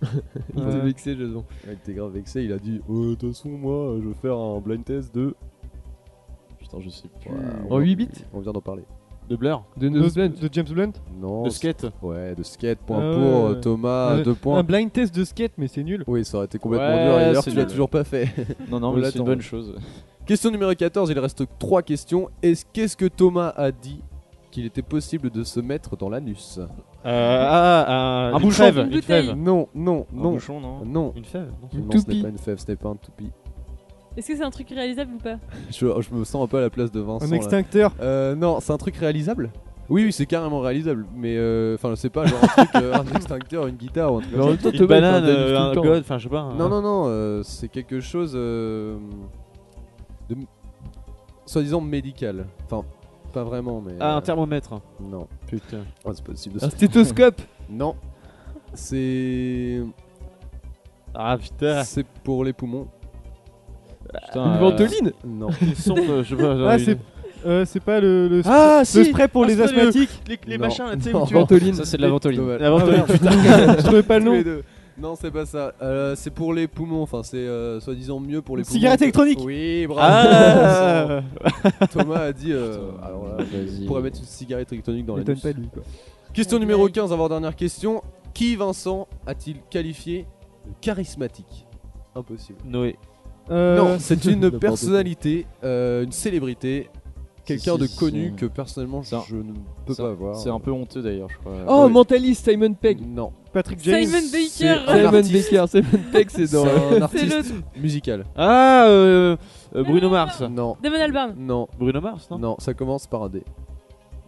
Il était
Ouais.
vexé, Jason.
Il était grave vexé, il a dit Oh, De toute façon, moi, je vais faire un blind test de.
Putain, je sais plus.
Voilà,
En
on-
8 bits
On vient d'en parler.
de Blur.
De Nose Blunt.
De James Blunt
Non.
De skate.
c'est- Ouais, de skate, point
Ah
pour
ouais.
euh, Thomas,
Un-
2 points.
Un blind test de skate, mais c'est nul.
Oui, ça aurait été complètement
Ouais,
dur, et d'ailleurs,
c'est
tu l'as
nul.
toujours pas fait.
Non, non,
On
mais c'est
l'attend.
une bonne chose.
Question numéro 14, il reste 3 questions. Est-ce- Qu'est-ce que Thomas a dit qu'il était possible de se mettre dans l'anus
Euh, ah,
Un
une
bouchon.
fève,
Une
Une
bouteille.
fève.
Non, non,
Un
non,
bouchon, non
non.
Une fève.
Une
Non, ce n'est
toupie.
pas une fève, ce n'est pas un toupie.
Est-ce que c'est un truc réalisable ou pas
Je, je me sens un peu à la place de Vincent.
Un
là.
extincteur.
Euh, non, c'est un truc réalisable
Oui, oui, c'est carrément réalisable, mais euh, enfin, c'est pas genre un truc, euh, un extincteur, une guitare ou un truc
Mais
comme
en
ça.
même temps, Une Thomas, banane, t'en euh, déniches tout le un temps. god, enfin, je sais pas,
Ah,
un-
Non, non, non, euh, c'est quelque chose euh, de soi-disant médical. Enfin, pas vraiment, mais.
Ah, un
euh,
thermomètre.
Non. Putain. c'est pas possible de
Un
ça.
stéthoscope
Non. C'est.
Ah putain
C'est pour les poumons. Ah,
Putain, Une euh, ventoline
Non.
Une sonde, je sais pas, genre
Ah,
une-
c'est euh, c'est pas le, le, spray,
Ah,
le
si
spray pour
Ah,
les
c'est le-
asthmatiques
les- les Non. machins, là, tu sais, où
Non.
tu- Ventoline. Ça, c'est de la
Les-
ventoline.
Dommage.
La ventoline,
Ah, merde.
putain. Je trouvais pas le
Tous
nom.
les deux. Non, c'est pas ça. Euh, c'est pour les poumons. Enfin, c'est euh, soi-disant mieux pour les
Cigarette
poumons. que-
électronique.
Oui, bravo.
Ah.
Thomas a dit. euh, alors là,
vas-y.
on pourrait mettre une cigarette électronique dans la
M'étonne
nuque.
pas de lui, quoi.
Question numéro 15, avant-dernière question. Qui, Vincent, a-t-il qualifié de charismatique Impossible.
Noé.
Euh,
Non, c'est une
n'importe quoi.
personnalité, euh, une célébrité, quelqu'un
si,
de
si,
connu
si.
que personnellement
C'est un-
je ne peux
c'est
pas
un-
voir.
C'est un peu honteux d'ailleurs, je crois.
Oh,
Oui.
mentaliste Simon Pegg.
Non.
Patrick
James.
Simon Baker.
C'est un Simon
artiste.
Baker, Simon Pegg, c'est dans.
C'est un
C'est
artiste musical.
Ah, euh, euh, Bruno Mars.
Non.
Damon Albarn.
Non.
Bruno Mars, non
Non, ça commence par un D.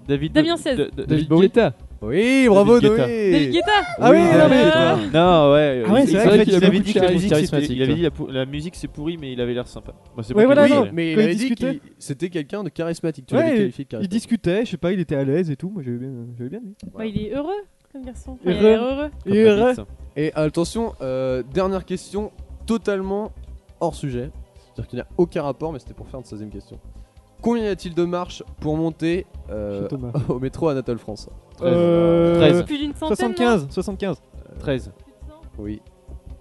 David.
Damien Seize.
David Guetta.
Oui, bravo
David Guetta.
Noé
David Guetta
Ah oui, non, mais-
Non, ouais.
Ah ouais, c'est
il-
vrai
il-
qu'il a
il
beaucoup
avait
de
dit que la musique,
charismatique,
c'était- il avait
toi.
dit la, pou- la musique c'est pourri, mais il avait l'air sympa. Moi, c'est
Ouais,
pas
voilà,
qu'il-
non,
il-
mais
il
quand
avait
il
dit
discutait.
qu'il- c'était quelqu'un de charismatique. Tu l'avais
Ouais,
qualifié de
il, il
charismatique.
discutait, je sais pas, il était à l'aise et tout. Moi, j'avais bien, j'avais bien aimé.
Bah, il est heureux comme garçon. Enfin, Il a
Heureux.
l'air heureux.
Comme
Et
la
heureux.
bite.
Et attention, euh, dernière question totalement hors sujet. C'est-à-dire qu'il n'y a aucun rapport, mais c'était pour faire une 16 question. Combien y a-t-il de marches pour monter euh,
Chez Thomas.
au métro Anatole France
Euh,
Treize.
Plus d'une centaine.
75, 75.
13,
Oui.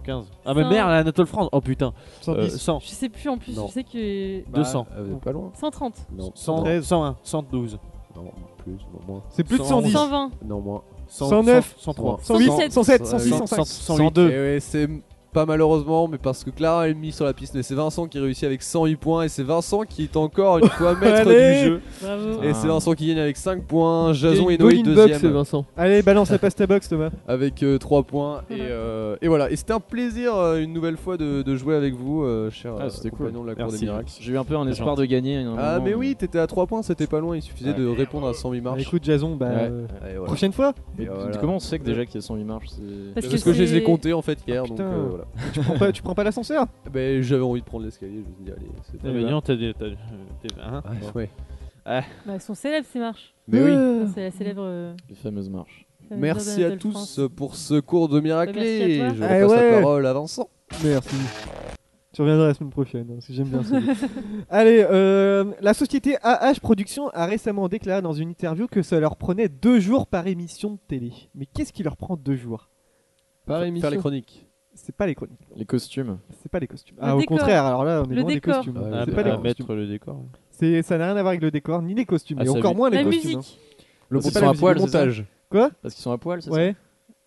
15. Ah, mais
Cent.
merde, Anatole France. Oh putain.
110.
Euh, 100,
Je sais plus en plus,
Non.
je sais que.
200.
Euh, vous êtes pas loin
130.
Non.
100,
Non,
101, 112,
non, plus, non, moins.
C'est plus de
100.
110.
120.
Non, moins.
100,
109,
103,
108, 107,
107,
106,
100,
105.
102.
Et ouais, c'est pas malheureusement, mais parce que Clara est mise sur la piste, mais c'est Vincent qui réussit avec 108 points, et c'est Vincent qui est encore une fois maître
Allez.
du jeu.
Bravo.
Ah.
Et c'est Vincent qui gagne avec 5 points, Jason
Il y a
et
une
Noé
bonne inbox,
deuxième.
Vincent.
Allez, balance la pasta box, Thomas.
avec 3 points. Et, euh, et voilà, et c'était un plaisir euh, une nouvelle fois de, de jouer avec vous, euh, cher
Ah,
euh,
c'était cool.
compagnon de la Cour
Merci.
des Miracles.
J'ai eu un peu un
C'est
espoir de gagner. à un
Ah,
moment,
mais oui, t'étais à 3 points, c'était pas loin, il suffisait de répondre à 100 000
Bah,
marches.
écoute, Jason, bah,
Ouais.
euh,
Et voilà.
prochaine fois,
Et voilà.
Comment on sait que déjà qu'il y a 108 marches c'est-
Parce
Parce que je les ai
c'est-
comptés en fait
Ah,
hier, donc
putain.
euh, voilà.
tu prends pas, tu prends pas l'ascenseur
Ben, J'avais envie de prendre l'escalier, je me suis dit, allez, c'est
Eh
Ah,
pas
mais
ben,
grave.
non, t'as des. t'as- euh, t'es- hein
Ah, Eh ben, ouais.
Bah, elles sont célèbres ces marches.
Mais oui.
Enfin, C'est la célèbre. euh,
Les fameuses marches.
la célèbre
Merci à
Anatole
tous
France. Bah,
pour ce cours de miracle
Merci à
et
toi.
je
Ah,
repasse
ouais.
la parole à Vincent.
Merci. Tu reviendras la semaine prochaine, hein, parce que j'aime bien ça. Allez, euh, la société AH Productions a récemment déclaré dans une interview que ça leur prenait deux jours par émission de télé. Mais qu'est-ce qui leur prend deux jours
Par émission.
Faire les chroniques.
C'est pas les chroniques,
Les costumes.
c'est pas les costumes.
Le
Ah, au
décor.
contraire, alors là, on est
Le
loin
décor.
des costumes.
Ouais,
Ah,
c'est
bah,
pas les
à
costumes.
mettre le décor.
C'est- Ça n'a rien à voir avec le décor, ni les costumes,
Ah,
et
ça
encore
lui-
moins les
La
costumes. hein.
musique.
Le
Parce
montage,
qu'ils sont à poil,
le
c'est ça
montage.
Parce qu'ils sont à poil, c'est
hein. Ouais.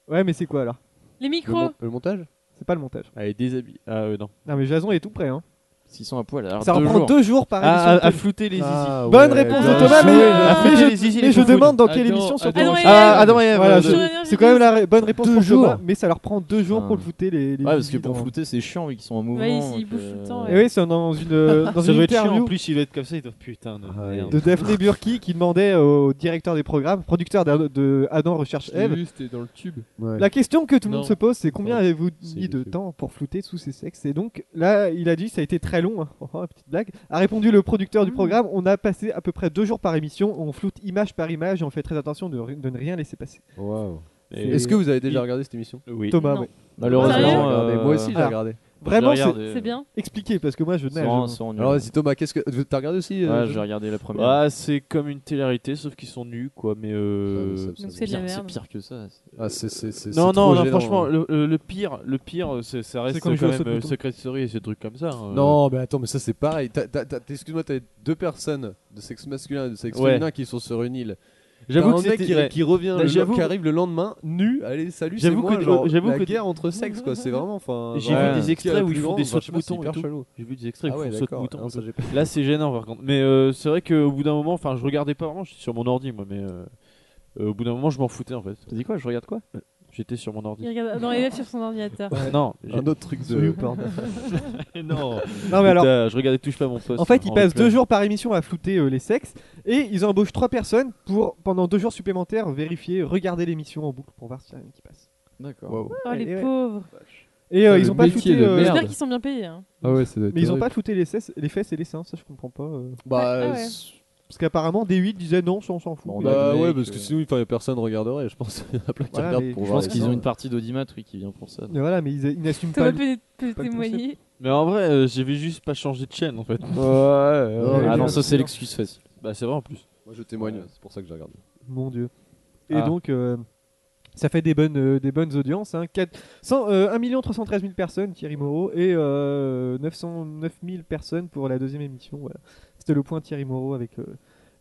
Ouais, mais c'est quoi alors
Les
Le,
micros.
mon- le montage
C'est pas le montage.
Allez, déshabille. Ah, euh, non.
Non, mais Jason est tout prêt. Hein.
ça S'ils sont à poil. Alors,
ça
deux
reprend
jours.
deux jours par émission. de
Ah, à, à
télé.
flouter les zizi.
Bonne réponse de
Ah,
Thomas, mais,
ouais, là.
mais je-
les zizi,
mais
les
je
foufounes.
demande dans quelle
Attends,
émission sur
attends,
Adam et
Ah,
Ève.
Adam et Ève,
Voilà,
euh,
je-
Sur
de-
Energy
C'est quand même
Beast.
la ré- bonne réponse
Deux
pour Thomas,
jours.
mais ça leur prend deux jours
Ah.
pour le flouter les. les
Ouais, parce que
vidéos.
pour flouter, c'est chiant vu qu'ils sont en mouvement. euh,
Ouais, ils- ils
donc,
bougent tout le temps,
Et Eh oui, c'est dans une, euh, dans
Ça
une
doit être chiant.
interview
En plus, il doit être comme ça. Il doit. Putain, de
Ah,
merde.
de Daphné Burki qui demandait au directeur des programmes, producteur d'A- de Adam Recherche
J'ai
Eve.
vu, c'était dans le tube.
La question que tout le
Non.
monde se pose, c'est combien
Non.
avez-vous
C'est
mis de
YouTube.
temps pour flouter sous ces sexes Et donc là, il a dit ça a été très long. hein. Oh, oh, petite blague. A répondu le producteur
Mmh.
du programme on a passé à peu près deux jours par émission, on floute image par image et on fait très attention de, ri- de ne rien laisser passer.
Et-
Est-ce que vous avez déjà regardé cette émission
Oui.
Thomas,
Non.
ouais.
Sérieux
Malheureusement.
Regardez,
euh,
Ah, Moi aussi, j'ai
alors,
regardé.
vraiment,
Je
c'est
regardais,
C'est bien.
expliqué parce que moi je nage.
c'est vraiment-
hein.
c'est vraiment nul.
Alors vas-y Thomas, qu'est-ce que t'as regardé aussi euh,
Ouais,
Jean-
Ah, j'ai regardé la première.
Bah, c'est comme une télérité, sauf qu'ils sont nus, quoi. Mais euh,
Ah, mais ça-
Donc
ça-
c'est de la
Pire- c'est
merde.
pire que ça. c'est-
Ah, c'est- c'est- c'est-
non,
c'est trop
non, non,
gênant,
franchement,
hein.
le, euh, le- le pire, le pire, euh, c'est- ça reste
comme
quand
jouer au
même
saut de
euh,
mouton.
Secret Story et ces trucs comme ça. hein.
Non, mais attends, mais ça c'est pareil. T'as- t'as- t'as- Excuse-moi, t'as deux personnes de sexe masculin et de sexe
Ouais.
féminin qui sont sur une île.
j'avoue
T'as
que
un mec
c'était-
qui,
ouais.
qui revient,
Bah,
le-
j'avoue-
qui arrive le lendemain nu. Allez, salut, c'est
J'avoue
moi.
que-
genre,
j'avoue
la
que-
guerre entre sexes, quoi. C'est vraiment, enfin.
J'ai
genre,
Ouais.
vu
qui
des
a le
extraits où
plus
ils font
grand,
des
enfin,
sauts
je sais
de
pas, c'est
mouton et
hyper
tout.
chelou.
J'ai vu des extraits
Ah
où
ouais,
ils font saut de
d'accord.
mouton.
Ah, ça, j'ai pas-
Là, c'est gênant par contre. Mais euh, c'est vrai qu'au bout d'un moment, enfin, je regardais pas vraiment. Je suis sur mon ordi, moi, mais euh, euh, au bout d'un moment, je m'en foutais en fait.
T'as dit quoi Je regarde quoi
J'étais sur mon ordi.
Il regarde dans les lèvres sur son ordinateur.
Non, j'ai-
un autre truc
Sur
de.
YouPorn. non.
Non, mais alors-
Putain, je regardais touche pas mon poste.
hein, En fait, ils
en
passent
replay.
deux jours par émission à flouter euh, les sexes et ils embauchent trois personnes pour, pendant deux jours supplémentaires, vérifier, regarder l'émission en boucle pour voir s'il y a rien qui passe.
D'accord.
Waouh.
Oh,
Et
les
ouais.
pauvres.
Et euh,
Le
ils ont pas
métier
flouté.
de
euh,
merde.
J'espère qu'ils sont bien payés. hein.
Ah ouais, ça doit être.
mais ils ont
horrible.
pas flouté les, sexes- les fesses et les seins, ça je comprends pas. euh.
Bah,
Ah ouais.
c'est-
Parce qu'apparemment, D8 disait non, ça, on s'en fout.
Bon,
mais-
a
bah
le mec,
ouais, parce que
euh,
sinon, enfin, personne regarderait. Je pense qu'il y en a plein qui
Voilà, mais
regardent pour
Je
voir.
pense
les
qu'ils
gens.
ont une partie d'audimat oui, qui vient pour ça.
Ah,
Mais voilà, mais ils, ils n'assument pas.
Thomas
le-
peut, peut
pas le
témoigner.
Mais en vrai, euh, j'avais juste pas changé de chaîne en fait.
Ouais, ouais,
Ah,
ouais.
Ah
bien
non, ça c'est
sûr.
l'excuse facile.
Bah, c'est vrai en plus.
Moi, je témoigne, c'est pour ça que je regarde.
Mon dieu. Et
Ah.
donc, euh, ça fait des bonnes, euh, des bonnes audiences. Hein. 4, 100, euh, 1 313 000 personnes, Thierry Moreau, et euh, 909 000 personnes pour la deuxième émission. Voilà. C'était le point Thierry Moreau avec euh,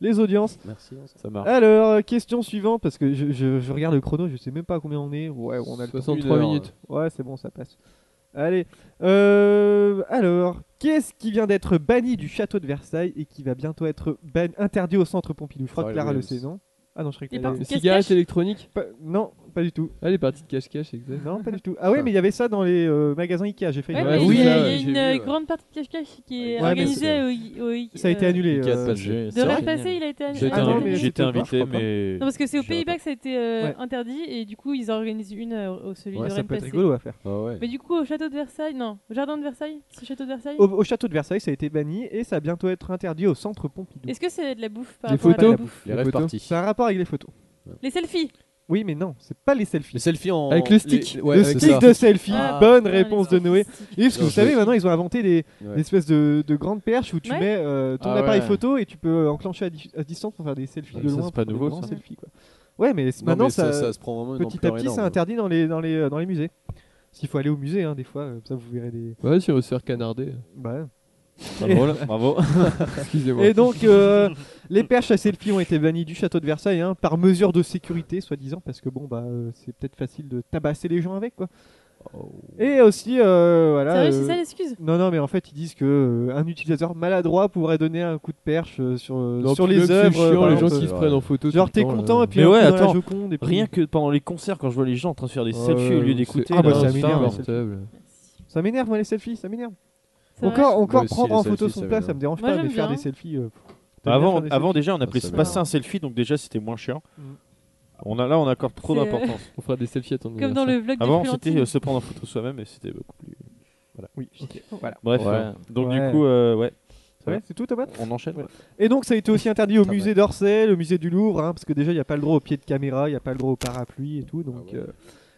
les audiences.
Merci.
hein, Ça marche.
Alors, euh, question suivante, parce que je, je- je regarde le chrono, je sais même pas à combien on est. Ouais, on a le temps.
63
Une heure.
minutes.
Ouais, c'est bon, ça passe. Allez. Euh, alors, qu'est-ce qui vient d'être banni du château de Versailles et qui va bientôt être ban- interdit au centre Pompidou Je crois que
Pharrell
Clara le
Williams.
sait, non Ah non, je croyais que
Il est
t'allais-
Les
Cache-cache.
cigarettes électroniques
pas- Non, pas du tout.
Ah, les parties de cache-cache, exact.
Non, pas du tout. Ah oui, mais il y avait ça dans les euh, magasins Ikea, j'ai failli.
Ouais,
Ouais,
mais
oui,
il y a,
ça,
il y a
ouais,
une
j'ai vu,
euh,
ouais.
grande partie de cache-cache qui est
Ouais, mais
organisée au, au-
Ça a été
euh,
annulé.
Ikea de
euh,
Paris. J'ai-
De
c'est vrai.
rêve passé, il a été
J'ai
annulé.
été
Ah non,
invi-
mais
j'ai
c'était pas,
été
je
invité,
crois pas.
mais.
Non, parce que c'est aux
J'irai
Pays-Bas que ça a été euh,
Ouais.
interdit et du coup ils organisent une euh, au celui
Ouais,
de
Ça
Rennes
peut être
passé.
rigolo à faire.
Ah ouais.
Mais du coup au château de Versailles, non, au jardin de Versailles, c'est au château de Versailles.
Au, au château de Versailles, ça a été banni et ça va bientôt être interdit au centre Pompidou.
Est-ce que c'est de la bouffe par
Des
rapport à la
photos
bouffe
Les
Les
rêves
photos.
partis.
C'est un rapport avec les photos.
Les selfies.
Oui, mais non, c'est pas les selfies.
Les selfies en.
Avec le stick.
les- Ouais,
le
avec
stick
ça.
de selfie,
Ah.
bonne
Ah,
réponse
les
de Noé. Et parce que
Non,
vous
je-
savez, maintenant ils ont inventé des,
Ouais.
des espèces de, de grandes perches où tu
Ouais.
mets euh, ton
Ah ouais.
appareil photo et tu peux euh, enclencher à, di- à distance pour faire des selfies
Ouais,
de
ça,
loin.
c'est pas
pour des
nouveau,
grands
ça.
selfies, quoi. Ouais, mais c-
Non,
maintenant
mais ça,
ça,
ça se prend vraiment une
petit à
ampleur
petit, c'est
énorme.
interdit dans les, dans, les, euh, dans les musées. S'il faut aller au musée, hein, des fois, euh, ça vous verrez des.
Ouais, si on veut se faire canarder.
Bah, ouais.
Bravo, bravo.
Excusez-moi.
Et donc, euh, les perches à selfie ont été bannies du château de Versailles hein, par mesure de sécurité, soi-disant, parce que bon, bah, euh, c'est peut-être facile de tabasser les gens avec, quoi. Et aussi, euh, voilà.
Sérieux,
euh,
c'est ça l'excuse
non, non, mais en fait, ils disent que euh, un utilisateur maladroit pourrait donner un coup de perche euh, sur, euh,
Non,
sur
puis
les
même,
œuvres.
C'est chiant,
par
les
exemple,
gens qui se
euh,
prennent en photo.
Genre,
tout
t'es
le temps,
content,
euh.
et puis
Mais
un
ouais,
coup dans la
attends.
Joconde, et puis-
Rien que pendant les concerts, quand je vois les gens en train de faire des
Ouais,
selfies au lieu
c'est-
d'écouter.
Ah, bah,
là,
ça
c'est
m'énerve,
pas-
ça.
insupportable.
Ça m'énerve, moi, les selfies, ça m'énerve.
C'est vrai.
Encore, encore
Moi aussi,
prendre
les
en photo
selfies,
son
ça
plat,
m'énerve.
ça me dérange
Moi,
pas, mais
j'aime
faire
bien.
des selfies. euh, pff,
Bah,
j'aime bien
avant,
faire des
avant déjà, on appelait
ça
se
me
passer
dérange.
un selfie, donc déjà c'était moins chiant.
Mm.
On a là, on accorde trop
C'est, euh,
d'importance.
On fera des selfies hein, à ton
Comme dans
anniversaire.
le vlog de
Avant, c'était
Florentine.
euh, se prendre en photo soi-même et c'était beaucoup plus.
Oui, ok, voilà.
Bref,
Ouais.
euh, donc
Ouais.
du coup, euh, ouais,
Ouais, c'est tout, Thomas
on enchaîne.
Ouais. Et donc ça a été aussi interdit au
Pas
musée d'Orsay, le musée du Louvre, hein, parce que déjà il n'y a pas le droit au pied de caméra, il n'y a pas le droit au parapluie et tout, donc.
Ah ouais.
euh,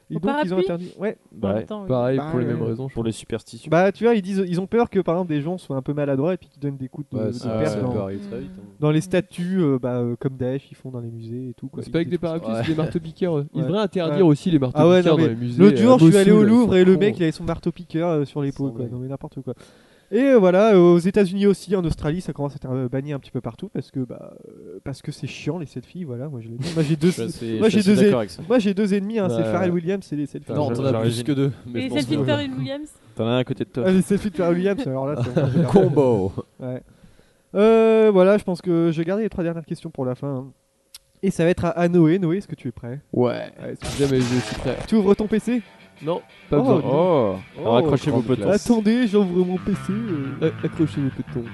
et
Au
donc ils ont
parapluie
interdit. Ouais.
Bah,
En
ouais,
même temps, oui.
Pareil,
Bah,
pour les
ouais.
mêmes raisons. je
pour les superstitions.
Bah tu vois, ils disent, ils ont peur que par exemple des gens soient un peu maladroits et puis qu'ils donnent des coups de,
Ouais,
de
ça
perche
ça
dans,
peut arriver très vite. hein.
dans les statues, euh, bah, euh, comme Daesh, ils font dans les musées et tout. quoi.
crois. C'est pas avec des parapluies, c'est des marteaux-piqueurs. eux. Ils
Ouais.
devraient interdire aussi les
Ah ouais,
marteaux-piqueurs
non,
dans
mais
les musées. euh,
L'autre jour,
à
je suis allé au
Mossoul,
Louvre
ils
et
sont
le
cons.
mec il avait son marteau piqueur euh, sur l'épaule,
Sans
quoi.
blague.
Non mais n'importe quoi. Et euh, voilà, euh, aux États-Unis aussi, en Australie, ça commence à être euh, banni un petit peu partout parce que bah euh, parce que c'est chiant les selfies, voilà. Moi je l'ai dit. Moi j'ai deux,
Je suis assez-
moi,
je suis
j'ai
assez
deux-
d'accord avec ça.
Moi j'ai deux ennemis, hein, c'est
Bah,
Pharrell Williams et les selfies.
Non, t'en
Ah,
j'en
as plus
imagine.
que deux.
Et
Mais
les
je pense
selfies
que-
de Pharrell Williams.
T'en as un à côté de toi.
Ah, les selfies de Pharrell Williams, alors là c'est vraiment génial.
Combo.
Ouais. Euh, voilà, je pense que j'ai gardé les trois dernières questions pour la fin. hein. Et ça va être à, à Noé. Noé, est-ce que tu es prêt
Ouais, jamais je suis prêt.
Tu ouvres ton PC
Non, pas
Oh,
besoin.
Oh, Alors, accrochez vos
grande
potes.
classe.
Attendez, j'ouvre mon PC. euh.
A- Accrochez vos pétons.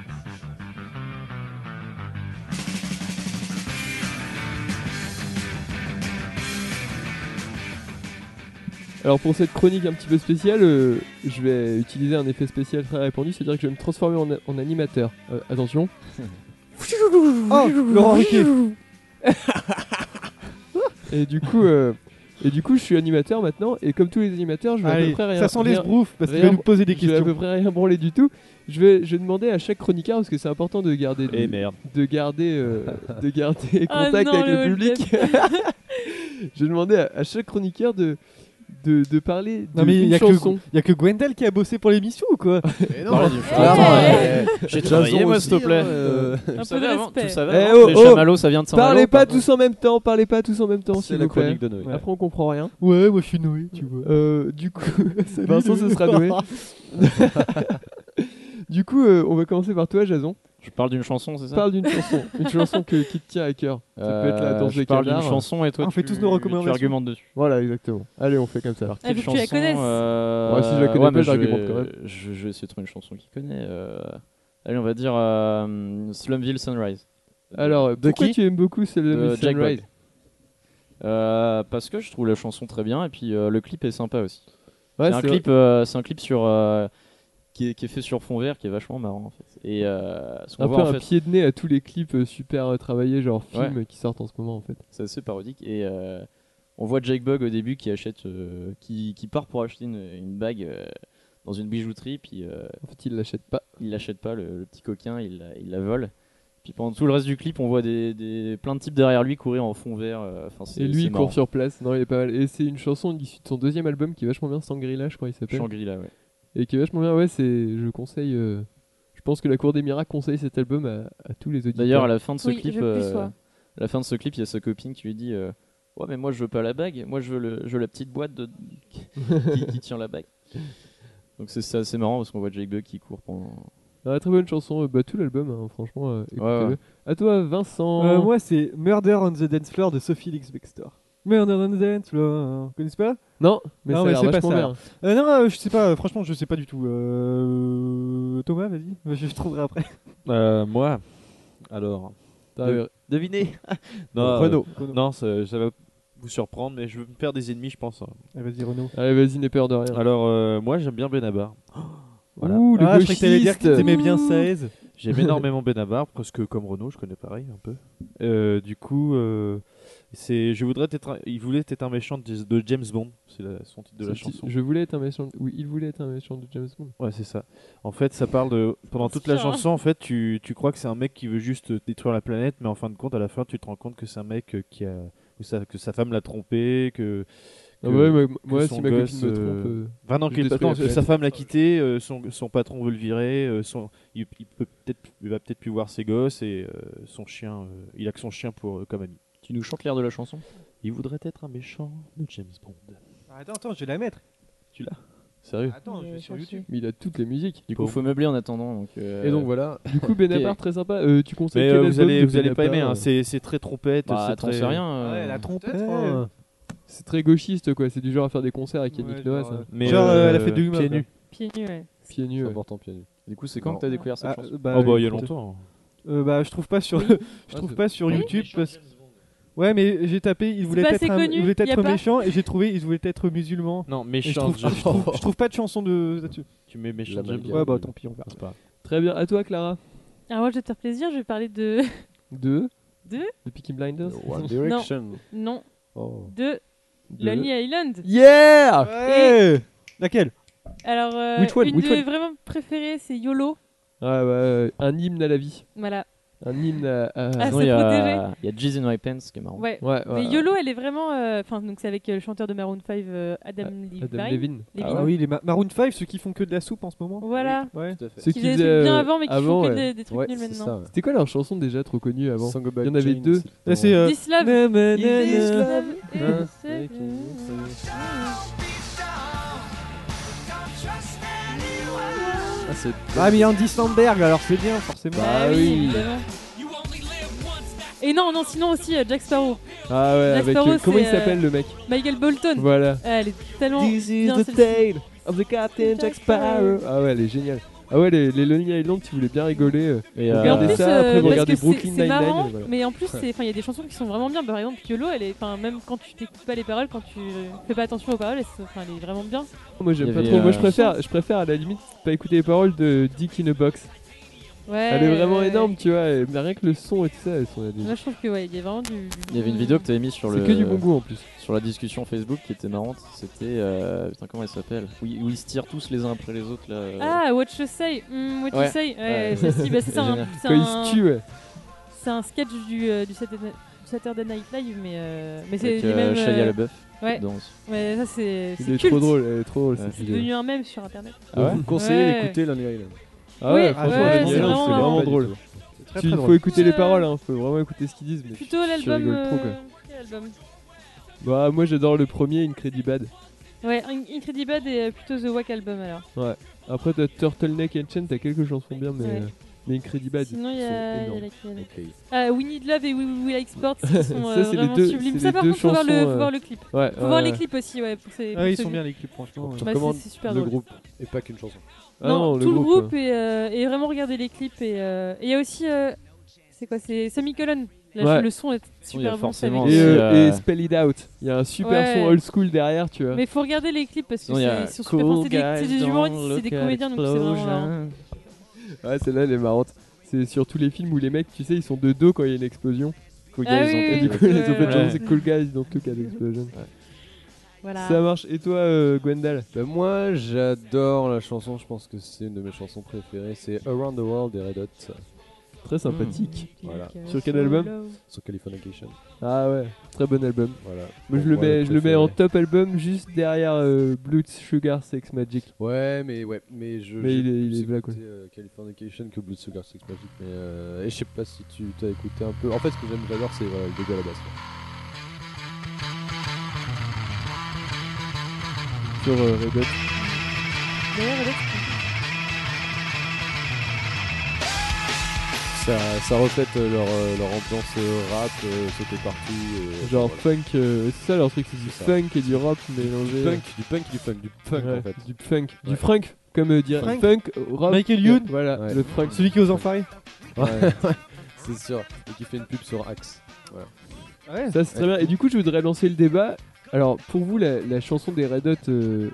Alors pour cette chronique un petit peu spéciale, euh, je vais utiliser un effet spécial très répandu, c'est-à-dire que je vais me transformer en, a- en animateur. Euh, attention.
Oh, Laurent Riquet.
Et du coup, euh, et du coup, je suis animateur maintenant. Et comme tous les animateurs, je vais à
Allez,
peu près rien.
ça sent les
rien-
sbrouf parce qu'il
rien-
va nous poser des
je vais à peu
questions.
près rien branler du tout. Je vais, je vais demander à chaque chroniqueur parce que c'est important de garder du-
Et Eh, merde.
de garder, euh, de garder
Ah
contact
non,
avec le,
le
public. je demandais à, à chaque chroniqueur de, de, de parler de
Non, mais il
une
y a que-
chanson.
Il y a que Gwendal qui a bossé pour l'émission ou quoi
Parlons du
Ah,
Florent.
ouais.
Eh,
J'ai travaillé, moi, s'il te plaît.
Un
euh.
euh,
Tu
peu de
savais avant- tu
respect.
savais
Eh
avant
oh,
que les
oh.
chamallows, ça vient de Saint-Malo
Parlez pas
pardon.
tous en même temps, parlez pas tous en même temps,
C'est
s'il
la
vous plaît.
chronique de Noé.
Ouais.
Après on comprend rien.
Ouais, moi je suis Noé, tu vois.
Euh, du coup,
Salut,
Vincent,
Noé.
ce sera Noé. du coup, euh, on va commencer par toi, Jason.
Je
Parle d'une chanson, c'est ça
Parle d'une chanson. Une chanson que- qui te tient à cœur. Ça peut être la
Euh,
danse
je
des
parle d'une
canards.
chanson et toi,
Ah, on fait
tu-
tous nos
tu
recommandations.
argumentes dessus.
Voilà, exactement. Allez, on fait comme ça.
Quelle
faut que Ah, tu la
chanson,
connaisses.
euh,
Ouais, si je la connais
ouais,
pas,
mais
je l'argumente
vais-
quand même.
Je, je vais essayer de trouver une chanson qu'il connaît. euh, Allez, on va dire euh, Slumville Sunrise.
Alors, euh, pourquoi tu aimes beaucoup celle
de
de Sunrise
Jack Black. Euh, parce que je trouve la chanson très bien et puis euh, le clip est sympa aussi.
Ouais,
c'est un
c'est
clip, euh, c'est un clip sur euh, qui, est, qui est fait sur fond vert qui est vachement marrant en fait. Et euh, ce qu'on
Un
voit,
peu
en
un
fait-
pied de nez à tous les clips euh, super euh, travaillés, genre films
Ouais.
qui sortent en ce moment en fait.
C'est assez parodique. Et euh, on voit Jake Bug au début qui achète, euh, qui, qui part pour acheter une, une bague euh, dans une bijouterie. Puis euh,
en fait, il l'achète pas.
Il l'achète pas, le, le petit coquin, il, la- il la vole. Puis pendant tout le reste du clip, on voit des, des- plein de types derrière lui courir en fond vert. euh, Enfin, c'est
Et lui,
c'est
il
marrant.
court sur place. Non, il est pas mal. Et c'est une chanson issue de son deuxième album qui est vachement bien, Shangri-La, je crois, il s'appelle.
Shangri-La, ouais.
Et qui est vachement bien, ouais, c'est. Je conseille. euh, Je pense que la Cour des Miracles conseille cet album à, à tous les auditeurs.
D'ailleurs, à la fin de ce
Oui,
clip,
je plus
euh,
sois.
à la fin de ce clip, il y a sa copine qui lui dit euh, Ouais, mais moi je veux pas la bague, moi je veux, le, je veux la petite boîte de... qui, qui tient la bague. Donc c'est c'est assez marrant parce qu'on voit Jake Bug qui court pendant.
Ah, très bonne chanson, euh, bah, tout l'album, hein, franchement. euh, écoutez-le.
ouais.
À toi, Vincent.
Euh, moi, c'est Murder on the Dance Floor de Sophie Lix Bextor. Murder on the Dance Floor. Vous connaissez pas
Non, mais ça a l'air
c'est pas
vachement
ça.
bien.
alors. Euh, non, euh, je sais pas, euh, franchement, je sais pas du tout. Euh, Thomas, vas-y, je je trouverai après.
Euh, moi, alors.
T'as-
de- Devinez non,
Renaud.
euh, non, ça, ça va vous surprendre, mais je veux me faire des ennemis, je pense. hein.
Allez, Eh, vas-y, Renaud.
Allez, vas-y, n'aie peur de
Ah,
rien.
Alors, euh, moi, j'aime bien Benabar. Voilà.
Ouh, le
Ah, je croyais
gauchiste.
que t'allais dire que
t'aimais bien
Ouh.
Saez.
J'aime énormément Benabar parce que comme Renault, je connais pareil un peu. Euh, du coup, euh, c'est je voudrais être un- il voulait être un méchant de, de James Bond, c'est la- son titre de
Ce
la
petit-
chanson.
Je voulais être un méchant. Oui, il voulait être un méchant de James Bond.
Ouais, c'est ça. En fait, ça parle de pendant toute la
chiant, hein.
chanson, en fait, tu, tu crois que c'est un mec qui veut juste détruire la planète, mais en fin de compte, à la fin, tu te rends compte que c'est un mec euh, qui a que sa, que sa femme l'a trompé, que,
Ah ouais, ma-
que
moi,
son
si ma copine
gosse,
me trompe,
euh,
euh,
enfin, non,
je
qu'il-
détruis
attends,
la
sa
planète.
femme l'a quitté, euh, son, son patron veut le virer, euh, son, il, il peut peut-être il va peut-être plus voir ses gosses et euh, son chien, euh, il a que son chien pour euh, comme ami.
Tu nous chantes l'air de la chanson
Il voudrait être un méchant de James Bond.
Attends, attends, je vais la mettre.
Tu l'as Sérieux
Attends, je vais sur YouTube.
Mais il a toutes les musiques.
Du coup, faut meubler en attendant. Donc, euh,
Et donc voilà. Du coup, Benabar,
ok.
très sympa. Euh, tu conseilles
Mais
quel
euh, vous
album
allez
de
vous allez pas
Benabar,
aimer, hein,
euh
c'est c'est très trompette,
Bah,
c'est
t'en
très
sais rien, euh,
Ouais, la trompette. oh.
Ouais. C'est très gauchiste, quoi. C'est du genre à faire des concerts avec Yannick
Ouais,
Noah,
genre,
ça.
euh, Mais, genre, euh, euh, à la fête de l'humain,
hein. Pieds
quoi.
nus.
Pieds nus, ouais.
Pieds nus,
C'est
ouais.
important, piano.
Du coup, c'est quand
Non.
que t'as découvert cette
Ah,
chanson
Oh bah il y a
écoute,
longtemps.
euh, bah, je trouve pas sur, je trouve
c'est-
pas sur
Oui.
YouTube parce. Ouais, mais j'ai tapé. Il voulait
pas
être,
assez
un-
connu,
il voulait
y a
être
pas
méchant et j'ai trouvé. Il voulait être musulman.
Non,
Et je,
méchant.
trouve, je,
Oh.
trouve, je trouve pas de chanson de là-dessus.
Tu mets méchant James
Ouais, bah tant pis, on verra.
Très bien. À toi, Clara.
Alors moi, je vais te faire plaisir, je vais parler de...
De.
De
The Peaky Blinders.
One
Direction. Non, de
De-
Lonely Island.
Yeah
Ouais Laquelle
Alors, euh,
Which one,
une
which
de
one
mes vraiment préférées, c'est YOLO.
Ouais, ouais, ouais. Un hymne à la vie.
Voilà.
Un hymne à. à-
Ah,
Sinon,
c'est
il y a,
protégé.
il y a Jizz in My Pants qui est marrant.
Ouais.
Ouais, ouais,
Mais
ouais.
YOLO, elle est vraiment. euh, Enfin, donc c'est avec euh, le chanteur de Maroon 5, euh, Adam, Levine.
Adam Levine.
Levine.
Ah oui, les Ma- Maroon 5, ceux qui font que de la soupe en ce moment.
Voilà.
Ouais.
Ceux qui
Qui faisaient des
faisaient,
trucs bien
euh,
avant, mais qui
avant,
font que
ouais.
des, des trucs nuls maintenant.
C'était quoi leur chanson déjà trop connue avant
Song
Il
about
y en avait
Jane,
deux.
c'est
Là, c'est. euh,
This love
na, na,
is
na,
this
na.
love is
Hein
the-
euh,
Ah, c'est-
Ah, mais Andy Sandberg, alors c'est bien, forcément.
Bah oui, évidemment. Et non, non, sinon aussi euh, Jack Sparrow.
Ah ouais,
Jack
avec.
Sparrow,
euh, Comment
c'est,
il s'appelle
euh,
le mec
Michael Bolton.
Voilà.
Ah, elle est tellement.
This is
bien,
the
celle-ci.
tale of the Captain Jack Sparrow. Ah ouais, elle est géniale. Ah ouais, les, les Lonely Island, si vous voulez bien rigoler, euh,
Et,
Mais en
regardez
plus,
ça,
euh,
après vous
parce
regardez
que c'est-
Brooklyn
c'est marrant,
Nine-Nine. voilà.
mais en plus, c'est- enfin, il y a des chansons qui sont vraiment bien. Par exemple, YOLO, elle est, enfin, même quand tu t'écoutes pas les paroles, quand tu fais pas attention aux paroles, elle, se- enfin, elle est vraiment bien.
Moi
Il
j'aime
y
pas
avait,
trop, moi
euh,
je préfère, je préfère à la limite pas écouter les paroles de Dick in a Box.
Ouais.
Elle est vraiment énorme, tu vois, et rien que le son et tout ça, elles sont là, des-
Moi, je trouve que ouais, il y a vraiment du.
Il y avait une vidéo que t'avais mise sur
C'est
le.
que du bon goût en plus.
Sur la discussion Facebook qui était marrante. C'était. euh, Putain, comment elle s'appelle où, ils- où ils se tirent tous les uns après les autres là. euh.
Ah, What You Say, Hmm, What
Ouais.
You Say, ouais,
Ouais.
celle-ci, bah, c'est ça,
Elle est
un-
géniale.
c'est
Quand ils se tuent,
un,
ouais.
c'est un sketch du, euh, du Saturday du Saturday Night Live, mais, euh, mais c'est
Avec
les mêmes.
euh, Shia
euh,
LaBeouf.
Ouais.
dedans aussi.
Mais ça, c'est.
Il
c'est
est,
culte.
trop drôle, elle est trop drôle. cette
C'est
vidéo.
devenu un mème sur internet.
Ah ouais
Vous me conseillez
Ouais.
d'écouter Lonely Island.
Ah ouais,
Oui,
franchement,
ouais,
Lonely
c'est
Island,
vraiment
c'est
marrant.
vraiment drôle. Il faut écouter les paroles, hein, faut vraiment écouter ce qu'ils disent. Mais
Plutôt
tu
l'album.
rigoles trop, quoi.
euh, quel album
Bah, moi j'adore le premier, Incredibad.
Ouais, In- Incredibad et euh, plutôt The Wack Album alors.
Ouais. Après, t'as Turtleneck and Chain, t'as quelques chansons bien, mais.
Ouais.
euh, Les Incredibad
Sinon, il y
sont
a, il y a
énormes.
laquelle Ah, We Need Love et We Will We Like Sports qui sont euh,
Ça, c'est les
vraiment
deux-
sublimes.
c'est
Ça,
les
par
deux
contre, faut voir le,
chansons,
faut voir
euh,
le clip.
ouais,
faut voir
ouais,
les
ouais.
clips aussi, ouais. Pour ces,
Ah,
pour
ils
ce
sont
groupe.
bien, les clips, franchement.
Bah, c'est- c'est super
le
drôle.
groupe et pas qu'une chanson.
Ah
non,
non, le
tout le
groupe,
groupe et, euh, et vraiment regarder les clips. Et euh, et il y a aussi. euh, c'est quoi C'est Semicolon. Là,
Ouais.
Le son est
il y a
super bon. ça,
forcément
avec-
Et, euh,
euh,
et Spell It Out. Il y a un super
Ouais.
son old school derrière, tu vois.
Mais faut regarder les clips parce que
Sinon, il y a
c'est- ils sont super.
Cool
enfin, c'est des- C'est
guys
des
don't
humoristes, c'est
look
des
at
comédiens, donc c'est vraiment. marrant.
explosion.
Ouais, celle-là, elle est marrante. C'est sur tous les films où les mecs, tu sais, ils sont de dos quand il y a une explosion.
Cool Ah Guys oui, Don't-
et du
oui,
coup,
oui.
ils ont fait
Ouais.
chanter Cool Guys dans tout cas d'explosion.
Voilà.
Ça marche. Et toi, euh, Gwendal
Bah, moi, j'adore la chanson. Je pense que c'est une de mes chansons préférées. C'est Around the World des Red Hot.
Hmm.
Très sympathique.
Voilà.
euh,
Sur quel album
Sur Californication.
Ah ouais, très bon album.
Voilà.
Moi,
Pour
je le
moi,
mets, je le mets
préféré.
en top album juste derrière euh, Blood Sugar Sex Magic.
Ouais, mais ouais, mais je.
Mais
j'ai
il est- il
plus
est black,
écouté, euh, Californication que Blood Sugar Sex Magic, mais euh, et je sais pas si tu t'as écouté un peu. En fait, ce que j'aime, j'adore, c'est voilà, le dégât à la basse. quoi.
Sur euh, Red Hot.
D'ailleurs, Alex, tu-
Ça, ça reflète euh, leur, euh, leur ambiance euh, rap, euh, sauter partout. euh,
Genre
voilà.
funk, euh, c'est ça leur truc, c'est du
C'est ça.
funk et du rap mélangé.
Punk, du punk, du funk, du funk
Ouais,
en fait.
Du funk, du
Ouais.
funk, comme euh, dire
Funk.
funk, rap.
Michael Youn.
Voilà,
Ouais.
le funk.
Celui qui est aux enfoirés
Ouais, c'est sûr. Et qui fait une pub sur Axe.
Ouais.
Ça c'est très bien. Et du coup, je voudrais lancer le débat. Alors, pour vous, la, la chanson des Red Hot, euh,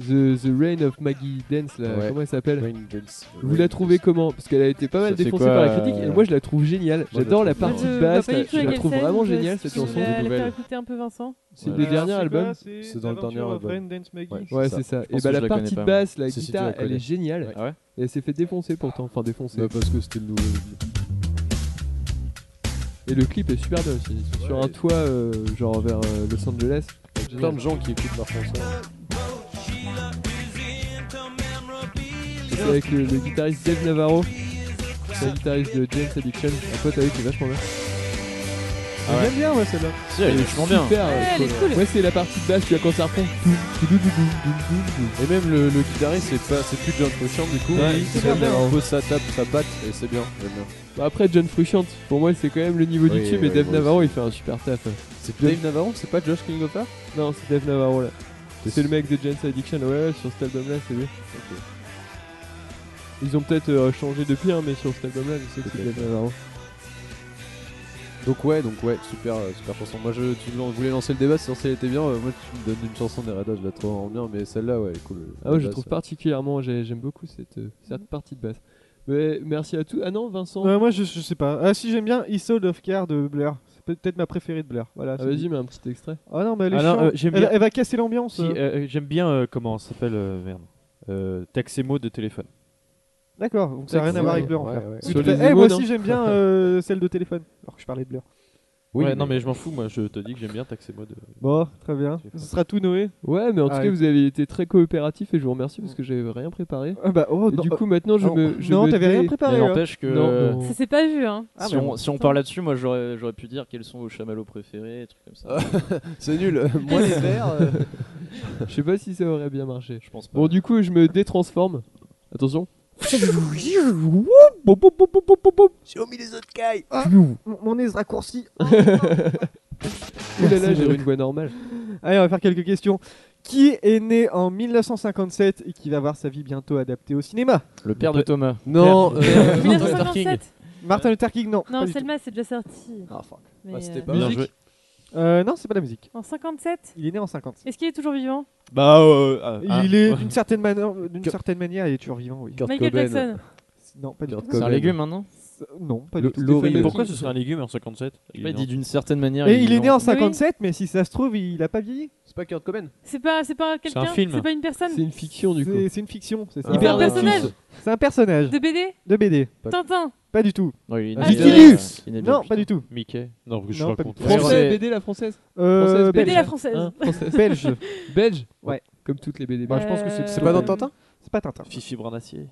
The, The Reign of Maggie Dance, là,
Ouais.
comment elle s'appelle
Rain Dance.
Vous la trouvez comment Parce qu'elle a été pas mal
Ça, c'est
défoncée
quoi,
par la critique.
euh,
Et moi, je la trouve géniale.
je la
J'adore la
trouve
partie
je
de
vois
basse.
pas du
là.
tout
Je la
laquelle
trouve
c'est,
vraiment
donc, euh,
géniale
si
cette
tu veux
chanson.
la- la faire
nouvelle.
écouter un peu, Vincent.
C'est
Ouais.
le dernier album.
C'est dans le dernier album. Ouais.
Ouais,
ça.
c'est ça. Et bah
pense que
la
je la connais
partie de
pas,
basse, la
Si, si, tu
guitare,
la
elle
connais. Ah.
est géniale.
Ah ouais
Et elle s'est fait défoncer pourtant. Enfin, défoncer.
Bah, parce que c'était le nouveau.
Et le clip est super bien aussi. Ils sont sur
Ouais.
un toit, euh, genre vers euh, Los Angeles.
Plein de gens qui écoutent leur chanson.
C'est avec le, le guitariste Dave Navarro. C'est le guitariste de James Addiction. Un pote avec qui est vachement bien.
Ah ouais.
J'aime bien, moi, celle-là.
Si, elle est vachement bien.
Super, euh,
Ouais, elle est cool.
Ouais, c'est la partie de basse, tu vois, quand ça reprend.
Et même le, le guitariste, c'est pas, c'est plus John Frusciante du coup.
Ouais,
il
c'est
s'aime
bien.
un peu sa tape, sa batte, et c'est bien. j'aime bien.
Bah, Après, John Frusciante, pour moi, c'est quand même le niveau
Oui,
du tube.
oui,
et Dave
moi
Navarro, il
aussi.
fait un super taf. hein.
C'est Dave Navarro, c'est pas Josh Klinghoffer
Non, c'est Dave Navarro là. C'est le mec de James Addiction. Ouais, ouais, sur cet album là, c'est lui. Ils ont peut-être euh, changé depuis, hein, mais sur cet album là, je sais que c'est
Peut-être.
Dave Navarro.
Donc ouais, donc ouais, super, euh, super chanson. Moi, je, tu lan- voulais lancer le débat, si elle était bien. euh, moi, tu me donnes une chanson des Red Hot, je la trouve en bien, mais celle-là, ouais, elle est cool.
Ah ouais,
La
je
basse,
trouve
euh,
particulièrement, j'ai- j'aime beaucoup cette, euh, cette partie de basse. Mais merci à tous. Ah non, Vincent.
Mm. Ouais, moi, je, je sais pas. Ah, si, j'aime bien Isolde of Care de Blur. C'est peut-être ma préférée de Blur. Voilà.
Ah,
c'est
vas-y,
dit.
mets un petit extrait.
Ah non, mais elle est
Ah non,
chiante.
euh, j'aime
Elle-
bien-
elle va casser l'ambiance.
Si,
euh.
euh, J'aime bien euh, comment ça s'appelle, euh, merde. Euh, Taxemo de téléphone.
D'accord, donc ça n'a rien à voir avec Blur. en fait.
ouais, ouais.
Ou
Sur
tu fais,
les
Eh, moi
émotions.
aussi j'aime bien euh, celle de téléphone. Alors que je parlais de Blur.
Oui,
ouais, non mais je m'en fous, moi je te dis que j'aime bien Taxemo de.
Bon, très bien. Ce sera tout Noé.
Ouais, mais en tout
Ah
cas,
oui.
vous avez été très coopératif et je vous remercie parce que j'avais rien préparé.
Ah bah, oh,
Et
non,
du
euh,
coup, maintenant, je
non,
me. je
non,
me
t'avais rien
dé-
préparé.
Mais
hein.
n'empêche que.
Non, non.
Ça s'est pas vu, hein.
Ah,
Si
mais
on, si on parle là-dessus, moi j'aurais j'aurais pu dire quels sont vos chamallows préférés, des trucs comme ça.
C'est nul. Moi, les verts. euh,
Je sais pas si ça aurait bien marché.
Je pense pas.
Bon, du coup, je me détransforme. Attention.
J'ai omis les autres cailles.
Mon, mon Oh. nez se raccourcit.
Ouh là là, j'ai une voix normale.
Allez, on va faire quelques questions. Qui est né en 1957 et qui va voir sa vie bientôt adaptée au cinéma
Le père de Thomas.
Non, euh,
1957
Martin Luther King, non. pas
Non,
du tout.
Selma, c'est déjà sorti.
Ah, fuck.
Mais,
Ouais, c'était
euh,
pas
Bien
mal.
joué.
Euh, non, c'est pas la musique.
En 57
Il est né en 57.
Est-ce qu'il est toujours vivant
Bah, euh, ah, ah,
il est
ouais.
d'une certaine, manière- d'une
Kurt-
certaine manière, il est toujours vivant, oui.
Kurt
Michael
Cobain.
Jackson
Non, pas du
Kurt
tout.
C'est un
Cobain.
légume hein, maintenant
Non, pas
Le-
du tout.
l'origine.
Stephen
Pourquoi
Hawking.
ce serait un légume en 57
Je
Il
pas
est
dit
dans-
d'une certaine manière.
Et il est né en
Mais oui.
57, mais si ça se trouve, il a pas vieilli.
C'est pas Kurt Cobain
C'est pas, c'est pas quelqu'un
film.
C'est pas une personne
C'est une fiction, du coup.
C'est c'est une fiction, c'est ça.
C'est un
Ah.
personnage
C'est un personnage
de BD
de BD.
Tintin
Pas du tout.
Non, il est né
Ah, Mickey
bien-
Mouse
il est né bien
Non,
plus
pas
tard.
du tout.
Mickey Non, je
Non, pas
raconte.
du tout.
rien.
Français,
Française.
BD, la française
Euh,
Française,
BD la
Belge.
française
Hein, française.
Belge.
Belge
Ouais.
Comme toutes les BD.
Bah, je pense que c'est- Euh,
C'est pas dans
Cobain.
Tintin
C'est pas Tintin.
Fifi Branacier.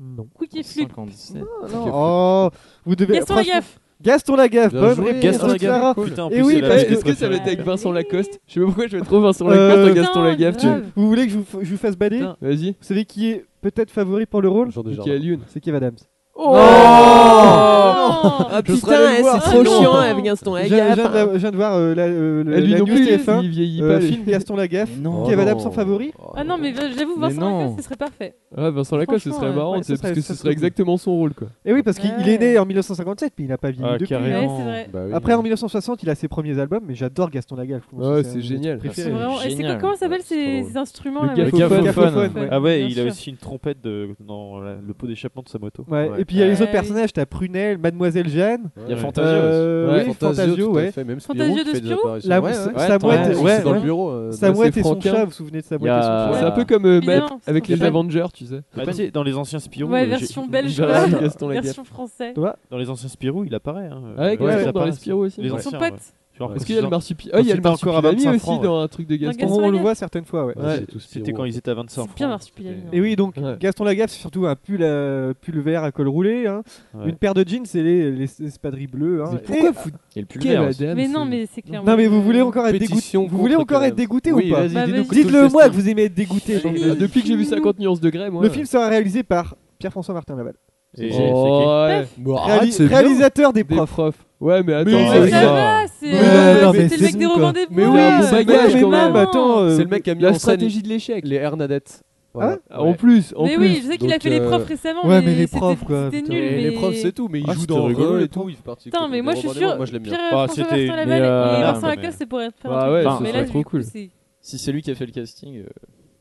Non.
Quick et Flip
57.
Oh, vous devez.
Gaston
franchement,
Lagaffe
Gaston Lagaffe,
Bien
bonne
joué,
réponse
Gaston
de
Lagaffe,
Clara.
cool. Putain, en
Et
plus,
oui,
c'est la
parce
blague
que-
Est-ce que ça va être avec Vincent Lacoste Je sais pas pourquoi je vais trop Vincent Lacoste
Euh,
ou Gaston Lagaffe. tu-
Vous voulez que je vous, f- je vous fasse bader
Vas-y.
Vous savez qui est peut-être favori pour le rôle
Michael Youn.
C'est Kev Adams.
Oh Ah
Je serais
putain, eh,
allé le
Ah,
voir,
c'est trop
sinon.
chiant avec Gaston
Je-
Lagaffe,
Je
Ah,
viens de la-
hein.
je viens de voir euh, la, euh, le
Eh, lui
la
non
news
plus,
TF1,
il vieillit
euh,
pas, lui.
film Gaston Lagaffe,
non.
Kev
Oh
Adams
non.
en favori.
Ah non, mais j'avoue,
Mais
Vincent
non.
Lacoste, ce serait parfait.
Ah, Vincent Lacoste, ce
Franchement,
serait
ouais.
marrant,
Ouais,
tu sais,
ce serait-
parce que ce
ça
serait
serait cool.
exactement son rôle quoi.
Et Eh oui, parce qu'il il est né en 1957, mais il n'a pas vieilli
Ah,
depuis.
carrément.
Ouais, c'est vrai.
Bah oui.
Après, en 1960, il a ses premiers albums, mais j'adore Gaston Lagaffe. je pense que
Ouais,
un
c'est
de mes
génial.
trucs
C'est
préférés.
Vraiment, et c'est quoi- comment s'appellent ces, ces instruments là
Le
maintenant
gaffophone.
Ah ouais,
Bien
il a
sûr.
aussi une trompette de- dans la- le pot d'échappement de sa moto.
Ouais, Et puis il y a les autres personnages, t'as Prunelle, Mademoiselle Jeanne.
Il y a Fantasio
Euh,
aussi.
oui,
Ouais,
Fantasio,
Fantasio, tout à
ouais.
fait, même
Spirou Fantasio qui de fait des Spirou apparitions.
La-
Ouais, ouais.
Sa-
Ouais,
Samouette,
attends,
ouais,
c'est dans le
ouais.
bureau, euh,
Samouette
c'est
et son
Franquin.
chat, vous vous souvenez de
Il y
Samouette
a-
et son chat
C'est un peu
comme, euh,
Évidemment,
Matt avec
c'est
les
pas-
Avengers, tu sais.
Ah, tu sais, dans les anciens Spirou.
Ouais,
euh,
version
j'ai-
belge,
j'ai-
quoi.
j'ai-
Gaston Lagaffe. Version français. Toi
Dans les anciens Spirou, il apparaît. Hein.
Ah ouais,
Euh,
Gaston
ils
dans les
apparaissent.
Spirou aussi.
Les
Son
anciens,
pote.
ouais. Je me
Est-ce
rappelle
qu'il y a le
plus.
marsupi- Ah, il y a
Quand
le
était encore à
marsupilami
25
aussi
francs,
dans
ouais.
un truc de Gaston.
On le voit certaines fois, ouais.
Ouais, C'était quand ils étaient à 25 francs.
bien Marsupilami,
c'était-
Et Eh oui, donc Gaston Lagaffe, c'est surtout un pull, euh, pull vert à col roulé, hein. une paire de jeans, c'est les, les espadrilles bleues. Hein.
Mais pourquoi vous-
Et
le pull Kev vert aussi. Adams,
Mais non, mais c'est clairement.
Non, mais vous voulez encore être dégoûté
Pétition
Vous voulez
contre
encore
Kev
être dégoûté
Oui,
ou pas
vas-y, Bah, dis-nous vas-y. que tout
Dites-le
le
moi
casting.
que vous aimez être dégoûté.
Allez, bah, depuis que j'ai vu 50 nuances de Grey, moi.
Le film sera réalisé par Pierre-François Martin Laval.
C'est- c'est- Oh, c'est qui ouais. Bon, arrête,
Réalis-
c'est bien.
réalisateur des profs.
Ouais, mais attends,
Mais
c'est
ça va, c'est- Mais non,
c'est
mais c'était le mec
son,
des
quoi.
romans des
Mais
poètes.
oui, c'est un
Mais
bon bagage
non,
quand
mais
même.
maman. Attends, euh,
c'est le mec qui a mis
la
en scène
stratégie de l'échec.
les Hernadettes.
Hein
Voilà.
Ah, en plus, en
Mais
plus.
oui, je sais qu'il a
Donc,
fait les
euh,
profs récemment.
ouais,
mais,
mais les
c'était-
profs, quoi,
C'était
putain.
nul.
Et
mais...
les profs, c'est tout, mais il
Ah,
joue
c'était
dans
rigolo
Rigolo et
et
tout,
tout.
il fait partie
Putain,
contre
mais
des
moi je suis
Robins des Bois,
sûr.
moi, je l'aime bien.
Pierre
Ah,
François
c'était- mais,
Vincent Laval
euh,
et
non,
Vincent
mais-
Lacoste, c'est pour être faire
Bah
un
ouais,
truc.
ça
Mais
serait
là,
trop
du coup,
cool.
c'est-
Si c'est lui qui a fait le casting, euh,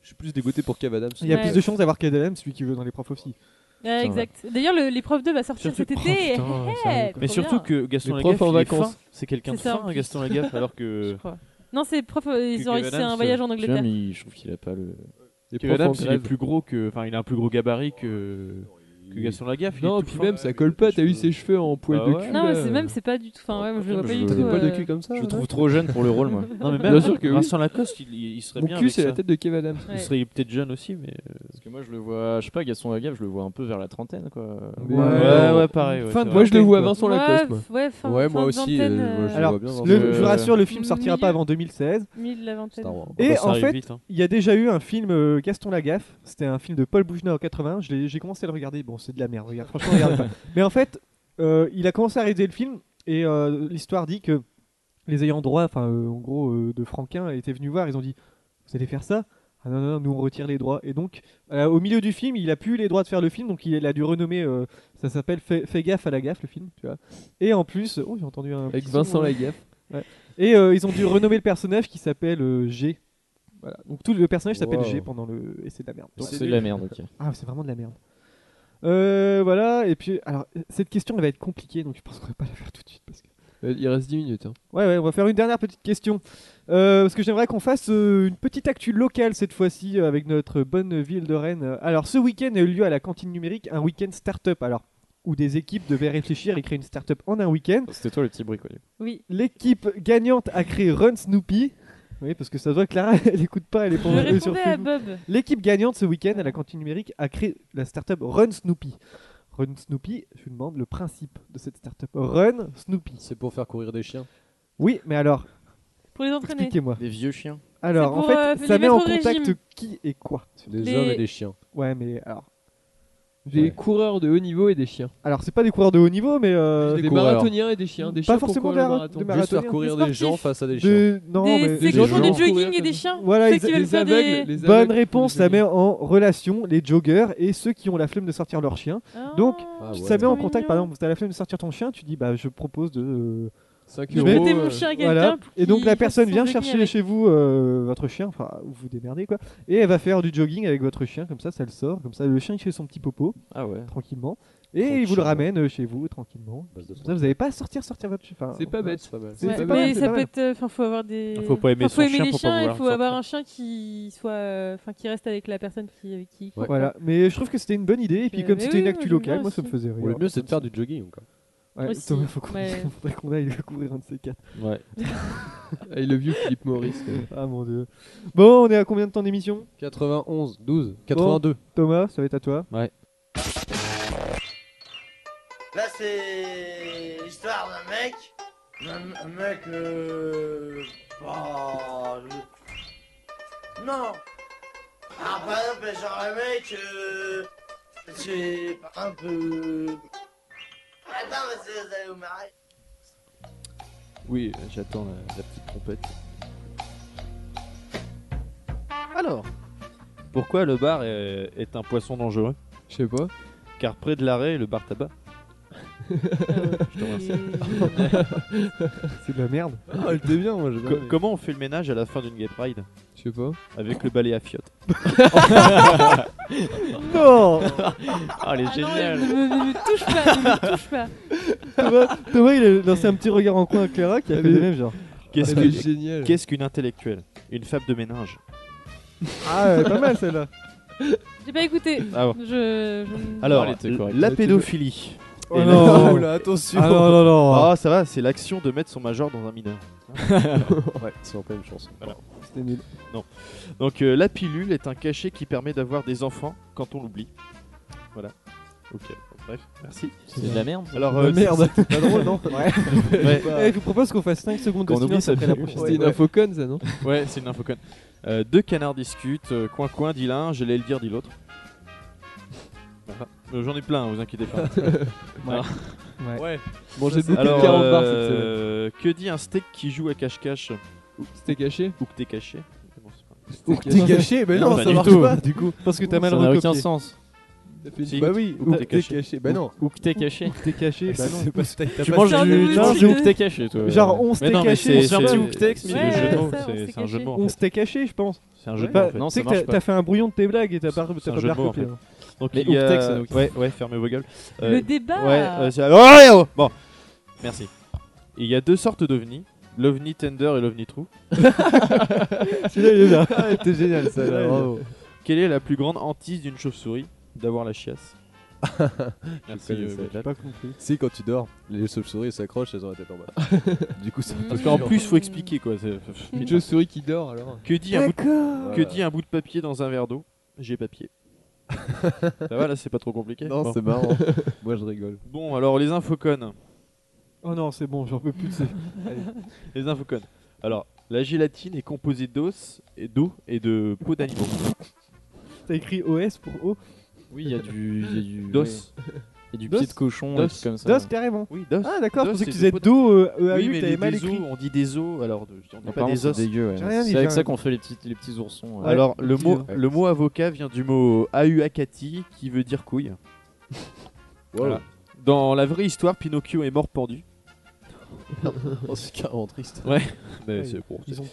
Je suis plus dégoûté pour Kev Adams.
Il y a
Ouais.
plus de chances d'avoir Kev Adams, celui qui veut dans les profs aussi.
Ouais, exact. D'ailleurs, le- les profs 2 va sortir cet été.
putain,
Hey,
sérieux, quoi.
hey,
Mais
trop
surtout
bien.
que Gaston
Les
Lagaffe,
profs en
il est
vacances.
fin. C'est quelqu'un de
C'est ça, en
fin,
plus.
Gaston Lagaffe, alors que.
Non, c'est les profs, euh, ils
Kev
ont réussi
Adams,
un voyage en
tu vois,
Angleterre.
mais il- je trouve qu'il a pas le.
Les profs
Kev
en
Adams, il est
grève.
plus gros que. Enfin, il a un plus gros gabarit que. Que Gaston Lagaffe. il est
Non,
tout
puis
fin. euh,
même, ça colle pas. T'as eu ses cheveux en poil
Ah
de
ouais.
cul.
Non, mais c'est
là.
même, c'est pas du tout. Enfin, ouais, moi, je le vois pas du
je-
tout.
Des poils de
euh,
cul comme ça,
Je
là.
le trouve trop jeune pour le rôle, moi. Non, mais même
Bien sûr que oui.
Vincent Lacoste, il, il- il serait
Mon
bien.
cul,
avec
c'est la
ça.
tête de Kev Adams.
Ouais.
Il serait peut-être jeune aussi, mais.
parce que moi je le vois, je sais pas, Gaston Lagaffe, je le vois un peu vers la trentaine quoi.
Ouais, euh, ouais, ouais, pareil. ouais,
Fin
c'est
de
vrai.
Moi, je le vois
quoi.
Vincent Lacoste. moi.
Ouais, fin,
Ouais,
fin
moi
de
aussi,
vingtaine,
euh, moi, je
euh,
Alors,
vois bien Vincent
le- je vous
Lacoste.
rassure, le film sortira
Milieu-
pas avant 2016.
mille la vingtaine.
Et
bah, ça
en
arrive
fait,
vite, hein.
il y a déjà eu un film euh, Gaston Lagaffe. C'était un film de Paul Bougenat en 80. Je l'ai- J'ai commencé à le regarder. Bon, c'est de la merde. Regarde, franchement, regarde pas. Mais en fait, euh, il a commencé à réaliser le film et euh, l'histoire dit que les ayants droit, enfin, euh, en gros, euh, de Franquin étaient venus voir. Ils ont dit Vous allez faire ça ah non, non, non, nous on retire les droits. Et donc, euh, au milieu du film, il a plus les droits de faire le film, donc il a dû renommer. euh, ça s'appelle fais, Fais gaffe à la gaffe, le film, tu vois. Et en plus, oh, j'ai entendu un.
Avec
petit
Vincent
son, euh, ouais.
Lagaffe.
Ouais. Et euh, ils ont dû renommer le personnage qui s'appelle euh, G. Voilà. Donc tout le personnage s'appelle
Wow.
G pendant le. Et c'est de la merde.
Donc, c'est de la merde, ok.
Ah, c'est vraiment de la merde. Euh, voilà, et puis. Alors, cette question, elle va être compliquée, donc je pense qu'on va pas la faire tout de suite. Parce que...
Il reste 10 minutes. hein.
Ouais, ouais, on va faire une dernière petite question. Euh, parce que j'aimerais qu'on fasse euh, une petite actu locale cette fois-ci euh, avec notre bonne ville de Rennes. Alors, ce week-end a eu lieu à la cantine numérique un week-end start-up. Alors, où des équipes devaient réfléchir et créer une start-up en un week-end.
C'était toi le petit bruit quoi. du coup.
Oui.
L'équipe gagnante a créé Run Snoopy. Oui, parce que ça se voit que Clara, elle écoute pas, elle est
Je
pendue sur
répondais à
Facebook.
Bob.
L'équipe gagnante ce week-end à la cantine numérique a créé la startup Run Snoopy. Run Snoopy, je vous demande le principe de cette startup. Run Snoopy.
C'est pour faire courir des chiens.
Oui, mais alors,
Pour les entraîner.
expliquez-moi.
Des vieux chiens.
Alors,
C'est
en
pour,
fait,
euh, les
ça met
mettre
en
au
contact
régime.
qui et quoi
Des
Les-
hommes et des chiens.
Ouais, mais alors,
Des coureurs de haut niveau et des chiens.
alors c'est pas des coureurs de haut niveau, mais euh,
des marathoniens et des chiens. Des
Pas
chiens
forcément
pour
des
courir
ra-
le marathon.
des
Juste faire
marathoniens,
courir
des
des gens
sportifs.
face à des chiens.
de... non,
Des-
mais
ceux qui
gens
font du
courir
jogging et
comme
des
ça.
chiens.
Voilà,
ceux
ils-
qui veulent
les
faire des.
aveugles, les aveugles.
Bonne réponse, ça met en relation les joggeurs et ceux qui ont la flemme de sortir leur chien.
Ah,
Donc,
Ah ouais.
ça met en
Trop
contact,
mignon.
par exemple, t'as la flemme de sortir ton chien, tu dis bah je propose de. euh,
5
Je
euros.
vais-
Prêtez mon
euh,
chien à quelqu'un.
voilà.
pour
Et donc
qu'il
la
fasse
personne
son
vient
jogging
chercher
avec.
chez vous euh, votre chien, enfin vous vous démerdez quoi, et elle va faire du jogging avec votre chien, comme ça ça le sort, comme ça le chien il fait son petit popo
Ah ouais.
tranquillement, et il vous le ramène euh, chez vous tranquillement.
Base de
Comme ça vous n'avez pas à sortir sortir votre chien. Enfin,
C'est pas
voilà.
bête.
C'est
Ouais,
pas mal,
mais
c'est
ça
pas
peut
mal.
être. euh, Enfin, faut avoir des.
Faut pas aimer
Enfin, faut
son chien
les
pour pas
chiens et
vouloir
faut
sortir.
avoir un chien qui soit, euh, enfin, qui reste avec la personne qui avec qui.
Ouais.
Voilà, mais je trouve que c'était une bonne idée, et puis
Euh,
comme
mais
c'était
oui,
une
oui,
actu
moi, j'aime bien
locale, moi ça me
aussi.
faisait rire.
Le mieux, c'est de faire du jogging. quoi.
Ouais,
Aussi,
Thomas, faut qu'on
mais-
faudrait qu'on aille courir un de ces quatre.
Ouais.
Et le vieux Philippe Maurice. quoi.
Ah mon dieu. Bon, on est à combien de temps d'émission
91, 12, 82.
Thomas, ça va être à toi.
Là, c'est. Histoire barbe, un mec Un, un mec, euh... bah, je- Non Ah bah, non, bah, genre un mec, euh... C'est un peu... Attends, monsieur, vous allez vous marrer
Oui, euh, j'attends la, la petite trompette.
Alors,
Pourquoi le bar est, est un poisson dangereux
Oh, Je sais pas.
Car près de l'arrêt, le bar tabac. Je te
hein,
remercie.
C'est de la merde.
Ah, elle était bien, moi, j'ai bien
Co-
aimé.
Comment on fait le ménage à la fin d'une gay pride
Je sais pas.
Avec le balai à fiotte.
Non
Ah, elle est géniale
Ne me, ne me touche pas, ne me touche pas.
Thomas, Thomas, il a lancé un petit regard en coin à Clara qui a fait
Elle est-
le même genre.
Qu'est-ce
Ah,
Elle
que-
est géniale.
qu'est-ce qu'une intellectuelle Une femme de ménage.
Ah, elle est pas mal celle-là.
J'ai pas écouté.
Ah bon.
Je, je-
Alors,
Ah, elle était
l-
correcte.
la
Elle était-
pédophilie.
Oh
Et
non.
la-
Oula, attention. Ah non, non, non.
Ah, ça va, c'est l'action de mettre son major dans un mineur.
ouais, c'est pas une chanson.
C'était nul. Non. Donc, euh, la pilule est un cachet qui permet d'avoir des enfants quand on l'oublie. Voilà. Ok. Bref, merci.
C'est de la merde, ça.
Ah,
Alors, euh,
La merde.
c'est- c'est pas drôle, non
Ouais. Oh Eh, je vous propose qu'on fasse 5 secondes de
Qu'on oublie,
silence
ça
après
fait
la
mieux.
prochaine.
C'était une
Ouais.
info conne, ça, non Ouais, c'est une infocon. Euh, deux canards discutent, euh, coin coin, dit l'un, j'allais le dire, dit l'autre. Voilà. Euh, J'en ai plein, hein, vous inquiétez pas. Alors-
Ouais. Ouais.
Mangez beaucoup de
Alors,
carottes barres cette
euh, Que dit un steak qui joue à cache-cache
Steak caché
Ou que t'es caché Non, c'est pas-
Ou que t'es caché, mais non, ça
pas du
marche
tout.
pas, du coup.
Parce que t'as mal
Ça n'a
recopié.
aucun sens.
Si.
Bah oui,
Ou
ou que
que t'es
t'es
caché.
caché. Bah
Ou-
non.
Ou que t'es caché.
T'es caché, bah non.
C'est pas ce que t'as
Tu
pas
manges
fait.
du
C'est un
linge
jeu.
ou que t'es caché, toi.
Genre, on s'était
Mais non, mais
caché.
c'est c'est-
On se fait un petit
c'est-
Ouctex,
c'est
mais
un
ouais,
jeu de
ça,
mots,
on
c'est
s'est
c'est un jeu de
caché.
mots. en
On
fait.
s'était caché, je pense.
C'est un jeu de
Bah,
mots. en fait.
Non,
tu sais
ça
que
marche
t'as-
pas.
t'as fait un brouillon de tes blagues et t'as pas
C'est
t'as
un
pas
jeu
bien
de
hein.
mots, en
recopié.
fait. Donc
Mais
il y a-
Ouctex, ça n'a aucun
ouais, ouais, fermez vos gueules. Euh,
Le débat.
Ouais, euh, c'est- Oh, oh, oh bon, merci. Il y a deux sortes d'ovnis, l'ovni tender et l'ovni trou.
Celui-là, il est bien.
Ah, elle était géniale, ça,
Celui-là, il
là,
est
bravo.
Quelle est la plus grande hantise d'une chauve-souris D'avoir la chiasse. Merci.
connais
euh,
ça.
Bojack.
Pas compris.
Si, quand tu dors, les chauves-souris s'accrochent, elles ont la tête en bas. du coup, c'est un peu
Parce qu'en
chiant.
plus, faut expliquer quoi. c'est-
Une chose souris qui dort alors.
Que dit, un bout de... que
Voilà.
dit un bout de papier dans un verre d'eau J'ai papier. Ça va là, c'est pas trop compliqué.
Non,
bon.
c'est marrant. Moi, je rigole.
Bon, alors les infocones.
Oh non, c'est bon, j'en peux plus de ces- Allez.
Les infocones. Alors, la gélatine est composée d'os et d'eau et de peau d'animaux.
T'as écrit OS pour O.
Oui, il y a du. il y a du-
D'os.
Il y a du
Dos.
pied de cochon,
Dos.
un truc comme ça.
DOS, carrément.
Oui, d'os.
Ah, d'accord, je
Dos,
pensais que tu disais
c'est des
Do, euh, euh,
oui,
AU,
mais
t'avais
les-
mal
les
écrit.
os, on dit des os, alors de- on dit pas
Apparemment,
des
c'est
os.
dégueu, ouais.
J'ai rien dit,
C'est avec
j'ai rien
ça
dit.
qu'on fait les petits, les petits oursons. ouais.
Alors, le
petit
mot,
os.
le mot avocat vient du mot ahuacati qui veut dire couille. Voilà. Dans la vraie histoire, Pinocchio est mort pendu.
Oh, c'est carrément triste.
Ouais, mais
Ouais,
c'est bon.
Ils ont.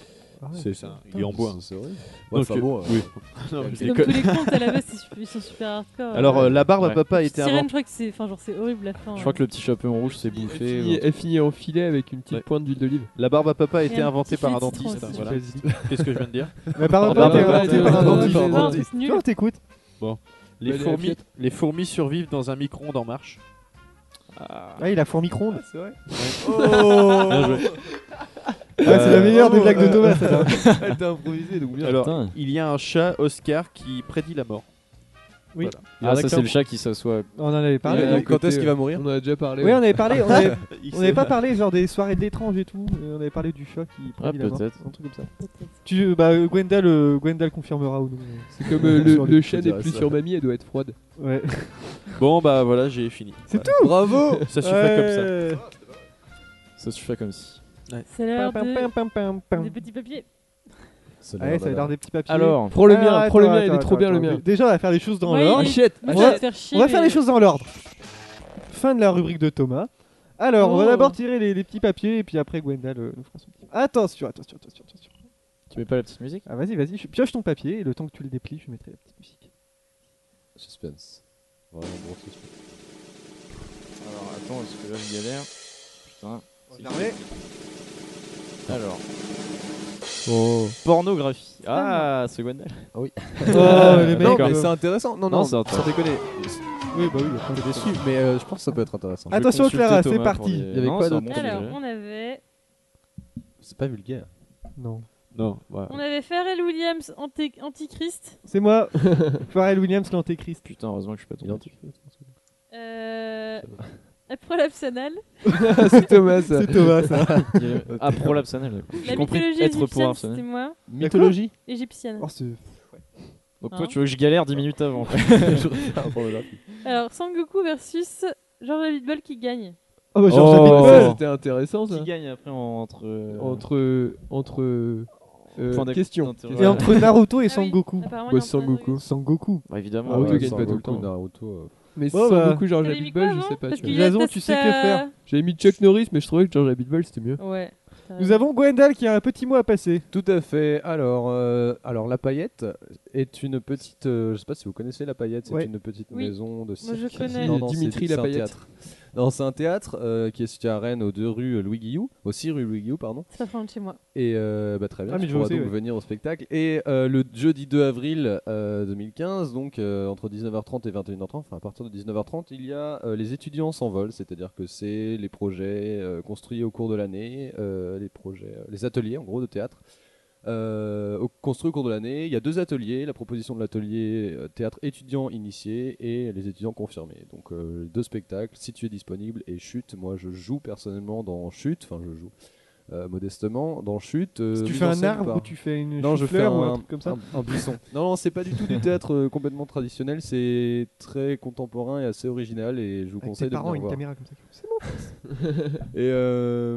Ah ouais.
c'est- c'est un- il est en bois. hein.
C'est vrai. Ouais,
Donc,
enfin,
euh,
bon, euh,
oui. Non, mais je
C'est comme
déconne.
tous les contes à la base, ils sont- ils sont super hardcore.
Alors, euh, la barbe à
Ouais.
papa
Petite
était
sirène,
inventée.
je crois que c'est, enfin, genre, c'est horrible la fin. euh.
Je crois que le petit chapeau rouge s'est bouffé.
Fini- Elle finit en filet avec une petite
Ouais.
pointe d'huile d'olive.
La barbe à papa a
Et
été
un
inventée
petit
par
feu
un
de citron
dentiste.
aussi.
Voilà. Qu'est-ce que je viens de dire
Mais par
Pardon,
t'es
pardon,
inventé
pardon,
par un
pardon,
dentiste.
pardon,
Ah, Non,
dentiste.
Tu vois, on t'écoute.
les
Bah, les
fourmis,
fiottes.
les fourmis survivent dans un micro-ondes en marche.
Ah, il a four micro-ondes.
c'est vrai.
Bien joué.
Ouais, Ah, c'est la meilleure des blagues de Thomas, ça.
Elle t'a improvisé donc bien.
Alors,
Putain.
Euh, il y a un chat, Oscar, qui prédit la mort.
Oui.
Voilà.
Ah, ça, c'est le chat qui s'assoit.
On en avait
Il y a
parlé.
un
quand
côté-
est-ce qu'il va mourir
On en a déjà parlé.
Oui, on avait parlé. on avait-
Il
On n'avait
s'est-
pas parlé genre des soirées de l'étrange et tout. et on avait parlé du chat qui prédit
Ah,
la mort,
peut-être.
Un truc comme ça.
Peut-être.
Tu, bah, euh, Gwendal, euh, Gwendal confirmera ou non.
C'est comme euh, le,
Sur
le chien n'est
dirait
plus
ça.
sur mamie, elle doit être froide.
Ouais.
Bon, bah voilà, j'ai fini.
Bravo
Ça suffit comme
Ça se fait comme si.
C'est l'heure de...
comme
des petits papiers.
Ah
Ah,
Ouais, ça a l'air des petits papiers.
Alors,
Prends le mien,
Ah,
prends le
attends,
mien, il est
attends,
trop bien le
attends,
mien.
attends. Déjà, on va faire les choses dans
Ouais,
l'ordre.
il est-
Achète
Moi,
On va-
je vais te faire chier.
On va faire
mais-
les choses dans l'ordre. Fin de la rubrique de Thomas. Alors, on va
Oh.
d'abord tirer les, les petits papiers et puis après Gwendal euh, nous fera son petit. Attention, attention, attention, attention.
tu mets pas la petite musique
Ah, vas-y, vas-y, je- pioche ton papier et le temps que tu le déplies, je mettrai la petite musique.
Suspense. Vraiment bon suspense.
Alors, attends, parce que là, je galère. Putain.
Regardez.
Alors,
Oh.
pornographie. Ah, c'est Gwendal.
Oh, les mecs.
non,
euh,
hein.
mais c'est intéressant. Non,
Non,
non,
c'est intéressant.
sans déconner.
Oui, bah oui, il y a plein de-
Je suis déçu, mais euh, je pense que ça peut être intéressant.
Ah. Attention,
Je vais
Clara,
consulter
c'est
Thomas
parti.
pour les-
Il y avait
Non,
quoi
c'est un
d'autre
bon
Alors,
sujet.
on avait,
C'est pas vulgaire.
Non.
ça. Non, bah, ouais.
on avait Pharrell Williams, anti- Antichrist.
C'est moi, Pharrell Williams, l'antéchrist.
Putain, heureusement que je suis pas tombé.
Il est antique.
Euh... La prolapse anale.
c'est Thomas. ça.
ah, prolapse anal, d'accord.
La
J'ai compris
mythologie
être
égyptienne,
prolapse anal.
c'était moi.
Mythologie
Égyptienne.
Oh, c'est-
Donc,
Hein
toi, tu veux que je galère 10 minutes avant.
Alors, Sangoku versus George David Ball qui gagne.
Ah bah, George
Oh.
David Bell, c'était intéressant ça.
Qui gagne après en- entre. euh,
Entre entre euh,
Point d'ac-
question.
d'intérêt.
Et entre Naruto et
Ah oui,
Sangoku
apparemment, il y a
Bah,
un
Sangoku.
Sangoku.
Bah, évidemment.
Ah oui,
ouais.
tu gagnes pas tout le temps.
Naruto, euh,
Mais
Bon,
sans
bah.
beaucoup George
T'avais
Rabbit
mis quoi
Ball, je
avant
sais pas.
Parce
tu
qu'il
vois.
y a
Jason,
peut-être
tu sais que faire.
J'avais mis Chuck Norris, mais je trouvais que George Rabbit Ball c'était mieux.
ta- Ouais. t'as
Nous
raison.
avons Gwendal qui a un petit mot à passer.
Tout à fait. Alors, euh, alors la paillette est une petite. euh, je sais pas si vous connaissez la paillette. C'est
Ouais.
une petite
Oui.
maison de cirque.
je connais.
Non, non, c'est-
Dimitri
c'est un
Lapayette.
théâtre. Non, c'est un théâtre euh, qui est situé à Rennes, aux deux rues euh, Louis Guillou, aussi rue Louis Guillou, pardon.
C'est pas loin de chez moi.
Et euh, bah, très bien,
Ah, mais je
tu
vois
pourras
aussi,
donc
ouais.
venir au spectacle. Et euh, le jeudi 2 avril euh, 2015, donc euh, entre 19h30 et 21h30, enfin à partir de 19h30, il y a euh, les étudiants s'envolent, c'est-à-dire que c'est les projets euh, construits au cours de l'année, euh, les projets, euh, les ateliers en gros de théâtre. euh, au- construits au cours de l'année, il y a deux ateliers, la proposition de l'atelier euh, théâtre étudiant initié et les étudiants confirmés. Donc euh, deux spectacles, si tu es disponible et chute, moi je joue personnellement dans chute, enfin je joue euh, modestement dans chute. euh,
tu
mise
fais
en
un
scène
arbre
par-
ou tu fais une
non, je fais
fleur
un,
ou un truc comme ça
un- un buisson. non, non, c'est pas du tout du théâtre euh, complètement traditionnel. C'est très contemporain et assez original. Et je vous
Avec
conseille
tes
de
parents,
venir
une
voir.
caméra comme ça.
Et, euh,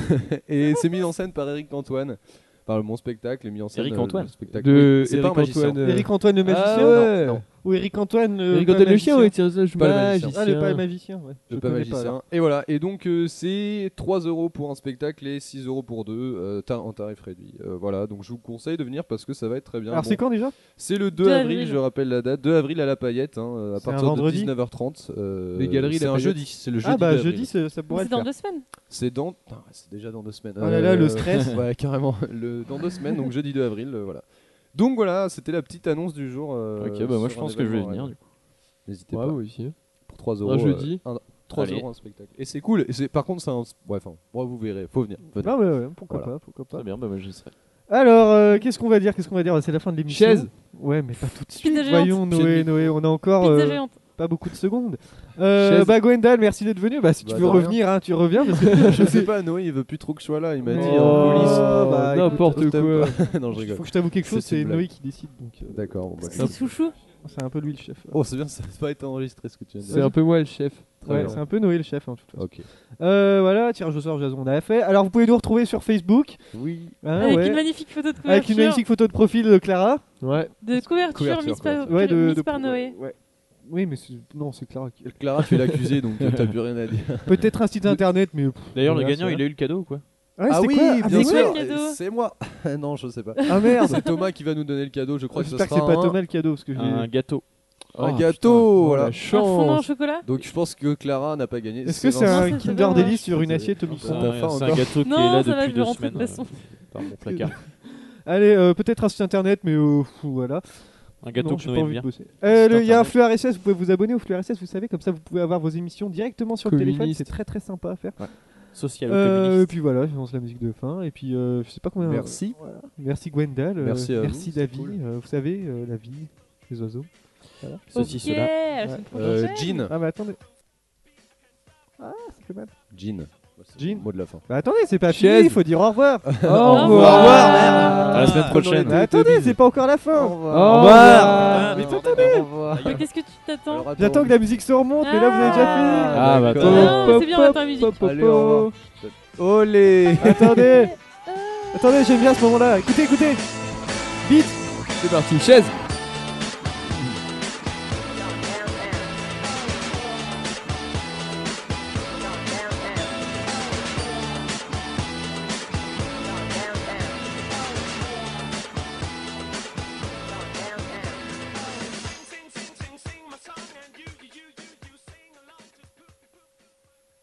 et c'est mis en scène par Eric Antoine. Par mon spectacle, est mis en scène.
Eric
euh, le
Antoine.
spectacle.
De
Oui, c'est pas un
Eric
magicien.
Antoine. euh,
Eric Antoine le
Ah
magicien
ouais. Euh,
Ou Eric Antoine le.
Eric
pas
Antoine le chien,
magicien
ouais, tiens, ça, je
Pas le magicien.
Ah, le pas magicien, ouais.
hein. Le
Je
pas
connais pas,
magicien.
alors.
et voilà. Et donc, euh, c'est 3 euros pour un spectacle et 6 euros pour deux euh, tar- en tarif réduit. Euh, voilà. Donc, je vous conseille de venir parce que ça va être très bien.
Alors,
Bon,
c'est quand déjà
C'est le 2,
2
avril,
avril.
je rappelle la date. 2 avril à la paillette, hein, euh, à
C'est un
partir de
vendredi
19h30. euh,
Les galeries,
C'est
la
un
paillette.
jeudi, c'est le jeudi.
Ah, bah,
d'avril.
jeudi, ça ça pourrait
C'est
le
dans
faire.
deux semaines.
Euh,
C'est dans. Putain, ouais, c'est déjà dans deux semaines.
Oh là là, le stress.
ouais, carrément. Le... Dans deux semaines, donc jeudi 2 avril, euh, voilà. Donc voilà, c'était la petite annonce du jour. euh,
Ok, bah moi,
sur
je
un
pense que je vais
événement,
venir.
ouais.
du coup.
N'hésitez
Ouais,
pas.
moi aussi.
Pour 3 euros.
jeudi.
euh, un- 3
Allez.
euros un spectacle. Et c'est cool. Et c'est- Par contre, c'est un. Ouais, enfin, bon, vous verrez. Faut venir. Venez.
Non, mais ouais, pourquoi
Voilà.
pas, pourquoi pas.
Très bien, bah, moi, je serai.
Alors, euh, qu'est-ce qu'on va dire Qu'est-ce qu'on va dire C'est la fin de l'émission.
Chaise.
Ouais, mais pas tout de suite.
Pizza géante.
Voyons, Noé, Noé, on a encore
Pizza
euh,
géante.
pas beaucoup de secondes. Euh,
Chaise.
bah, Gwendal, merci d'être venu. Bah, si tu
Bah,
veux
de rien.
revenir, hein, tu reviens. Parce que
Je sais pas, Noé, il veut plus trop que je sois là. Il m'a dit.
Oh,
euh,
bah, écoute,
N'importe
on t'aime
quoi.
police. non, je
Il
rigole.
faut que je t'avoue quelque chose,
C'est
c'est
une blague.
Noé qui décide. Donc, euh,
D'accord. Bon, bah,
C'est Souchou.
c'est un peu lui le chef.
Oh, c'est bien, ça n'a pas été enregistré ce que tu viens de
C'est
dire.
un peu moi le chef.
Très
Ouais,
bien.
c'est un peu Noé le chef, hein, de toute façon.
Ok.
Euh, voilà, tirage au sort, Jason, on a fait. Alors, vous pouvez nous retrouver sur Facebook.
Oui.
hein,
Avec
ouais,
une magnifique photo de couverture.
avec une magnifique photo de profil de Clara.
Ouais.
De couverture,
Couverture,
mise par,
Ouais, de,
mise
de-
par Noé.
ouais. Oui, mais c'est- non, c'est Clara. qui-
Clara, tu es l'accusée, donc euh, t'as plus rien à dire.
Peut-être un site internet, mais. pff,
D'ailleurs, le
voilà,
gagnant,
ça va.
il a eu le cadeau ou quoi
Ouais, c'était quoi Ah,
bien
mais
sûr.
ouais.
le cadeau
euh, C'est moi. non, je sais pas.
Ah merde
C'est Thomas qui va nous donner le cadeau. Je crois que ce
J'espère que
sera
c'est pas
un,
Thomas le cadeau parce que j'ai.
euh,
Un gâteau.
un
Oh,
gâteau.
Oh
voilà.
la
Un fondant au
chance.
chocolat
Donc je pense que Clara n'a pas gagné.
Est-ce que c'est
Non,
un
ça, c'est
Kinder
dommage.
Delice sur une
Désolé.
assiette au micro
Ah, t'as
C'est
faim
un- c'est
encore
un gâteau qui
Non,
est là
ça va,
depuis
je vais
deux
rentrer de toute
semaines
façon.
euh, par mon placard.
Allez, euh, peut-être un site internet, mais euh, pff, voilà.
Un gâteau
Non,
que
j'ai
Noé
pas
aime
envie de
bien.
bosser. Euh,
Site
le- Il y a un
internet.
flux RSS, vous pouvez vous abonner au flux RSS, vous savez, comme ça vous pouvez avoir vos émissions directement sur le téléphone,
Communiste.
c'est très très sympa à faire.
Social
Euh, et
communiste.
puis voilà, je lance la musique de fin, et puis euh, je sais pas combien.
Merci.
Merci Gwendal, euh,
Merci à
merci
vous, c'est
David,
cool.
euh, vous savez, euh, la vie, les oiseaux.
Ceci,
ok,
cela.
à la semaine
Euh,
prochaine.
Jean.
Ah, mais attendez. Ah, ça fait mal.
Jean.
Jean.
Mot de la fin.
Bah attendez, c'est pas
Chaise.
fini, il faut dire au revoir.
Au
revoir.
À la semaine prochaine.
Mais attendez, c'est pas encore la fin.
Au revoir.
Mais attendez.
Mais qu'est-ce que tu t'attends
Alors, attends.
J'attends que la musique se remonte, mais là vous avez déjà fini.
Ah, bah,
d'accord.
attends. Non, c'est bien, on attend la musique.
Allez, au revoir.
Olé.
Attendez Attendez, j'aime bien ce moment-là. Écoutez, écoutez Vite
C'est parti. Chaise.